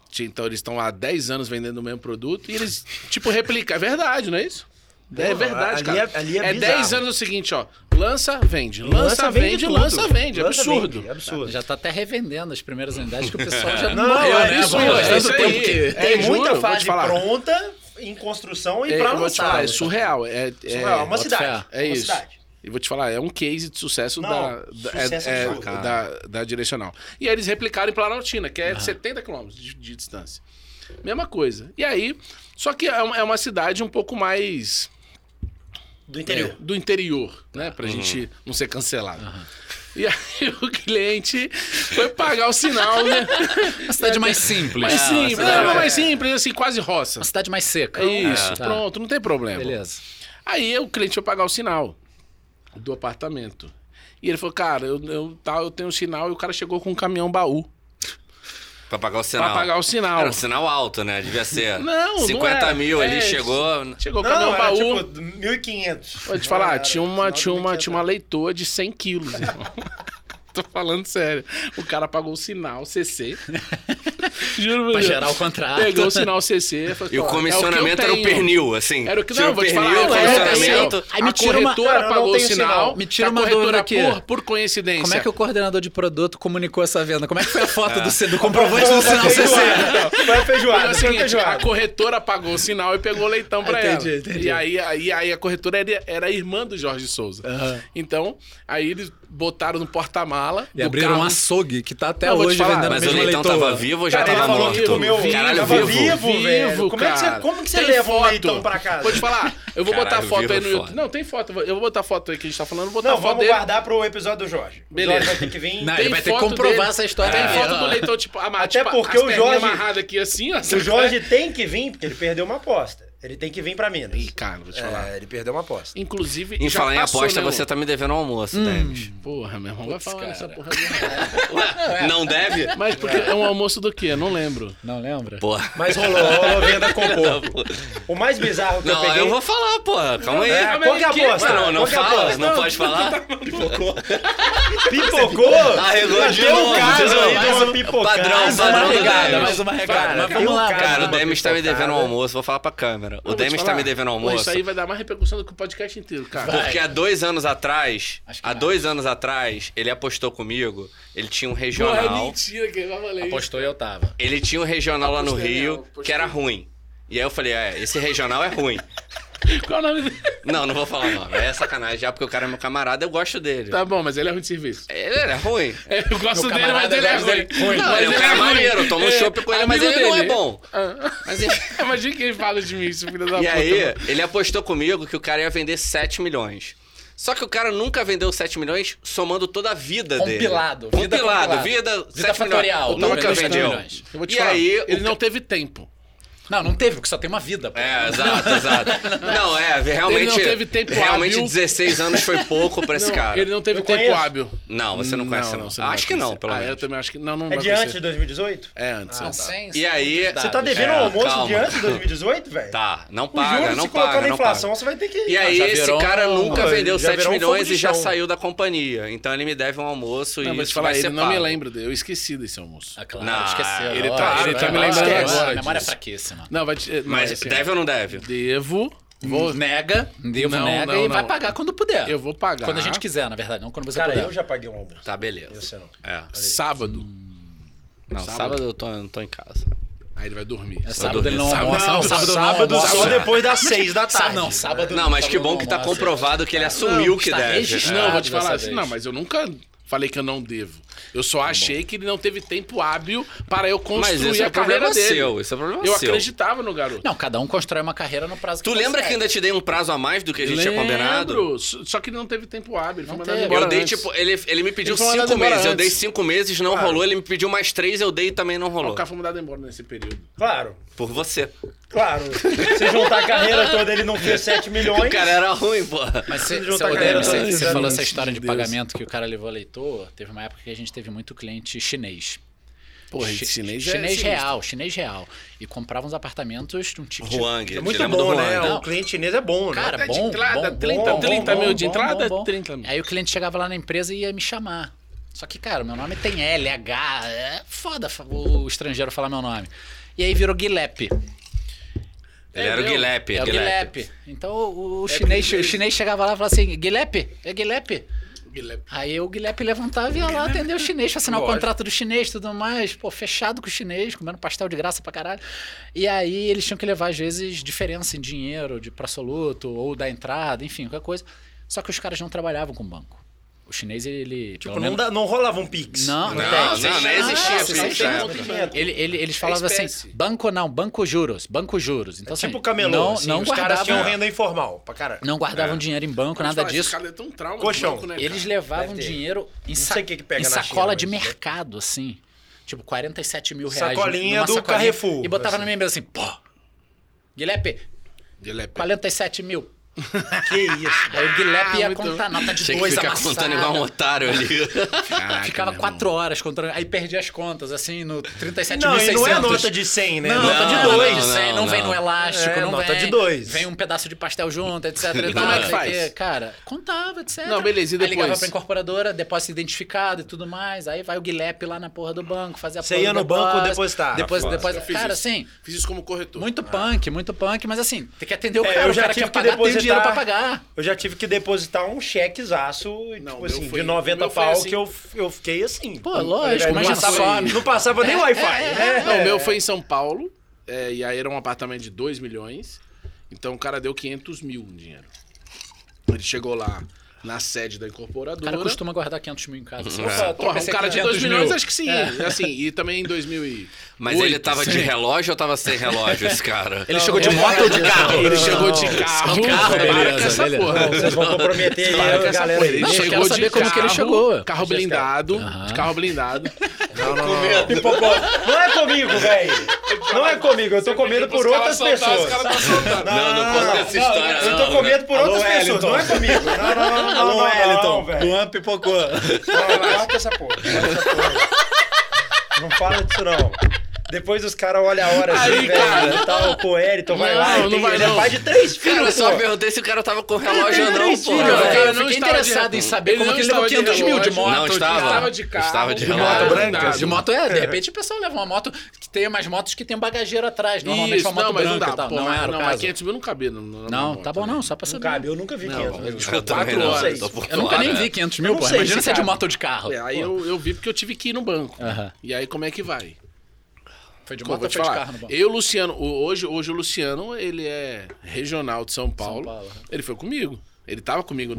Ti- Então eles estão há 10 anos vendendo o mesmo produto e eles, tipo, replicam. É verdade, não é isso? É Porra, verdade, ali cara. é- ali é é 10 bizarro. anos o seguinte, ó. Lança, vende. Lança, vende, tudo. lança, vende. É Lança, absurdo. vende, absurdo. Já tá até revendendo as primeiras unidades que o pessoal já não, Não, morreu, é né? isso, Vamos lá, é tanto isso tempo aí. que- É, Tem muita juro, vou fase te falar. pronta em construção e É, pra eu vou te lançar. falar, é surreal. É, é, Surreal, é uma bota cidade. é uma isso. cidade. E vou te falar, é um case de sucesso, Não, da, da, sucesso é- é- absurdo. da, da direcional. E aí eles replicaram em Planaltina, que é 70 quilômetros de, de distância. Mesma coisa. E aí, só que é uma, é uma cidade um pouco mais Do interior. Uhum. é, do interior, né? Pra gente não ser cancelado. E aí o cliente foi pagar o sinal, né? Uma cidade mais simples. Mais É, uma simples, cidade- não, mais simples, assim, quase roça. Uma cidade mais seca. É isso, Tá. pronto, não tem problema. Beleza. Aí o cliente foi pagar o sinal do apartamento. E ele falou, cara, eu, eu, tá, eu tenho um sinal e o cara chegou com um caminhão baú Pra pagar o sinal. pra pagar o sinal. Era um sinal alto, né? Devia ser Não, não 50 era. mil, É, ele chegou... Chegou com o Não, caminhão era baú. tipo 1.500. Vou te falar, Era tinha uma, final de tinha uma, 1.500. tinha uma leitora de 100 quilos, irmão. Tô falando sério. O cara pagou o sinal CC. Juro por Pra Deus. gerar o contrato. Pegou o sinal CC. falou, E o "Ó, é que eu comissionamento era o tenho." pernil, assim. Era o que Tinha não, vou te falar. é, pernil, é, era o eu tenho comissionamento. Aí me a tira uma- corretora Cara, eu não pagou o tenho sinal. sinal. Me tira a uma corretora dúvida aqui. Por, por coincidência. Como é que o coordenador de produto comunicou essa venda? Como é que foi a foto do, do comprovante do sinal CC? Foi a Mas é feijoada, o foi a seguinte, a feijoada. corretora pagou o sinal e pegou o leitão pra Entendi, ela. entendi. E aí, aí, aí a corretora era, era a irmã do Jorge Souza. Aham. Então, aí eles botaram no porta-mala. E do abriram carro. um açougue que tá até Não, vou te hoje falar, vendendo Mas a o mesma leitão leitoa. tava vivo ou já Cara, ele tava falou morto? que comeu vivo, Caralho, tava vivo. vivo. velho. Como é que cara. você- como que você Tem leva um foto. leitão pra casa? Vou te falar, eu vou Caralho, botar foto vivo aí é no YouTube. foda. Não, tem foto. Eu vou botar foto aí que a gente tá falando. eu Vou botar Não, foto vamos dele. guardar pro episódio do Jorge. O Beleza. Jorge vai ter que vir... Não, Tem ele vai ter que foto comprovar dele. essa história. É. Ah. Tem aí. foto do leitão, tipo, amarrado. Até tipo, porque as o perninhas Jorge- amarradas aqui assim, ó. O Jorge tem que vir, porque ele perdeu uma aposta. Ele tem que vir pra Minas. Ih, cara, vou te falar. É, ele perdeu uma aposta. Inclusive. Em já falar em passou, aposta, né, você Lu? tá me devendo um almoço, Demis. Porra, meu irmão, vai falar cara. nessa porra. não. Não deve? Mas porque é um almoço do quê? Eu Não lembro. Não lembra? Porra. Mas rolou, rolou venda com pouco. O mais bizarro que eu Não, eu, peguei... vou falar, porra. Calma aí. É, qual que é a aposta? Não, não Qual que é a fala, aposta? não pode falar. Pipocou? Arregou de Tem um novo, de caso novo. aí de Mais uma um pipocada. padrão, Mais padrão uma do regada, Demis. mais uma regada. Cara, Mas vamos tem um lá, caso Cara, o de uma Demis tá me pipocada. devendo um almoço, vou falar pra câmera. O Vou te Demis tá falar. me devendo um Pô, almoço. Isso aí vai dar mais repercussão do que o podcast inteiro, cara. Porque há dois anos atrás, Acho que há não. dois anos atrás, ele apostou comigo. Ele tinha um Porra, é regional. mentira que ele vai valer. isso. Apostou e eu tava. Ele tinha um regional lá no Apostei, né? Rio Apostei. que era ruim. E aí eu falei, é, esse regional é ruim. Qual o nome dele? Não, não vou falar não. É sacanagem, já porque o cara é meu camarada, eu gosto dele. Tá bom, mas ele é ruim de serviço. É, Ele era ruim. Eu gosto dele, mas camarada ele é gosta ruim. dele. Ruim. Não, ele é um cara maneiro, toma um chopp com ele, mas amigo ele não é dele. bom. Ah. Imagina que ele fala de mim, isso, filho da E puta. aí, ele apostou comigo que o cara ia vender 7 milhões. Só que o cara nunca vendeu 7 milhões somando toda a vida Compilado, dele. vida compilada. compilado. Vida, Vida 7 fatorial, milhões. Nunca vendeu 7 vendeu. milhões. Eu vou te e falar, aí... ele o- não teve tempo. Não, não teve, porque só tem uma vida. pô. É, exato, exato. Não, é, realmente... Ele não teve tempo Realmente hábil. 16 anos foi pouco pra esse Não, cara. ele não teve Eu tempo conheço. hábil. Não, você não conhece não. você vai acho que não, conhecer. pelo Ah, menos. eu também acho que não, não É vai de antes de conhecer. 2018? É antes, Não, tá. exato. sem- E aí- sem Você tá dados. devendo É, um almoço calma. de antes de 2018, velho? Tá, não O paga, juro, não se colocar paga, na não paga. inflação, assim, tá. você vai ter que... E aí, já esse virou cara um- nunca já vendeu virou 7 um fogo milhões de e já chão. saiu da companhia. Então ele me deve um almoço Não, e mas isso falar, vai ele ser não me pago. lembra, dele. eu esqueci desse almoço. Ah, claro, Não, esqueceu. ele tá- Lógico, ele tá me lógico, lembrando esquece. agora A memória é disso. fraquíssima. Não, vai te... Mas deve ou não deve? Devo, vou... Nega, devo, Não, nega não, e vai não. pagar quando puder. Eu vou pagar. Quando a gente quiser, na verdade, não quando você Cara, puder. eu já paguei um almoço. Tá, beleza. Você não. É. Sábado. Não, sábado, eu tô, eu não tô em casa. Aí ele vai dormir. sábado É sábado ele não sábado- almoça. não, não, sábado sábado não sábado almoça. Só Nossa. depois das seis da Sábado tarde. não, sábado Não, mas sábado que bom que tá almoça. comprovado que ele assumiu Não, que tá está deve. né? registrado. Não, vou te dessa falar assim, vez. não, mas eu nunca falei que eu não devo. Eu só achei que ele não teve tempo hábil para eu É. Tá Mas construir esse é a o problema carreira dele. seu. Esse é o problema Eu seu. acreditava no garoto. Não, cada um constrói uma carreira no prazo que Tu lembra consegue. que ainda te dei um prazo a mais do que a gente tinha combinado? Lembro, s- Só que ele não teve tempo hábil. Ele foi Não mandado teve. embora. Eu dei, antes. tipo, ele, ele me pediu Ele foi mandado cinco embora meses. Eu antes. dei cinco meses, não rolou. Ele me pediu mais três, eu dei e também não O rolou. cara foi mandado embora nesse período. Claro, Por você. claro. Se juntar a carreira toda, ele não fez 7 milhões. O cara era ruim, porra. Mas você, Juntar você, a galera você- toda, você né? falou essa história de Deus. pagamento que o cara levou a leitor. Teve uma época que a gente teve muito cliente chinês. Porra, Chi- esse chinês é chinês sinistro. real, chinês real. E comprava uns apartamentos de um ticket. Huang. É te muito lembra do bom, Huang? né? Não. O cliente chinês é bom, né? Cara, Até de bom, entrada, bom, 30, bom, 30 bom, mil de bom, entrada, bom, bom. 30 mil. Aí o cliente chegava lá na empresa e ia me chamar. Só que, cara, meu nome tem L, H, é foda fa- o estrangeiro falar meu nome. E aí virou Guilepe. Ele era o meu. Guilepe. É o Guilepe. Guilepe. Então o, o É chinês, o chinês chegava lá e falava assim, Guilepe, é Guilepe. Guilherme. Aí o Guilherme levantava e ia lá atender o chinês, pra assinar o Lógico. contrato do chinês e tudo mais. Pô, fechado com o chinês, comendo pastel de graça pra caralho. E aí eles tinham que levar, às vezes, diferença em dinheiro de pra soluto ou da entrada, enfim, qualquer coisa. Só que os caras não trabalhavam com banco. O chinês, ele. Tipo, pelo não, menos- dá- não rolava um pix. Não, Não, tem. não, não existia Não, Pix, existia né? movimento. Ele- ele- É Eles falavam assim: espécie. banco não, banco juros, banco juros. Então, assim, Tipo camelô, não, assim, não os caras tinham guardavam, renda É. informal, pra caralho. não guardavam dinheiro em banco, nada Fala, Esse disso. cara é tão trauma. de Colchão. banco, né, cara? Eles levavam Deve ter. dinheiro em, Não sa- sei o que que pega em na sacola China, de mas- mercado, assim. Tipo, 47 mil reais. Sacolinha numa do Carrefour, E assim. botava na minha mesa assim, pô. Guilherme, Guilherme. 47 mil. Que isso. Aí o Guilherme ia muito contar nota de Ah, Tinha que dois ficar amassada. contando igual um otário ali. Caraca, "Ah, Ficava meu quatro horas contando. Aí perdi as contas, assim, no 37.600. Não, e não é nota de 100, né? Não, nota não, de não, dois. Não, não, não. vem no elástico, É, não nota vem. de dois. Vem um pedaço de pastel junto, etc. E tal, como é que sei faz? quê. Cara, contava, etc. Não, beleza, e Aí depois? ligava pra incorporadora, depósito identificado e tudo mais. Aí vai o Guilherme lá na porra do banco, fazer a Você porra ia do no banco depósito, depositar. Depois, Foda. depois, Eu fiz cara, isso. Ah. assim... Fiz isso como corretor. Muito punk, muito punk, mas assim, tem que atender o É, cara. eu o já cara tive quer que pagar, tem o depositar. dinheiro pra pagar. Eu já tive que depositar um chequezaço Não, tipo meu assim, foi- de 90 meu foi pau assim. que eu, eu fiquei assim. Pô, lógico, Não imagina passava- só. Não passava É, nem Wi-Fi. né? Não, o meu foi em São Paulo. é, e aí era um apartamento de 2 milhões. Então o cara deu 500 mil em dinheiro. Ele chegou lá na sede da O incorporadora. cara costuma guardar 500 mil em casa. assim. É. tô Porra, um pensando cara de 500 2 milhões, acho que sim. É. Assim, e também em 2000 e... Mas ele tá tava de relógio ou tava sem relógio, esse cara? Ele chegou de moto ou de carro? Ele chegou de Só carro. carro, para beleza, com essa beleza. porra. Vocês vão comprometer aí Para com a essa galera. porra. Ele Não, eu chegou quero de saber como carro, que ele chegou. Carro blindado. De carro blindado. Não, não, não. Hipopótamo. Não é comigo, velho. Não é comigo. Eu tô com medo por outras pessoas. Não, não conta essa história, Eu não, tô com né? medo por outras pessoas. Não é comigo. Não, não, não. Alô, Wellington. Luan pipocou. Não, corta essa porra. corta essa porra. Não fala disso, não. Depois os caras olham a hora assim, velho. e Tal, pô, Eriton vai Não, lá. e não tem- vai ele é não. pai de três filhos, Cara, eu só pô. perguntei se o cara tava com relógio ou não, três porra. filhos, Não, cara eu não fiquei estava interessado de- em saber ele como não que ele levou estava de 500 mil de relógio, moto. não estava. Estava de assim. carro. Estava de blindado. moto branca? De moto é, de repente o pessoal leva uma moto que tem umas motos que tem um bagageiro atrás, normalmente Isso, uma moto não, mas branca não dá. e tal. Pô, não mas- era não, o mas caso. 500 mil não cabia. Não, não, Não, não, tá bom não, só pra Não saber. cabe, eu nunca vi. é, Não, 500 mil. Eu também Quatro não, horas. tô né? por Eu nunca fora. nem vi 500 mil, não pô. sei Imagina se se é de cabe. moto ou de carro. É, aí eu, eu vi porque eu tive que ir no banco. Aham. E aí como é que vai? Foi de Pô, moto vou ou te foi de falar. carro no banco? eu, Luciano, o- hoje, hoje o Luciano, ele é regional de São Paulo. Paulo. né? Ele foi comigo. Ele tava comigo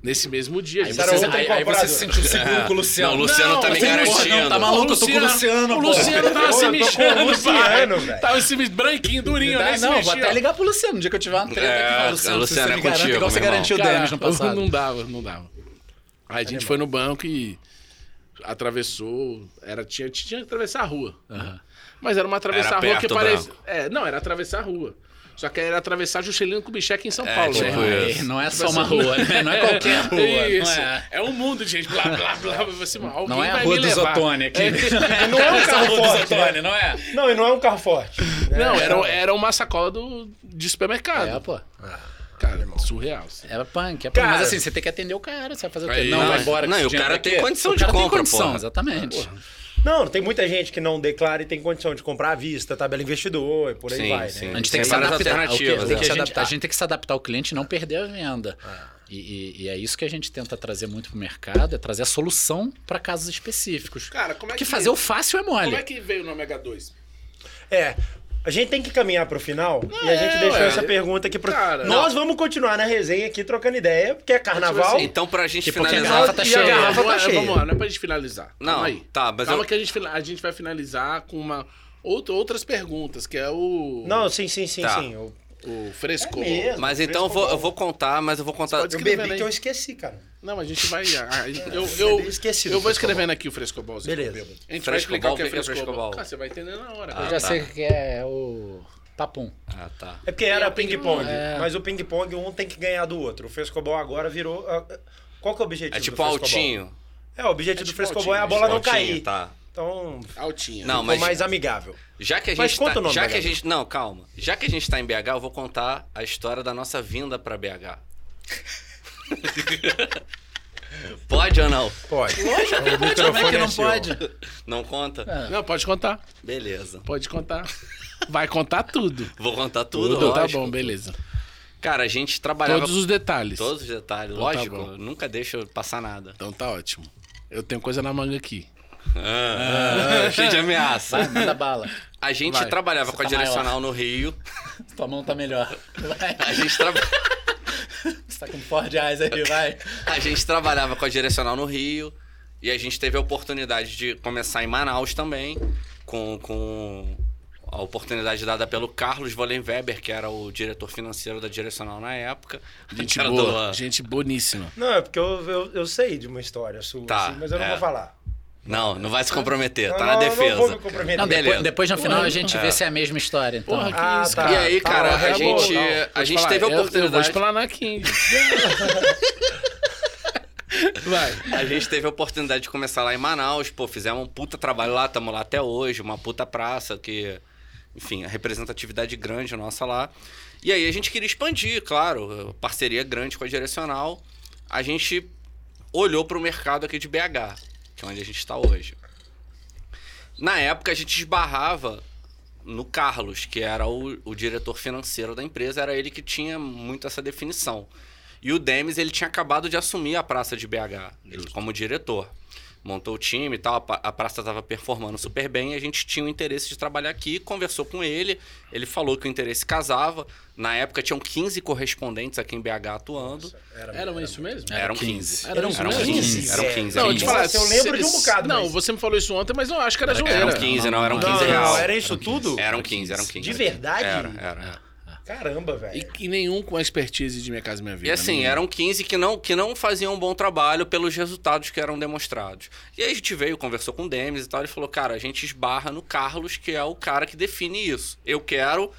nesse mesmo dia. Aí Gente, você, era vocês- outra aí- aí você se sentiu seguro com o Não, o Luciano. um Luciano tá me você não- garantindo. Não, tá maluco, eu tô com o Luciano, O pô. Luciano tava Pô, eu se tô tá com o mexendo, Luciano, pai. velho. Tava se mexendo, branquinho, durinho, Dá, nem se não, vou mexia. até ligar pro Luciano. No dia que eu tiver uma treta É, aqui, fala, Luciano, Luciano, você é me garante, contigo, igual você meu irmão. garantiu o Cara, Denis no passado. Não dava, não dava. Aí a É gente foi no banco e atravessou, era, tinha, tinha que atravessar a rua. Aham. Mas era uma atravessar a rua perto que do parecia... É, não, era atravessar a rua. Só que era atravessar Juscelino Kubitschek em São Paulo. tipo né? isso. Aí, Não é só uma rua, né? Não é qualquer rua. Isso. Não é. É um mundo de gente. Blá, blá, blá. Assim, alguém Não é a vai rua me dos levar. Otone aqui. Não é um carro forte, né? não é? Não, e não é um carro forte. Não, era, era uma sacola do, de supermercado. É, pô. cara, surreal. assim. É punk, é punk. Cara. Mas assim, você tem que atender o cara, você vai fazer o quê? Aí, não, não, vai embora. não, que e o esse cara dinheiro tem aqui- condição o de cara compra, tem condição, porra. exatamente. Não, tem muita gente que não declara e tem condição de comprar à vista, tabela investidor e por aí Sim, vai, sim. né? A gente tem Tem que se várias adaptar. ao que- alternativas, o que né? a, Se gente, adaptar. a gente tem que se adaptar ao cliente e não perder a venda. E, e- e é isso que a gente tenta trazer muito pro mercado, é trazer a solução para casos específicos. Cara, como é Porque fazer o fácil é mole. Como é que veio o nome H2? É. A gente tem que caminhar pro final e a gente é, deixou ué. essa pergunta aqui pro. Cara, Nós vamos continuar na resenha aqui trocando ideia, porque é carnaval. Então, pra gente Tipo, porque a finalizar. garrafa tá E a cheia. garrafa- Não é- tá cheia. Vamos lá, não é pra gente finalizar. Não, Calma aí. tá, mas Calma eu- que a gente, fina- a gente vai finalizar com uma, outro- outras perguntas, que é o, Não, sim, sim, sim, Tá. sim. Eu, o frescor. É mesmo. Mas então eu vou, eu vou contar, mas eu vou contar. Pode eu Escreve bebi aí. que eu esqueci, cara. Não, a gente vai. a- a- eu, você eu, deu esquecido eu do É frescobol. vou escrevendo aqui o frescobolzinho. Beleza. bêbado. A gente Frescobol, vai explicar o que o é que que é frescobol. frescobol? Cara, você vai entender na hora. Eu Ah. cara. já tá. sei o que é o papum. Ah, tá. É porque era o ping-pong. ping-pong. É. Mas o ping-pong, um tem que ganhar do outro. O frescobol agora virou. ah, Qual que é o objetivo É do tipo frescobol? altinho. É, o objetivo É do tipo frescobol é a altinho, bola não altinho, cair. Tá. Então, Altinha. Não, ficou mas- mais amigável. Já que a Mas gente conta tá, o nome já da que a garrafa. gente, não, calma. Já que a gente tá em BH, eu vou contar a história da nossa vinda pra BH. Pode ou não? Pode. O microfone é seu. Não conta? É. né? Não, pode contar. Beleza. Pode contar. Vai contar tudo. Vou contar tudo, tá lógico. bom, beleza. Cara, a gente trabalhava Todos os detalhes. todos os detalhes, Então tá lógico. bom. nunca deixa passar nada. Então tá ótimo. Eu tenho coisa na manga aqui. Ah, cheio de Vai, ameaça. manda bala. A gente Vai, trabalhava você com a tá direcional no Rio. Tua mão tá melhor. Vai. A gente trabalhava Você tá com Ford Eyes aí, vai. A gente trabalhava com a Direcional no Rio e a gente teve a oportunidade de começar em Manaus também, com, com a oportunidade dada pelo Carlos Wollenweber, que era o diretor financeiro da Direcional na época. Gente Cara do boa. Luan. Gente boníssima. Não, é porque eu, eu, eu sei de uma história sua, Tá, assim, mas eu não é. vou falar. Não, não vai se comprometer, Não, tá na não, não defesa. vou me comprometer. Não, Beleza. depois, depois no final a gente vê se é a mesma história, então. Porra, que Ah, isso, tá. E cara. aí, cara, tá, a tá bom, gente, não. a Vou te gente falar, teve a eu- Eu, vou oportunidade. explanar aqui. Vai. A gente teve a oportunidade de começar lá em Manaus, pô, fizemos um puta trabalho lá, estamos lá até hoje, uma puta praça que, enfim, a representatividade grande nossa lá. E aí a gente queria expandir, claro, parceria grande com a Direcional. A gente olhou para o mercado aqui de BH, que é onde a gente está hoje. Na época a gente esbarrava no Carlos, que era o, o diretor financeiro da empresa, era ele que tinha muito essa definição. E o Demis, ele tinha acabado de assumir a praça de BH, ele como diretor. Montou o time e tal, a pa- a praça estava performando super bem, e a gente tinha o interesse de trabalhar aqui, conversou com ele, ele falou que o interesse casava. Na época tinham 15 correspondentes aqui em BH atuando. Eram isso mesmo? Eram 15. 15. Eram Eram 15. 15. Eram 15. Não, eu eram te 15. falar, Nossa, eu lembro de um cê- bocado, Não, mas- você me falou isso ontem, mas eu acho que era zoeira. Eram 15, não, eram Não, 15 não, não, real. era isso tudo? Eram 15, eram 15. De verdade? Era, era. era. Caramba, velho. E, e nenhum com expertise de Minha Casa Minha Vida. E assim, nenhum. eram 15 que não, que não faziam um bom trabalho pelos resultados que eram demonstrados. E aí a gente veio, conversou com o Demis e tal, ele falou, cara, a gente esbarra no Carlos, que é o cara que define isso. Eu quero...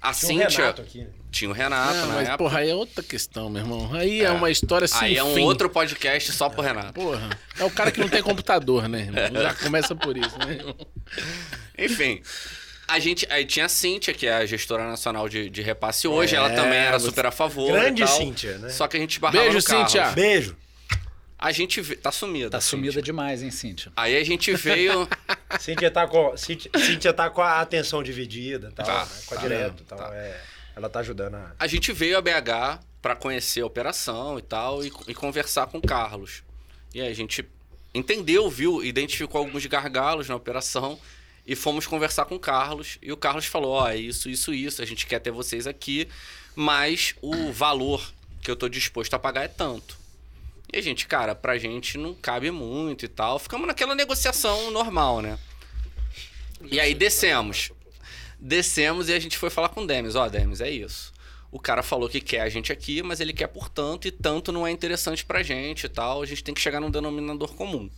A Tinha um Renato Cíntia... aqui. né? Tinha o Renato Ah, na mas época. porra, aí é outra questão, meu irmão. Aí é, uma história sem aí é um fim. outro podcast só pro Renato. Porra, é o cara que não tem computador, né, irmão? Já começa por isso, né, irmão? Enfim. A gente, aí tinha a Cíntia, que é a gestora nacional de, de repasse hoje. ela também era super a favor. Grande e tal, Cíntia, né? Ah. Só que a gente barrava Beijo, no Carlos. Cíntia. Beijo. A gente vê- tá sumida. Tá sumida Cíntia. demais, hein, Cíntia? Aí a gente veio. Cíntia tá com, Cíntia, Cíntia tá com a atenção dividida, tal, Tá, né? com a tá, direto. Tal, tá. é, ela tá ajudando a... A gente veio a BH pra conhecer a operação e tal e, e conversar com o Carlos. E aí a gente entendeu, viu, identificou alguns gargalos na operação e fomos conversar com o Carlos. E o Carlos falou: Ó, é isso, isso, isso, a gente quer ter vocês aqui, mas o valor que eu tô disposto a pagar é tanto. E a gente, cara, pra gente não cabe muito e tal. Ficamos naquela negociação normal, né? E aí descemos. Descemos e a gente foi falar com o Demis. Ó, Demis, é isso. O cara falou que quer a gente aqui, mas ele quer por tanto, e tanto não é interessante pra gente e tal. A gente tem que chegar num denominador comum.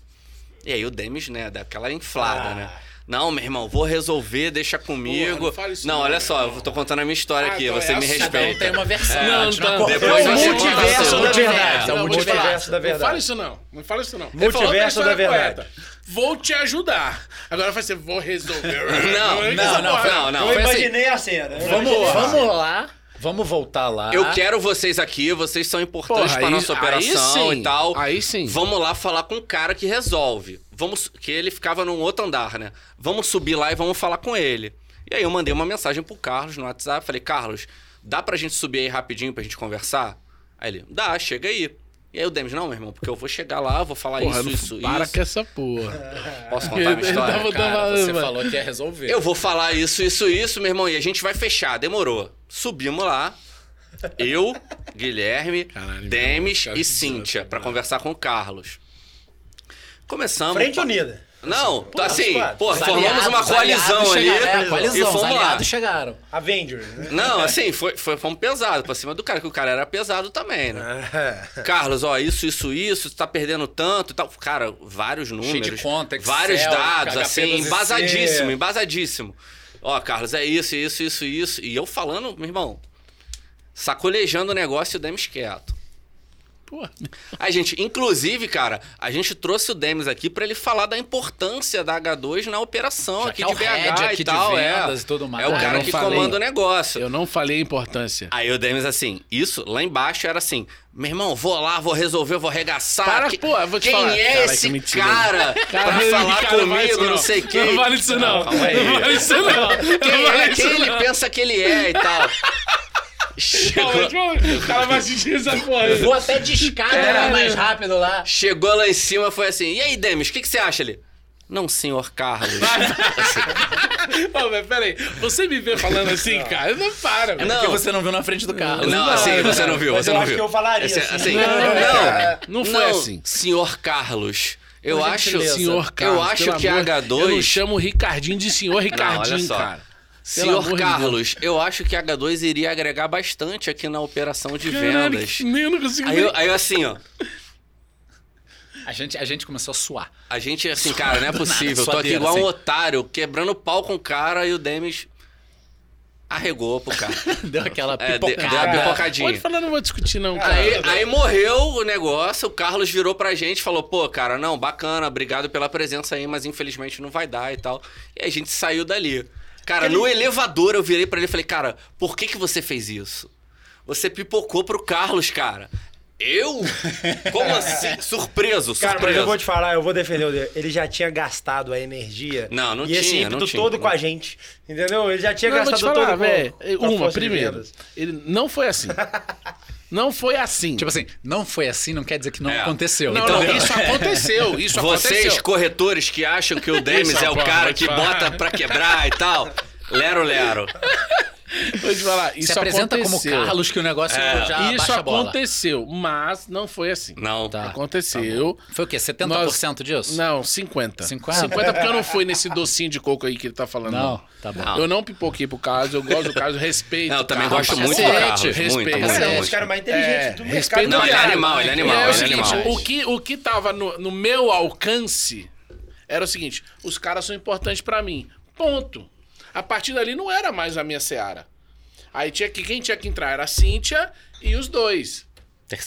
E aí o Demis, né, dá aquela inflada, Ah. né? Não, meu irmão, vou resolver, deixa comigo. Porra, não fala isso não, não, olha meu só, irmão. eu tô contando a minha história Ah, aqui, então você é então, me assim, respeita. Cada um tem uma versão. É, a gente não depois conta. É o a gente multiverso conta. da verdade. Não, vou te É o falar. multiverso. multiverso da verdade. Não fala isso não. Não fala isso não. Ele Multiverso falou outra história da verdade. correta. Vou te ajudar. Agora vai ser, vou resolver. Não, é não, essa não, porra. não, não. eu foi assim. imaginei a cena. né? eu Vamos, imaginei. vamos lá. Vamos voltar lá. Eu quero vocês aqui, vocês são importantes Porra, pra aí- nossa aí operação sim, e tal. aí sim. Vamos lá falar com o cara que resolve. Vamos que ele ficava num outro andar, né? Vamos subir lá e vamos falar com ele. E aí eu mandei uma mensagem pro Carlos no WhatsApp, falei: "Carlos, dá pra gente subir aí rapidinho pra gente conversar?" Aí ele: "Dá, chega aí". E aí o Demis, não, meu irmão, porque eu vou chegar lá, vou falar Porra, isso, não- isso, para isso. com essa porra. Posso contar uma Ele história? tava- Cara, você mano. falou que ia resolver. Eu vou falar isso, isso, isso, meu irmão, e a gente vai fechar. Demorou. Subimos lá. Eu, Guilherme, Caralho, Demis meu irmão, cara, e Cíntia, pra conversar com o Carlos. Começamos. Frente pa- unida. Não, tá assim, squad. pô, Os formamos uma coalizão ali Chegaram, é, e coalizão, os fomos lá. aliados chegaram. Avengers, né? Não, assim, foi, foi, fomos pesado pra cima do cara, que o cara era pesado também, né? Ah, Carlos, ó, isso, isso, isso, tá perdendo tanto e tal. Cara, vários números. de conta, Excel, vários dados, HP assim, 12C. embasadíssimo, embasadíssimo. Ó, Carlos, é isso, isso, isso, isso. E eu falando, meu irmão, sacolejando o negócio e o Demis quieto. Porra. A gente, inclusive, cara, a gente trouxe o Demis aqui pra ele falar da importância da H2 na operação Já aqui que é de o BH head aqui e de tal, é. vendas e tudo mais. É o Ah, cara eu que falei. comanda o negócio. Eu não falei a importância. Aí o Demis assim, isso lá embaixo era assim, meu irmão, vou lá, vou resolver, vou arregaçar. Para, Que- pô, eu vou te Quem falar. é Caraca, esse mentira. cara pra Caralho, falar cara, não vale comigo, isso, não. sei quem? Não vale isso, não. Não calma aí. vale isso, não. Quem Não é, vale quem isso, ele não. pensa que ele é e tal. Chegou, Calma, deixa eu falar. O cara vai assistir essa porra aí. Vou até discar era mais rápido lá. chegou lá em cima, foi assim, e aí, Demis, o que, que você acha ali? Não, senhor Carlos. Ô, mas peraí. Você me vê falando assim, cara? Não para, velho. não, É você não viu na frente do carro. não, assim, você não viu, Mas você eu não acho viu. que eu falaria Esse- assim. assim, Não, não, Não foi assim. é Senhor Carlos, eu Por acho... gentileza. Senhor Carlos. Eu acho pelo que amor- H2 Eu não chamo o Ricardinho de senhor Não, Ricardinho, olha só. cara. Pelo amor de Senhor Deus. Carlos, eu acho que a H2 iria agregar bastante aqui na operação de Caralho, vendas. que- nem eu não consigo Aí eu, aí eu assim, ó. A gente, a gente começou a suar. A gente assim, cara, não é possível. Eu tô aqui suadeira, igual um assim. otário, quebrando pau com o cara e o Demis arregou pro cara. Deu aquela É, pipocada. de- deu uma Pode pipocadinha. falar, não vou discutir, não, cara. Aí, é aí morreu o negócio, o Carlos virou pra gente e falou, pô, cara, não, bacana, obrigado pela presença aí, mas infelizmente não vai dar e tal. E a gente saiu dali. Cara, no elevador eu virei pra ele e falei, cara, por que que você fez isso? Você pipocou pro Carlos, cara. Eu? Como assim? Surpreso, surpreso. Cara, mas eu vou te falar, eu vou defender o dele. Ele já tinha gastado a energia. Não, não E esse tinha, ímpeto não tinha. todo com a gente. Entendeu? Ele já tinha Não, eu vou gastado te falar, todo tá velho. com, com a Uma, força de primeiro. vendas. Ele não foi assim. Não foi assim. Tipo assim, não foi assim, não quer dizer que não É. aconteceu. não, Então, não, isso aconteceu. Isso Vocês, aconteceu. corretores que acham que o Demis Isso, é o pô, cara vou te que falar. bota pra quebrar e tal, lero, lero. Vou te falar, se isso apresenta aconteceu. É. como Carlos que o negócio já Isso baixa a bola. aconteceu, mas não foi assim. Não. Tá. Aconteceu. Foi o quê? 70% disso? Não, 50. 50? 50 porque eu não fui nesse docinho de coco aí que ele tá falando. Não, tá bom. Não. Eu não pipoquei pro caso, eu gosto do caso, respeito. Não, eu também Carlos. gosto muito do cacete, Carlos. Muito, respeito. Cara, muito, é um muito. dos caras mais inteligentes É, do mercado. respeito Não, ele é Cara, animal, ele é animal, é o ele é seguinte, animal. O que, o que tava no, no meu alcance era o seguinte: os caras são importantes pra mim. Ponto. A partir dali não era mais a minha seara. Aí tinha que, quem tinha que entrar era a Cíntia e os dois.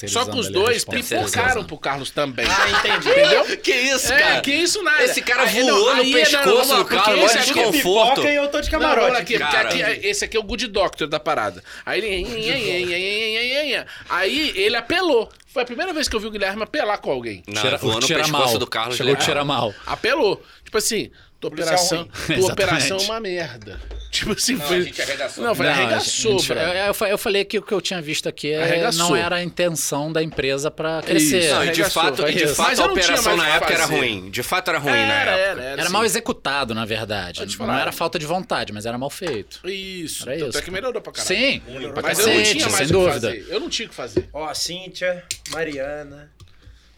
Só que os dois pipocaram assim. pro Carlos também. Ah, entendi. Entendeu? Que isso, É, cara? que isso nada. Esse cara Aí, voou não, no aí, não, pescoço não, do porque um Carlos, esse olha aqui que Pipoca conforto. e eu tô de Não, camarote. olha aqui, porque cara. aqui, esse aqui é o Good Doctor da parada. Aí ele. Aí ele apelou. Foi a primeira vez que eu vi o Guilherme apelar com alguém. Não, Tira- voou no tira pescoço mal. do Carlos. Chegou a legal. tirar mal. Apelou. Tipo assim, tua Policial operação, ruim. tua operação é Exatamente. uma merda. Tipo assim, Não, foi. a gente arregaçou. Não, foi Não, arregaçou, gente, eu, brother. eu fa- eu falei que o que eu tinha visto aqui é- Arregaçou. não era a intenção da empresa pra crescer. Isso, Não, e de Arregaçou, fato, e de arregaçou. Mas fato a eu não tinha operação mais o na que época era fazer. ruim. De fato era ruim na Era, época. era, Era assim. mal executado, na verdade. Pode Não falar. era falta de vontade, mas era mal feito. Isso. Era Tanto isso. é que melhorou pra caralho. Sim, pra Mas eu não cacete, tinha sem mais o que dúvida. fazer. Eu não tinha o que fazer. Ó, Cíntia, Mariana,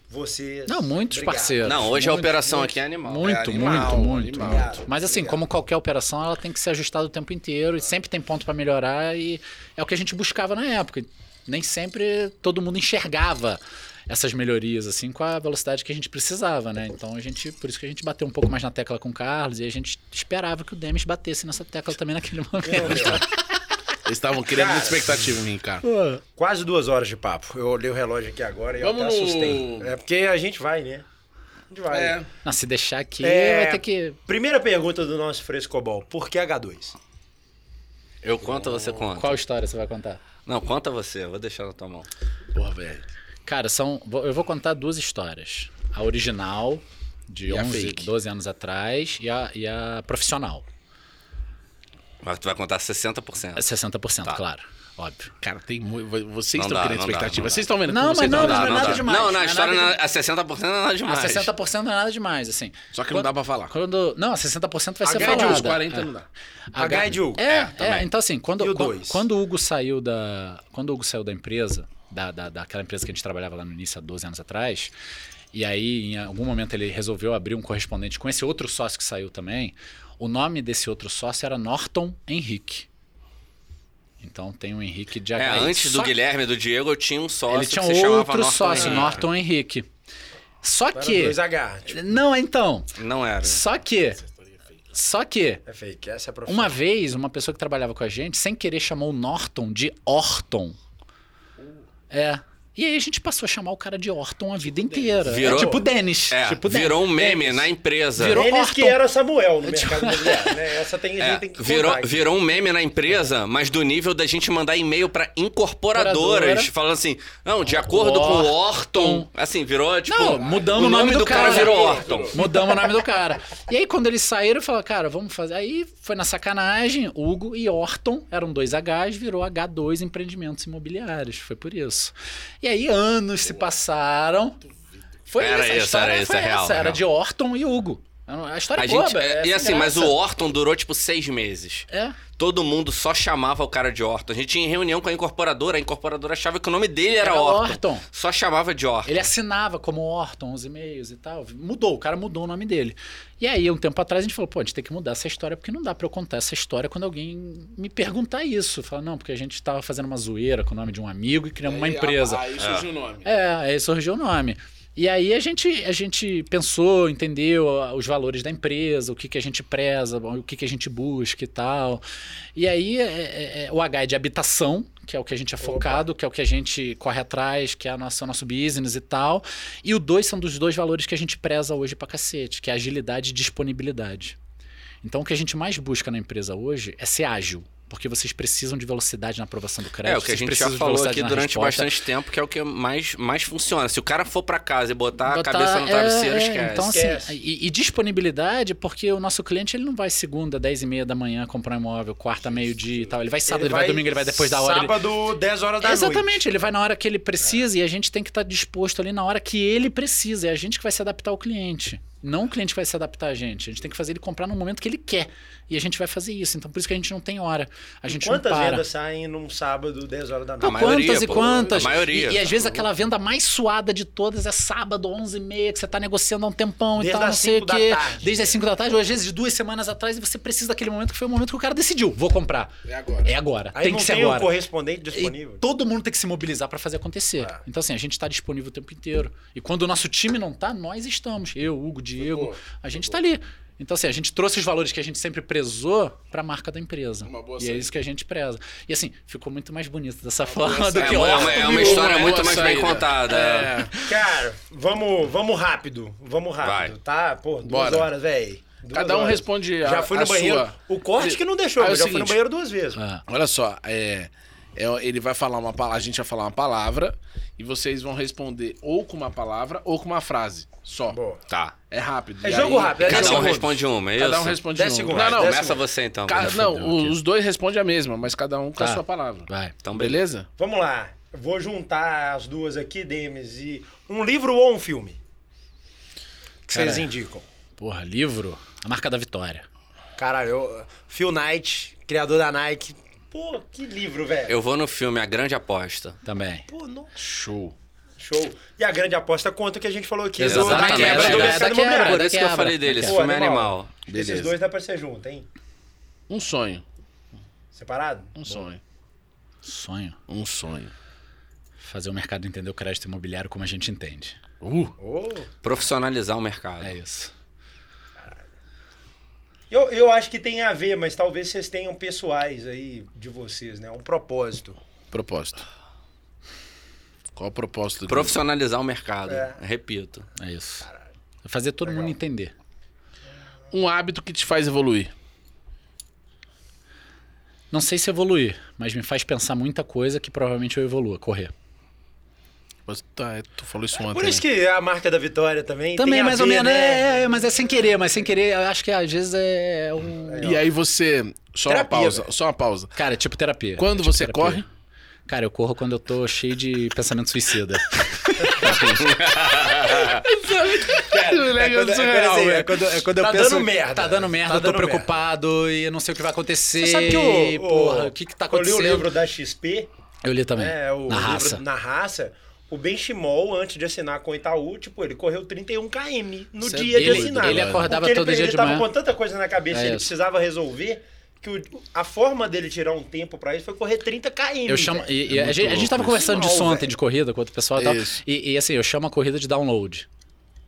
você. Não, muitos parceiros. Não, hoje a operação aqui é animal. Muito, É animal, muito, muito, animal. muito. Mas assim, como qualquer operação, ela tem que ser ajustada o tempo inteiro e sempre tem ponto pra melhorar e é o que a gente buscava na época. Nem sempre todo mundo enxergava essas melhorias assim com a velocidade que a gente precisava, né? Então a gente, por isso que a gente bateu um pouco mais na tecla com o Carlos e a gente esperava que o Demis batesse nessa tecla também naquele É. momento. Eles estavam criando Cara. muita expectativa em mim, cara. Quase duas horas de papo. Eu olhei o relógio aqui agora e Vamos eu até no- assustei. É porque a gente vai, né? A gente vai. É. Não, se deixar aqui, É. vai ter que Primeira pergunta do nosso frescobol. Por que H2? Eu conto ou você conta? qual história você vai contar? Não, conta você. eu Vou deixar na tua mão. Porra, velho. Cara, são. vou- Eu vou contar duas histórias. A original, de E a 11, fake. 12 anos atrás, e a, e a profissional. Mas tu vai contar 60%. É 60%, Tá. claro. Óbvio. Cara, tem muito. Vocês Não estão dá, criando não dá, expectativa. não dá. Vocês estão vendo Não, como mas vocês não, tão mas dando. não é nada demais. Não, Não na é história, nada na- a 60% não é nada A demais. 60% não é nada demais, assim. Só que não dá pra falar. Quando, não, a 60% vai ser H de falada. uns 40 não dá. H e de Hugo. É, É, é, também. então assim, quando, E o quan- dois? quando, o Hugo saiu da. Quando o Hugo saiu da empresa, da, da, daquela empresa que a gente trabalhava lá no início há 12 anos atrás, e aí, em algum momento, ele resolveu abrir um correspondente com esse outro sócio que saiu também. O nome desse outro sócio era Norton Henrique. Então tem o Henrique de É, HI. antes do Só que Guilherme e do Diego, eu tinha um sócio Ele tinha que se chamava outro Norton sócio, Henrique. Norton Henrique. Só Para que. dois H. Tipo, Não, então. Não era. Só que. Só que. é fake, essa é a profissão. Uma vez, uma pessoa que trabalhava com a gente, sem querer, chamou o Norton de Orton. Uh. É. E aí a gente passou a chamar o cara de Orton a vida inteira. Tipo Virou- É tipo Dennis. É, tipo Dennis. virou um meme na empresa. Virou Eles Horton. que era Samuel no mercado imobiliário, né? Essa tem, a É, gente tem que contar virou, aqui. virou um meme na empresa, mas do nível da gente mandar e-mail pra incorporadoras, Incorporadora. falando assim, não, de acordo com o Orton, assim, virou tipo. Não, mudamos o nome do, cara. virou Orton. Mudamos o nome do cara. E aí, quando eles saíram, eu falei, cara, vamos fazer. Aí foi na sacanagem, Hugo e Orton eram dois Hs, virou H2 empreendimentos imobiliários. Foi por isso. E aí, anos se passaram. Foi Era essa, a isso, história era isso, foi é real, essa, Era real. de Orton e Hugo. A história A é gente, boba, é e sem assim, mas o graça. Orton durou tipo seis meses. É. Todo mundo só chamava o cara de Orton. A gente tinha reunião com a incorporadora, a incorporadora achava que o nome dele era, Era Orton. Orton. Só chamava de Orton. Ele assinava como Orton os e-mails e tal. Mudou, o cara mudou o nome dele. E aí, um tempo atrás, a gente falou, pô, a gente tem que mudar essa história, porque não dá pra eu contar essa história quando alguém me perguntar isso. Fala, não, porque a gente tava fazendo uma zoeira com o nome de um amigo e criamos uma Aí, empresa. Aí Ah, surgiu o nome. É, aí surgiu o nome. E aí a gente, a gente pensou, entendeu ah, os valores da empresa, o que, que a gente preza, o que, que a gente busca e tal. E aí é, é, é, o H é de habitação, que é o que a gente é focado, que é o que a gente corre atrás, que é a nossa, o nosso business e tal. E o dois são dos dois valores que a gente preza hoje pra cacete, que é agilidade e disponibilidade. Então o que a gente mais busca na empresa hoje é ser ágil. Porque vocês precisam de velocidade na aprovação do crédito. É, o que a vocês gente já precisam de falou velocidade aqui na durante resposta. bastante tempo, que é o que mais, mais funciona. Se o cara for pra casa e botar, Botar- a cabeça no é, travesseiro, é, esquece. Então, Esquece. assim, e, e disponibilidade, porque o nosso cliente ele não vai segunda, 10 e meia da manhã comprar um imóvel, quarta, meio-dia e tal. Ele vai sábado, ele vai, domingo, ele vai depois da hora. ele- Sábado, 10 horas da noite. É. Exatamente, ele vai na hora que ele precisa e a gente tem que estar disposto ali na hora que ele precisa. É a gente que vai se adaptar ao cliente. Não o cliente que vai se adaptar a gente. A gente tem que fazer ele comprar no momento que ele quer. E a gente vai fazer isso. Então, por isso que a gente não tem hora. A gente Quantas não para. vendas saem num sábado, 10 horas da Pô, A noite? maioria, quantas e pô. quantas. A maioria. E, e às vezes aquela venda mais suada de todas é sábado, 11h30, que você tá negociando há um tempão e Desde tal, não as sei o cinco da quê. tarde. Desde as 5 da tarde, ou às vezes de duas semanas atrás, e você precisa daquele momento que foi o momento que o cara decidiu, vou comprar. É agora. É agora. Aí tem não que ser tem o agora. correspondente E disponível. todo mundo tem que se mobilizar pra fazer acontecer. Ah. Então, assim, a gente tá disponível o tempo inteiro. E quando o nosso time não tá, nós estamos. Eu, Hugo, Diego, boa, a gente tá ali. Então, assim, a gente trouxe os valores que a gente sempre prezou pra marca da empresa. Uma boa e é saída. isso que a gente preza. E, assim, ficou muito mais bonito dessa forma boa do É, que uma- o é uma, é uma história Boa muito mais bem saída. contada. É. Cara, vamos, vamos rápido. Vamos rápido, Vai. tá? Pô, duas Bora. horas, velho. Cada um responde a- Já fui a no banheiro. sua. O corte que não deixou, Aí é eu o já fui no seguinte. banheiro duas vezes. Ah. Olha só, é, é, ele vai falar uma palavra, a gente vai falar uma palavra e vocês vão responder ou com uma palavra ou com uma frase. Só. Boa. Tá. É rápido. É E jogo aí- rápido, é Cada um segundos. responde uma, é isso? Cada um responde Dez um. segundos. Não, não, Dez Começa você então. ca- Bruno. não, fudeu aqui. os dois respondem a mesma, mas cada um com Tá. a sua palavra. Vai. Então, beleza. Beleza? Vamos lá. Vou juntar as duas aqui, Demes, e um livro ou um filme? Que vocês Cara. indicam. Porra, livro. A marca da vitória. Caralho, eu- Phil Knight, criador da Nike. Pô, que livro, velho. Eu vou no filme A Grande Aposta. Também. Pô, nossa. Show. Show. E a grande aposta conta o que a gente falou aqui. do- Da Exatamente. quebra, do É, mercado da quebra. imobiliário. Por isso que eu quebra. falei dele, esse Pô, filme é animal. Esses Beleza. dois dá pra ser junto, hein? Um sonho. Separado? Um sonho. Sonho. Um sonho. Fazer o mercado entender o crédito imobiliário como a gente entende. Uh, Oh. Ô. Profissionalizar o mercado. É isso. Eu, eu acho que tem a ver, mas talvez vocês tenham pessoais aí de vocês, né? Um propósito. propósito. Qual o propósito? do- Profissionalizar o mercado. Repito. É isso. Fazer todo mundo entender. Um hábito que te faz evoluir. Não sei se evoluir, mas me faz pensar muita coisa que provavelmente eu evolua. Correr. Mas tá, é, tu falou isso ontem. Por isso né? que a marca da vitória também. tem Também, a mais ou ver, menos. né? É, é, mas é sem querer, mas sem querer, eu acho que às vezes é um. E aí você. Só Terapia, uma pausa, velho. só uma pausa. Cara, é tipo terapia. Quando É tipo você corre? Cara, eu corro quando eu tô cheio de pensamento suicida. É quando, é quando- assim, é quando- é quando eu Tá penso. dando merda. Tá dando merda, Tá eu tô dando preocupado e eu não sei o que vai acontecer. Você sabe que o. e, porra, o que que tá acontecendo? Eu li o livro da XP, Eu li também. né? O na livro raça. Na raça. O Benchimol, antes de assinar com o Itaú, tipo, ele correu 31 km no Isso é dia de doido, assinar. ele acordava Porque ele- todo dia Ele de tava manhã. com tanta coisa na cabeça, É ele isso. precisava resolver, que o- a forma dele tirar um tempo pra isso foi correr 30 km. Eu chamo, velho. e- e É a, muito gente, a gente louco tava isso. conversando disso Mal, ontem, velho. de corrida com outro pessoal e tal. Isso. E, e, assim, eu chamo a corrida de download.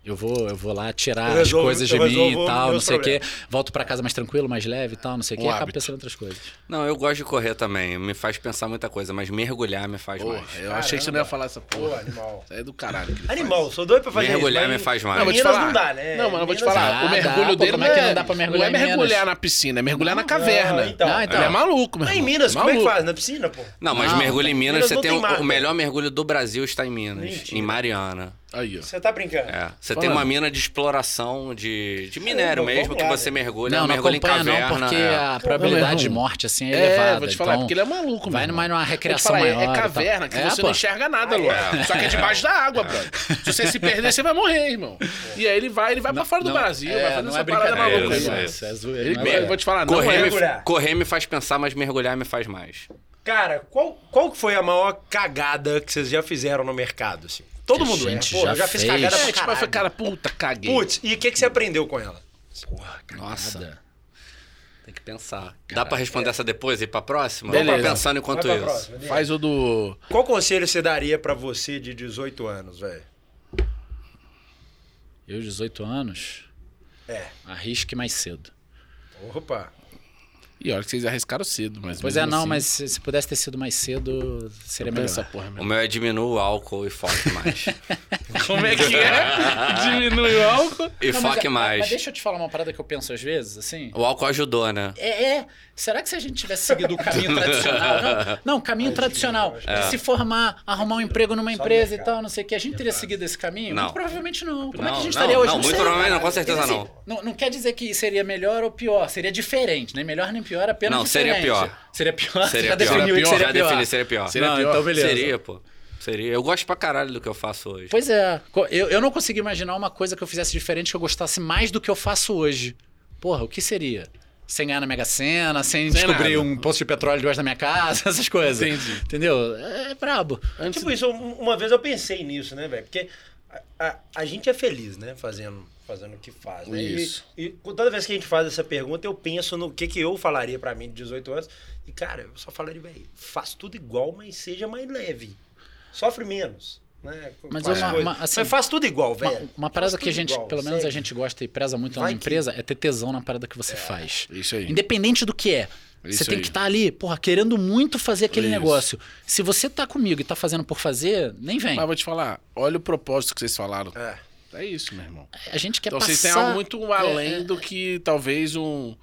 Eu vou, eu vou lá tirar Eu resolvo- as coisas de eu mim resolvo e tal, não meus sei o quê. Volto pra casa mais tranquilo, mais leve e tal, não sei o quê. Um E acabo hábito. pensando em outras coisas. Não, eu gosto de correr também. Me faz pensar muita coisa, mas mergulhar me faz Porra, mais. eu achei que você não ia falar essa É Pô, porra. animal. Isso aí é do caralho. que ele Animal, sou doido pra fazer Mergulhar isso. me faz mal. Não, Não, vou te falar. não dá, né? Não, mas eu vou te Meninas- falar. Ah, o mergulho dá, pô, dele como não é é, que não dá pra mergulhar não é em mergulhar Minas? na piscina, é mergulhar na caverna. Ah, então. Ah, então. Ele é maluco, meu Lá em irmão. Minas, como é que Maluco. faz? Na piscina, pô. mas Não, mergulho em Minas, Minas você não tem, tem o- mar, o né? melhor mergulho do Brasil está em Minas, Mentira. em Mariana. Aí, ó. Você tá brincando? É, você Falando. tem uma mina de exploração de, de Caramba, minério mesmo, vamos que lá, você velho. mergulha, Não, não mergulha em acompanha caverna. não, porque é. a Não, meu probabilidade de irmão. morte, assim, é É, elevada. vou te falar, então, porque ele é maluco, meu Vai irmão. numa, numa Vou te recreação falar, é- maior. É caverna, e que tal. você pô. não enxerga nada, Luan. Só que é debaixo da água, brother. Se você se perder, você vai morrer, irmão. E aí ele vai, ele vai pra fora do Não, Brasil, é, vai fazer não essa é parada brincadeira, maluca. é aí, isso, mano. é isso, é zoeira, Ele, não é eu vou te falar, não Ah, Correr, é. mergulhar. me, correr me faz pensar, mas mergulhar me faz mais. Cara, qual, qual que foi a maior cagada que vocês já fizeram no mercado? assim? Todo Que a mundo é. gente Pô, já eu já fiz fez. cagada É, pra É, tipo, eu falei, caralho. cara, puta, caguei. Putz, e o que, que você aprendeu com ela? Nossa, Nada. tem que pensar. Dá pra responder essa depois e ir pra próxima? Beleza. Vamos pensando enquanto Vai pra isso. próxima, Daniel. Faz o do. Qual conselho você daria pra você de 18 anos, velho? Eu, 18 anos, É. arrisque mais cedo. Opa. E olha que vocês arriscaram cedo, mas. Pois é, mesmo não, assim, mas se, se pudesse ter sido mais cedo, seria Pensa melhor. essa porra, O meu. meu é diminua o álcool e foque mais. Como é que é? Diminui o álcool. e Não, mas- é, foque mas, mais. Mas deixa eu te falar uma parada que eu penso às vezes, assim. O álcool ajudou, né? É, é. Será que se a gente tivesse seguido o caminho tradicional? Não, não o caminho tradicional. de Se formar, arrumar um emprego numa empresa e tal, não sei o que. A gente teria seguido esse caminho? Não. Muito provavelmente não. Como é que a Não, gente não, estaria hoje? não, muito sei, provavelmente não, cara. com certeza Assim, não. não. Não quer dizer que seria melhor ou pior. Seria diferente, né? Melhor nem pior, apenas Não, seria diferente. pior. Seria pior? Você Seria já pior. definiu que Já seria pior. defini, seria pior. Seria não, pior. então beleza. Seria, pô. Seria. Eu gosto pra caralho do que eu faço hoje. Pois é. Co- Eu, eu não consegui imaginar uma coisa que eu fizesse diferente, que eu gostasse mais do que eu faço hoje. Porra, o que seria? Sem ganhar na Mega Sena, sem, Sem descobrir nada. um poço de petróleo debaixo da minha casa, essas coisas. Entendi. Entendeu? É, brabo. tipo, isso, um- uma vez eu pensei nisso, né, velho? Porque a, a, a gente é feliz, né, fazendo, fazendo o que faz. Né? E- Isso. E, com- toda vez que a gente faz essa pergunta, eu penso no que, que eu falaria pra mim de 18 anos. E, cara, eu só falaria, velho, faz tudo igual, mas seja mais leve. Sofre menos. Né? com- Mas com as uma- coisas. uma- assim, mas faz tudo igual, Uma, velho. uma Faz parada que a tudo gente, igual, pelo menos a segue. gente gosta e preza muito lá Vai na que- empresa, é ter tesão na parada que você faz. Isso aí. Independente do que é. Isso você tem aí. que estar ali, porra, querendo muito fazer aquele Isso. negócio. Se você tá comigo e tá fazendo por fazer, nem vem. Mas vou te falar, olha o propósito que vocês falaram. É. É isso, meu irmão. A gente quer Então passar... vocês têm algo muito além É, do que talvez um,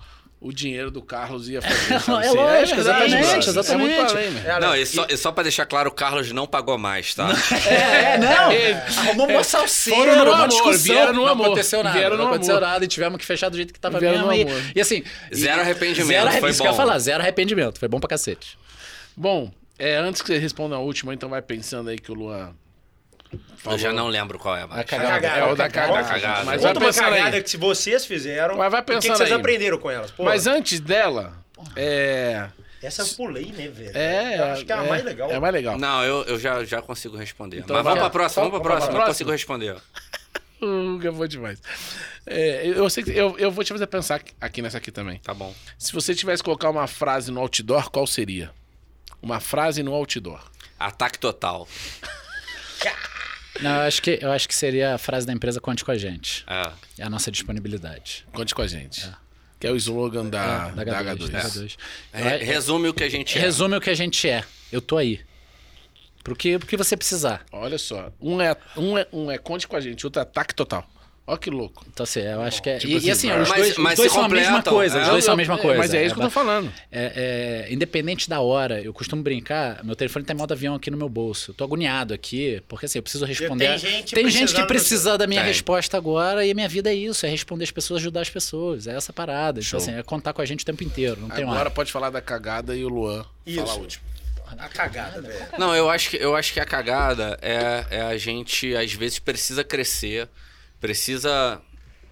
o dinheiro do Carlos ia fazer. É, sabe? é Assim, lógico, verdade, exatamente, brother. exatamente. É muito além, meu. Cara, não, e- e só, e só pra deixar claro, o Carlos não pagou mais, tá? É, não. Arrumou uma Foram salseira, no numa amor, discussão. vieram no não amor, aconteceu nada. vieram não no aconteceu amor. nada e tivemos que fechar do jeito que tava Vieram mesmo. no amor. E, e assim. Zero e- arrependimento, Zero, foi isso que eu ia bom. falar, zero arrependimento. Foi bom pra cacete. Bom, é, antes que você responda a última, então vai pensando aí que o Luan... Eu já não lembro qual é, mas. A cagada, É, o da a cagada. cagada. cagada. Mas vai Conta uma pensando cagada aí. que se vocês fizeram. Mas vai e O que que, pensando vocês aí. aprenderam com elas? Pô, Mas antes dela, é... essa eu pulei, né, velho? É, eu acho que é a mais legal. É a mais legal. Não, eu, eu já, já consigo responder. Então mas vai vamos pra lá. próxima, vamos pra próxima. pra Eu consigo responder. Uh, que eu vou demais. É, eu, sei que, eu, eu vou te fazer pensar aqui nessa aqui também. Tá bom. Se você tivesse que colocar uma frase no outdoor, qual seria? Uma frase no outdoor. Ataque total. Não, eu acho, que, eu acho que seria a frase da empresa Conte com a gente. É. É a nossa disponibilidade. tá? Conte com a gente. Que é o slogan da, da, H2. da É. H2. Eu Re- a- Resume o que a gente é. Resume o que a gente é. Eu tô aí. Pro que, pro que você precisar. Olha só. Um é, um, é, um é conte com a gente, outro é ataque total. Ó que louco. Então, assim, eu acho que é. Tipo e, assim, e, assim, os mas- dois, os mas dois se são a mesma completam, coisa. é. Os dois são a mesma coisa. Mas é isso que eu tô falando. É, é, independente da hora, eu costumo brincar, meu telefone tá em modo avião aqui no meu bolso. Eu tô agoniado aqui, porque assim, eu preciso responder. tem gente Tem gente que precisando precisa da minha Tem. resposta agora e a minha vida é isso, é responder as pessoas, ajudar as pessoas, é essa parada. Então, Show. assim, é contar com a gente o tempo inteiro, não tem hora. Agora pode falar da cagada e o Luan Isso. falar o último. A cagada, velho. Não, eu acho que, eu acho que a cagada é, é a gente, às vezes, precisa crescer, precisa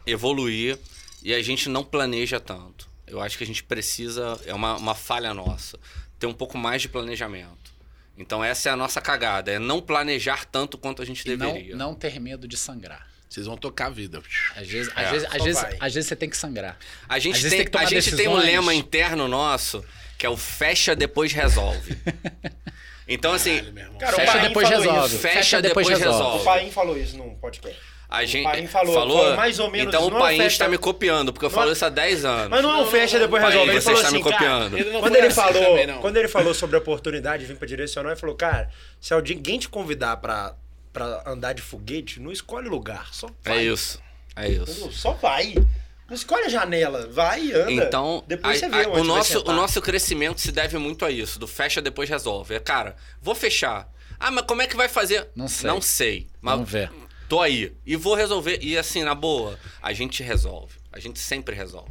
evoluir e a gente não planeja tanto. Eu acho que a gente precisa, é uma, uma falha nossa, ter um pouco mais de planejamento. Então, essa é a nossa cagada, é não planejar tanto quanto a gente E não, deveria. não ter medo de sangrar. Vocês vão tocar a vida. Às vezes, É, às, vezes, às, só vezes, vai. às vezes você tem que sangrar. A Às gente, vezes tem, tem que tomar a gente tem um decisões. lema interno nosso que é o fecha depois resolve. Então, assim, Cara, fecha Paim depois falou resolve. isso. Fecha depois resolve. O Paim falou isso num podcast. a gente. Paim falou- falou falou mais ou menos Então isso, o não é um Paim fecha- está me copiando, porque eu falo isso há 10 anos. Mas não é um fecha depois Paim, resolve. Ele você falou está assim, me copiando. Cara, Ele não quando, foi ele assim falou, também, não. quando ele falou sobre a oportunidade de vir pra direcional, ele falou, cara, se alguém te convidar pra, pra andar de foguete, não escolhe lugar, só vai. É isso. É isso. Entendeu? Só vai. Não escolhe a janela, vai e anda. Então, depois a- você a- vê onde o, vai nosso, sentar. o nosso crescimento se deve muito a isso, do fecha depois resolve. É, cara, vou fechar. Ah, mas como é que vai fazer? Não sei. Não sei. Mas Vamos ver. Tô aí. E vou resolver. E assim, na boa, a gente resolve. A gente sempre resolve.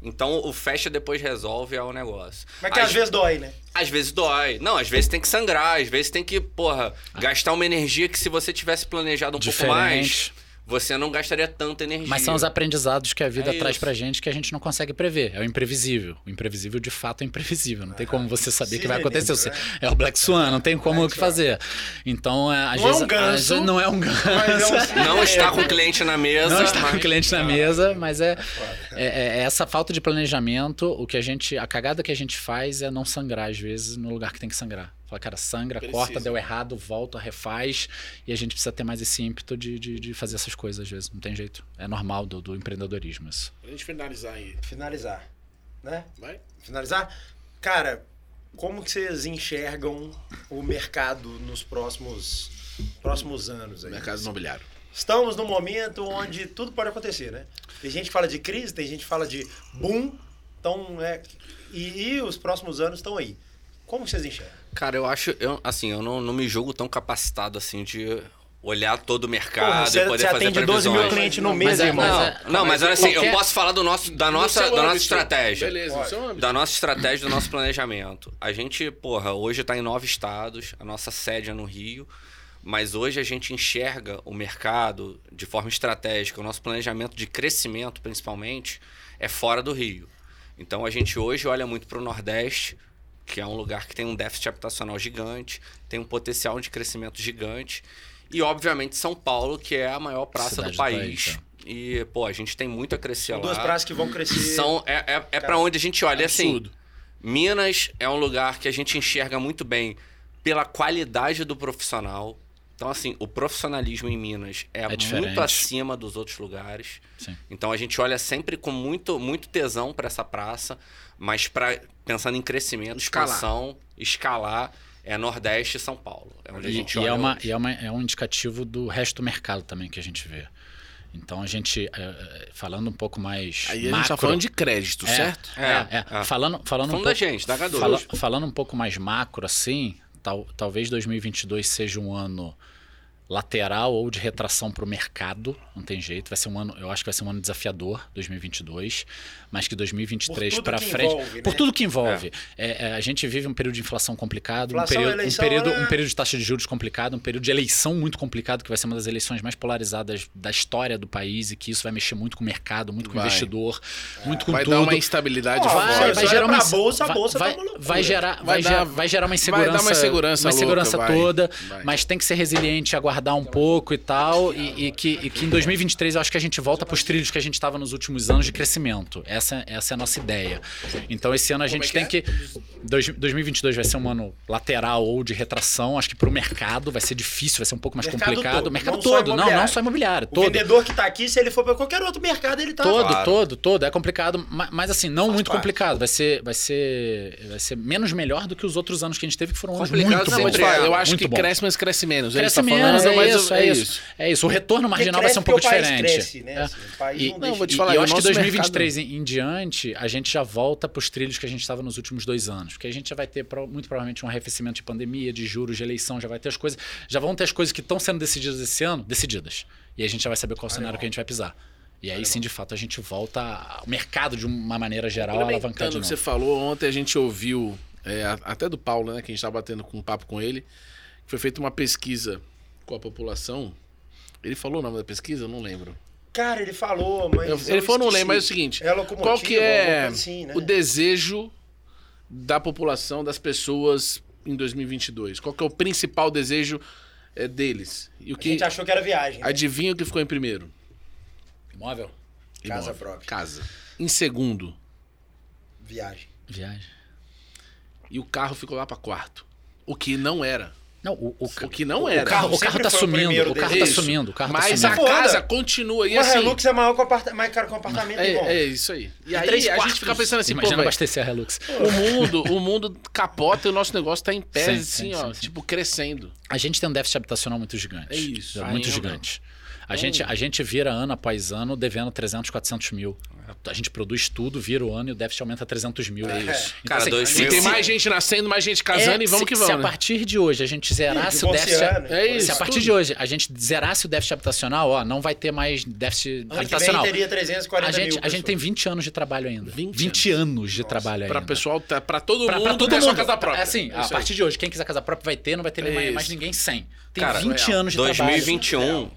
Então, o fecha depois resolve é o negócio. Mas que às vezes dói, né? às vezes dói. Não, às vezes tem que sangrar. Às vezes tem que, porra, gastar uma energia que se você tivesse planejado um Diferente. pouco mais, você não gastaria tanta energia. Mas são os aprendizados que a vida É traz isso. pra gente que a gente não consegue prever. É o imprevisível. O imprevisível de fato é imprevisível. Não tem como você saber o que vai cisne acontecer. negro, Você- É o Black Swan, não tem como o que fazer. Então, é, Não às é vezes. um ganso, às vezes não é um ganso. Mas é um- Não está com o cliente na mesa. Não está com o mas- cliente na mesa, mas é, é, é- é essa falta de planejamento. O que a gente. A cagada que a gente faz é não sangrar, às vezes, no lugar que tem que sangrar. Fala, cara, sangra, Precisa. corta, deu errado, volta, refaz. E a gente precisa ter mais esse ímpeto de, de, de fazer essas coisas, às vezes. Não tem jeito. É normal do, do empreendedorismo isso. Pra gente finalizar aí. Finalizar, né? Vai? finalizar. Cara, como que vocês enxergam o mercado nos próximos, próximos anos? Aí? Mercado imobiliário. Estamos num momento onde tudo pode acontecer, né? Tem gente que fala de crise, tem gente que fala de boom. Então, é, e, e os próximos anos estão aí. Como que vocês enxergam? Cara, eu acho. Eu, assim, eu não, não me julgo tão capacitado assim de olhar todo o mercado Porra, e poder fazer atende 12 previsões. mil clientes no mês, Mas é- irmão. Não, Mas é? não, mas olha assim, qualquer- eu posso falar do nosso, da nossa, No seu da nossa âmbito. estratégia. Beleza, no seu âmbito. Da nossa estratégia, do nosso planejamento. A gente, porra, hoje está em nove estados, a nossa sede é no Rio, mas hoje a gente enxerga o mercado de forma estratégica. O nosso planejamento de crescimento, principalmente, é fora do Rio. Então a gente hoje olha muito para o Nordeste, que é um lugar que tem um déficit habitacional gigante, tem um potencial de crescimento gigante. E, obviamente, São Paulo, que é a maior praça Cidade do do país. país, tá. E, pô, a gente tem muito a crescer São lá. duas praças que vão crescer. São, é é, é para onde a gente olha. E, assim, Absurdo. Minas é um lugar que a gente enxerga muito bem pela qualidade do profissional. Então, assim, o profissionalismo em Minas é, diferente. muito acima dos outros lugares. Sim. Então, a gente olha sempre com muito, muito tesão para essa praça, mas pra, pensando em crescimento, Escalar. expansão, escalar, é Nordeste e São Paulo. É onde a gente e, e olha. é, uma- hoje. e é uma- é um indicativo do resto do mercado também que a gente vê. Então a gente, é, é, falando um pouco mais. Aí a gente macro, tá falando de crédito, É. certo? É, é. é. Falando, falando, um Falando pouco, da gente, da H2. fala- falando um pouco mais macro, assim, tal- talvez 2022 seja um ano lateral ou de retração para o mercado, não tem jeito. Vai ser um ano, eu acho que vai ser um ano desafiador, 2022, mas que 2023 Por tudo para que frente, envolve, por né? tudo que envolve. É, é, a gente vive um período de inflação complicado, Inflação, um período, um eleição, período, né? um período de taxa de juros complicado, um período de eleição muito complicado, que vai ser uma das eleições mais polarizadas da história do país e que isso vai mexer muito com o mercado, muito com o Vai. investidor, muito com Vai tudo. dar uma instabilidade Ó, forte. Vai, Olha, vai só gerar olha uma é pra bolsa, a vai- bolsa tá vai, uma loucura. vai gerar, vai, Vai dar- gerar, vai gerar uma insegurança, dar uma insegurança uma louca, insegurança vai. toda, Vai. mas tem que ser resiliente, aguardar um pouco e tal, e, e que, e que em 2023 eu acho que a gente volta para os trilhos que a gente estava nos últimos anos de crescimento. Essa, essa é a nossa ideia. Então esse ano a gente é tem que que dois- 2022 vai ser um ano lateral ou de retração, acho que para o mercado vai ser difícil, vai ser um pouco mais Mercado complicado, todo, o mercado não só todo, não, imobiliário. não só imobiliário, O todo. vendedor que tá aqui, se ele for pra qualquer outro mercado, ele tá... Todo, Claro. todo, todo. É complicado, ma- mas assim, não muito parte. complicado. Vai ser, vai ser, vai ser menos melhor do que os outros anos que a gente teve, que foram anos Complicado muito não, Não, bons. vou te falar, eu Muito acho que bom. cresce, mas cresce menos. Ele Cresce tá falando menos, é mais isso, isso, é é isso. isso. É isso. O retorno Porque marginal vai ser um pouco cresce porque o diferente. País cresce, né? É. assim, o país E, não Não, deixa- vou te E falar, eu o acho que nosso 2023 em, em diante, a gente já volta para os trilhos que a gente estava nos últimos dois anos. Porque a gente já vai ter, pro- muito provavelmente, um arrefecimento de pandemia, de juros, de eleição, já vai ter as coisas. Já vão ter as coisas que estão sendo decididas esse ano, decididas. E a gente já vai saber qual cenário que a gente vai pisar. E aí sim, de fato, a gente volta ao mercado de uma maneira geral, alavancando de Complementando o novo. que você falou, ontem a gente ouviu, é, a- até do Paulo, né, que a gente estava batendo com um papo com ele, que foi feita uma pesquisa com a população. Ele falou o nome da pesquisa? Eu não lembro. Cara, ele falou, mas. Eu- eu ele falou, não esqueci. lembro, mas é o seguinte: É locomotiva, qual que é alguma coisa assim, né? o desejo da população, das pessoas em 2022? Qual que é o principal desejo é, deles? E o A que gente achou que era viagem. né? adivinha o que ficou em primeiro? Imóvel? Casa Imóvel. própria. Casa. Em segundo. Viagem. Viagem. E o carro ficou lá para quarto. O que não era. Não, o, o, O que não o era. carro, o sempre carro tá foi o primeiro sumindo. O carro tá Isso. sumindo. O carro tá Mas a sumindo. Foda. casa continua. E Uma assim, Hilux é maior que o aparta- mais caro que o apartamento, é, irmão. é isso aí. E, aí três a quartos. gente fica pensando assim, Imagina pô, velho, abastecer a Relux. o mundo, o mundo capota e o nosso negócio tá em pé, Sim, assim, sim, ó, sim, sim. tipo, crescendo. A gente tem um déficit habitacional muito gigante. É isso. muito Ainda. gigante. A gente, a gente vira ano após ano devendo 300, 400 mil. É. A gente produz tudo, vira o ano e o déficit aumenta 300 mil. É isso. Cara, dois E mil- tem mais gente nascendo, mais gente casando e vamos É, se, que Se vamos. a né? partir de hoje a gente zerasse o Divorciar, déficit. né? É Se isso. a partir tudo. de hoje a gente zerasse o déficit habitacional, ó, não vai ter mais déficit Ano que vem habitacional. teria 340 A gente, mil. a gente tem 20 anos de trabalho ainda. 20 anos, de trabalho ainda. Pra pessoal, tá, pra todo né? Pra, mundo, pra todo ter sua mundo. casa própria. É Assim, Isso a aí. partir de hoje, quem quiser casa própria vai ter, não vai ter mais, Isso. mais ninguém sem. Tem Cara, 20 real. anos de trabalho. 2021, 2021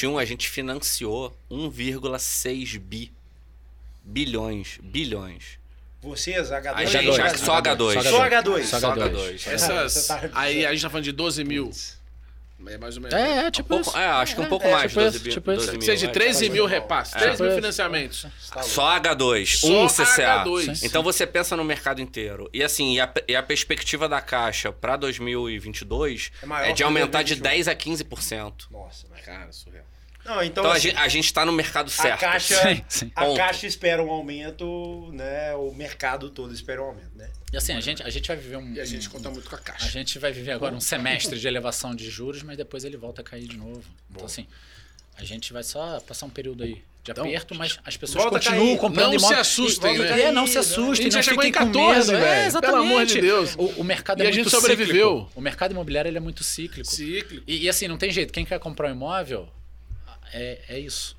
2021, a gente financiou 1,6 bi. Bilhões, bilhões. Vocês, H2. A H2, gente, H2, só H2. H2. Só H2. Só Só H2. H2. É Essas, Você tá- aí a gente tá falando de 12 mil. É mais ou menos. É, é, Um tipo pouco, isso. é, acho que um pouco é, mais, tipo 12, isso, bi- tipo isso. 12 mil. Ou seja, é. 13 mil repasses, 13 mil É. financiamentos. Tá Só H2, Só um CCA. H2. Então você pensa no mercado inteiro. E assim, e a, e a perspectiva da Caixa para 2022 É maior é, de que aumentar de 2021. 10 a 15%. Nossa, mas... Cara, surreal. Não, então, Então a assim, gente, a gente tá no mercado a, certo. caixa, Sim, sim. a Ponto. caixa espera um aumento, né? O mercado todo espera um aumento, né? E assim, a gente, a gente vai viver um. E a gente um- conta muito com a a caixa. gente vai viver agora um semestre de elevação de juros, mas depois ele volta a cair de novo. Então, assim, a gente vai só passar um período aí de Então, aperto, mas as pessoas volta a continuam cair. comprando Não se imóvel. assustem, E- né? É, não se A assustem, gente já não chegou em fiquem com 14, medo. É, velho. Pelo amor de exatamente. Deus. O, o mercado E é a gente muito sobreviveu. cíclico. O mercado imobiliário ele é muito cíclico. Cíclico. E, e assim, não tem jeito. Quem quer comprar um imóvel, é, é isso.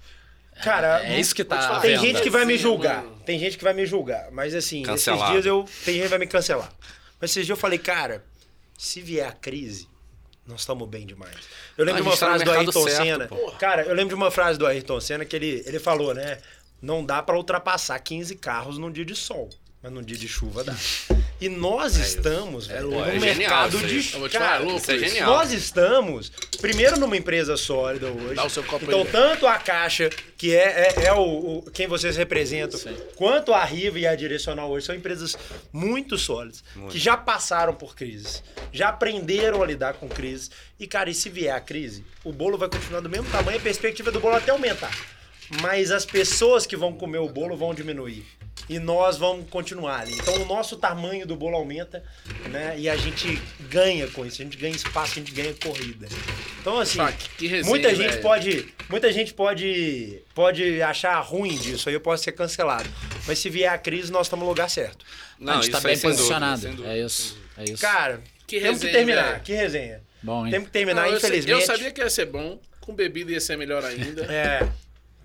Cara, É isso que vou te tá. falar, à tem venda. gente que vai me Sim, julgar. mano. Tem gente que vai me julgar. Mas assim, Cancelado. esses dias eu. Tem gente que vai me cancelar. Mas esses dias eu falei, cara, se vier a crise, nós estamos bem demais. Eu lembro A de uma gente tá no frase do mercado Ayrton certo, Senna. pô. Cara, eu lembro de uma frase do Ayrton Senna que ele, ele falou, né? Não dá pra ultrapassar 15 carros num dia de sol. Mas num dia de chuva dá. E nós estamos, velho, louco. num É genial mercado isso aí. de. Eu vou te falar, é Cara, louco isso é isso. genial. nós estamos, primeiro, numa empresa sólida hoje. Dá o seu copo então, aí, tanto a Caixa, que é, é, é o, o- quem vocês representam, quanto a Riva e a Direcional hoje, são empresas muito sólidas, que já passaram por crises, já aprenderam a lidar com crises. E, cara, e se vier a crise, o bolo vai continuar do mesmo tamanho, a perspectiva do bolo até aumentar. Mas as pessoas que vão comer o bolo vão diminuir. E nós vamos continuar ali. Então o nosso tamanho do bolo aumenta, né? E a gente ganha com isso. A gente ganha espaço, a gente ganha corrida. Então, assim, Pá, que- que resenha, muita gente velho. pode, muita gente pode, pode achar ruim disso, aí eu posso ser cancelado. Mas se vier a crise, nós estamos no lugar certo. Não, a gente tá isso aí bem sem dúvida, posicionado. sem dúvida. é isso. É isso. Cara, Que temos resenha, que terminar, velho. que resenha. Bom, hein? Temos que terminar, eu, sei- infelizmente. eu sabia que ia ser bom. Com bebida ia ser melhor ainda. É,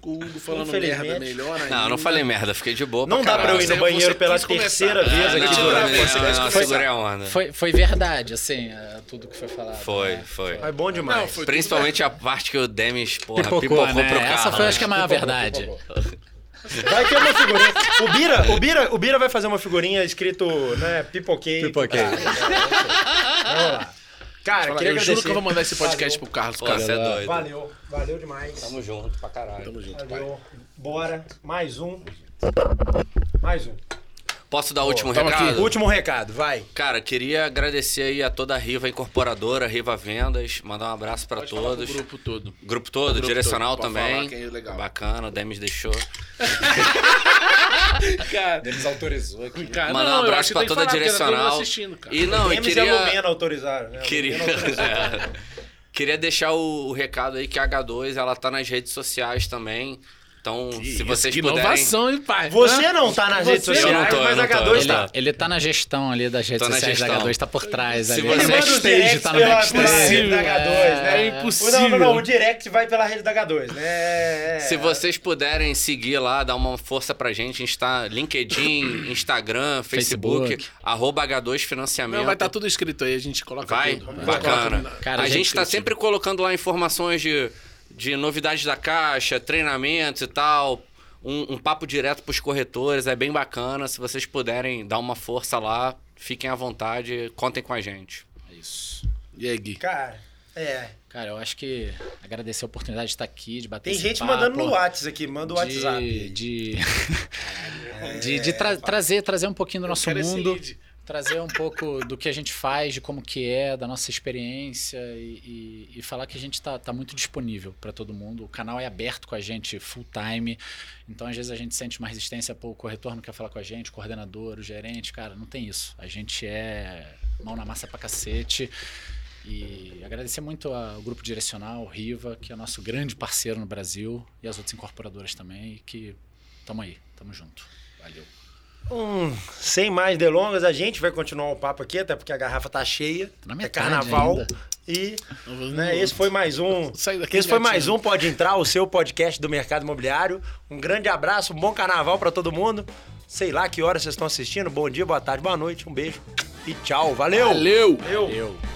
Com o Hugo falando Infelizmente. merda melhor ainda. Não, eu não falei merda, fiquei de boa. não dá caralho. pra eu ir você- no banheiro você pela quis começar. terceira vez Ah, aqui durante não, não, a não, podcast. não, Foi- segurei a onda. Foi, foi verdade, assim, é, tudo que foi falado. Foi, né? foi. Mas É bom demais. Não, foi- Principalmente a parte que o Demis, porra, Pipocou, pipocou, né? pro carro. Essa foi, é acho que, a maior Pipocou, verdade. pipocou. Vai ter uma figurinha. O Bira, o Bira, o Bira vai fazer uma figurinha escrito, né, pipoquei. Ah, é, Pipoquei. Vamos lá. Cara, Fala, queria Eu agradecer. juro que eu vou mandar esse podcast pro Carlos, Pô, cara. você é doido. Valeu, valeu demais. Tamo junto pra caralho. Valeu. Bora. Mais um. Mais um. Posso dar o último tamo aqui. recado? Último recado, vai. Cara, queria agradecer aí a toda a Riva Incorporadora, Riva Vendas, mandar um abraço pra todos. O grupo todo. Grupo todo, Grupo direcional todo, pode também. falar, que é legal. Bacana, o Demis deixou. Cara, Desautorizou aqui. cara Mandar um Ah, não, eu abraço acho que pra tem que toda a falar, porque era todo mundo direcional. assistindo, cara. E não, e Demis e a queria. Tá Lumena autorizaram. Né? A queria, Lumena autorizou. é. Queria deixar o, o recado aí que a H2 ela tá nas redes sociais também. Então, Que se isso, vocês que puderem. inovação, hein, pai? Você Hã? não tá nas redes Você sociais, não tô, eu mas não a tô, H2 eu Ele, não tá. ele tá na gestão ali das redes Tô na sociais da gestão. H2, tá por trás. Se ali, você- tá Ele no manda os directs backstage, tá no pela- backstage. pela rede da H2, né? É Não, não, impossível. não, o direct vai pela rede da H2, né? É. Se vocês puderem seguir lá, dar uma força pra gente, a gente tá LinkedIn, Instagram, Facebook, Facebook. arroba H2 Financiamento. Não, vai tá estar tudo escrito aí, a gente coloca Vai? tudo. Bacana. Coloca tudo. Cara, a gente gente tá criativa. sempre colocando lá informações de, de novidades da caixa, treinamentos e tal. Um, um papo direto pros corretores, é bem bacana. Se vocês puderem dar uma força lá, fiquem à vontade, contem com a gente. É isso. E aí, Gui? Cara, é. Cara, eu acho que agradecer a oportunidade de estar aqui, de bater Tem esse gente papo, mandando no WhatsApp aqui, manda o De, WhatsApp. É, de, de, de tra- trazer, trazer um pouquinho do nosso Quero esse mundo. lead. trazer um pouco do que a gente faz, de como que é, da nossa experiência e, e- e falar que a gente está muito disponível para todo mundo. O canal é aberto com a gente full time, então às vezes a gente sente uma resistência, pô, o corretor não quer falar com a gente, o coordenador, o gerente, cara, não tem isso. A gente é mão na massa pra cacete. E agradecer muito ao grupo direcional, o Riva, que é nosso grande parceiro no Brasil, e as outras incorporadoras também, e que tamo aí, tamo junto. Valeu. Hum, sem mais delongas, a gente vai continuar o papo aqui, até porque a garrafa tá cheia. Na é metade carnaval. ainda. E Não vou- né, esse foi mais um. Sai daqui, Esse foi gatinho. mais um Pode Entrar, o seu podcast do mercado imobiliário. Um grande abraço, um bom carnaval pra todo mundo. Sei lá que horas vocês estão assistindo. Bom dia, boa tarde, boa noite. Um beijo e tchau. Valeu! Valeu! Valeu. Eu.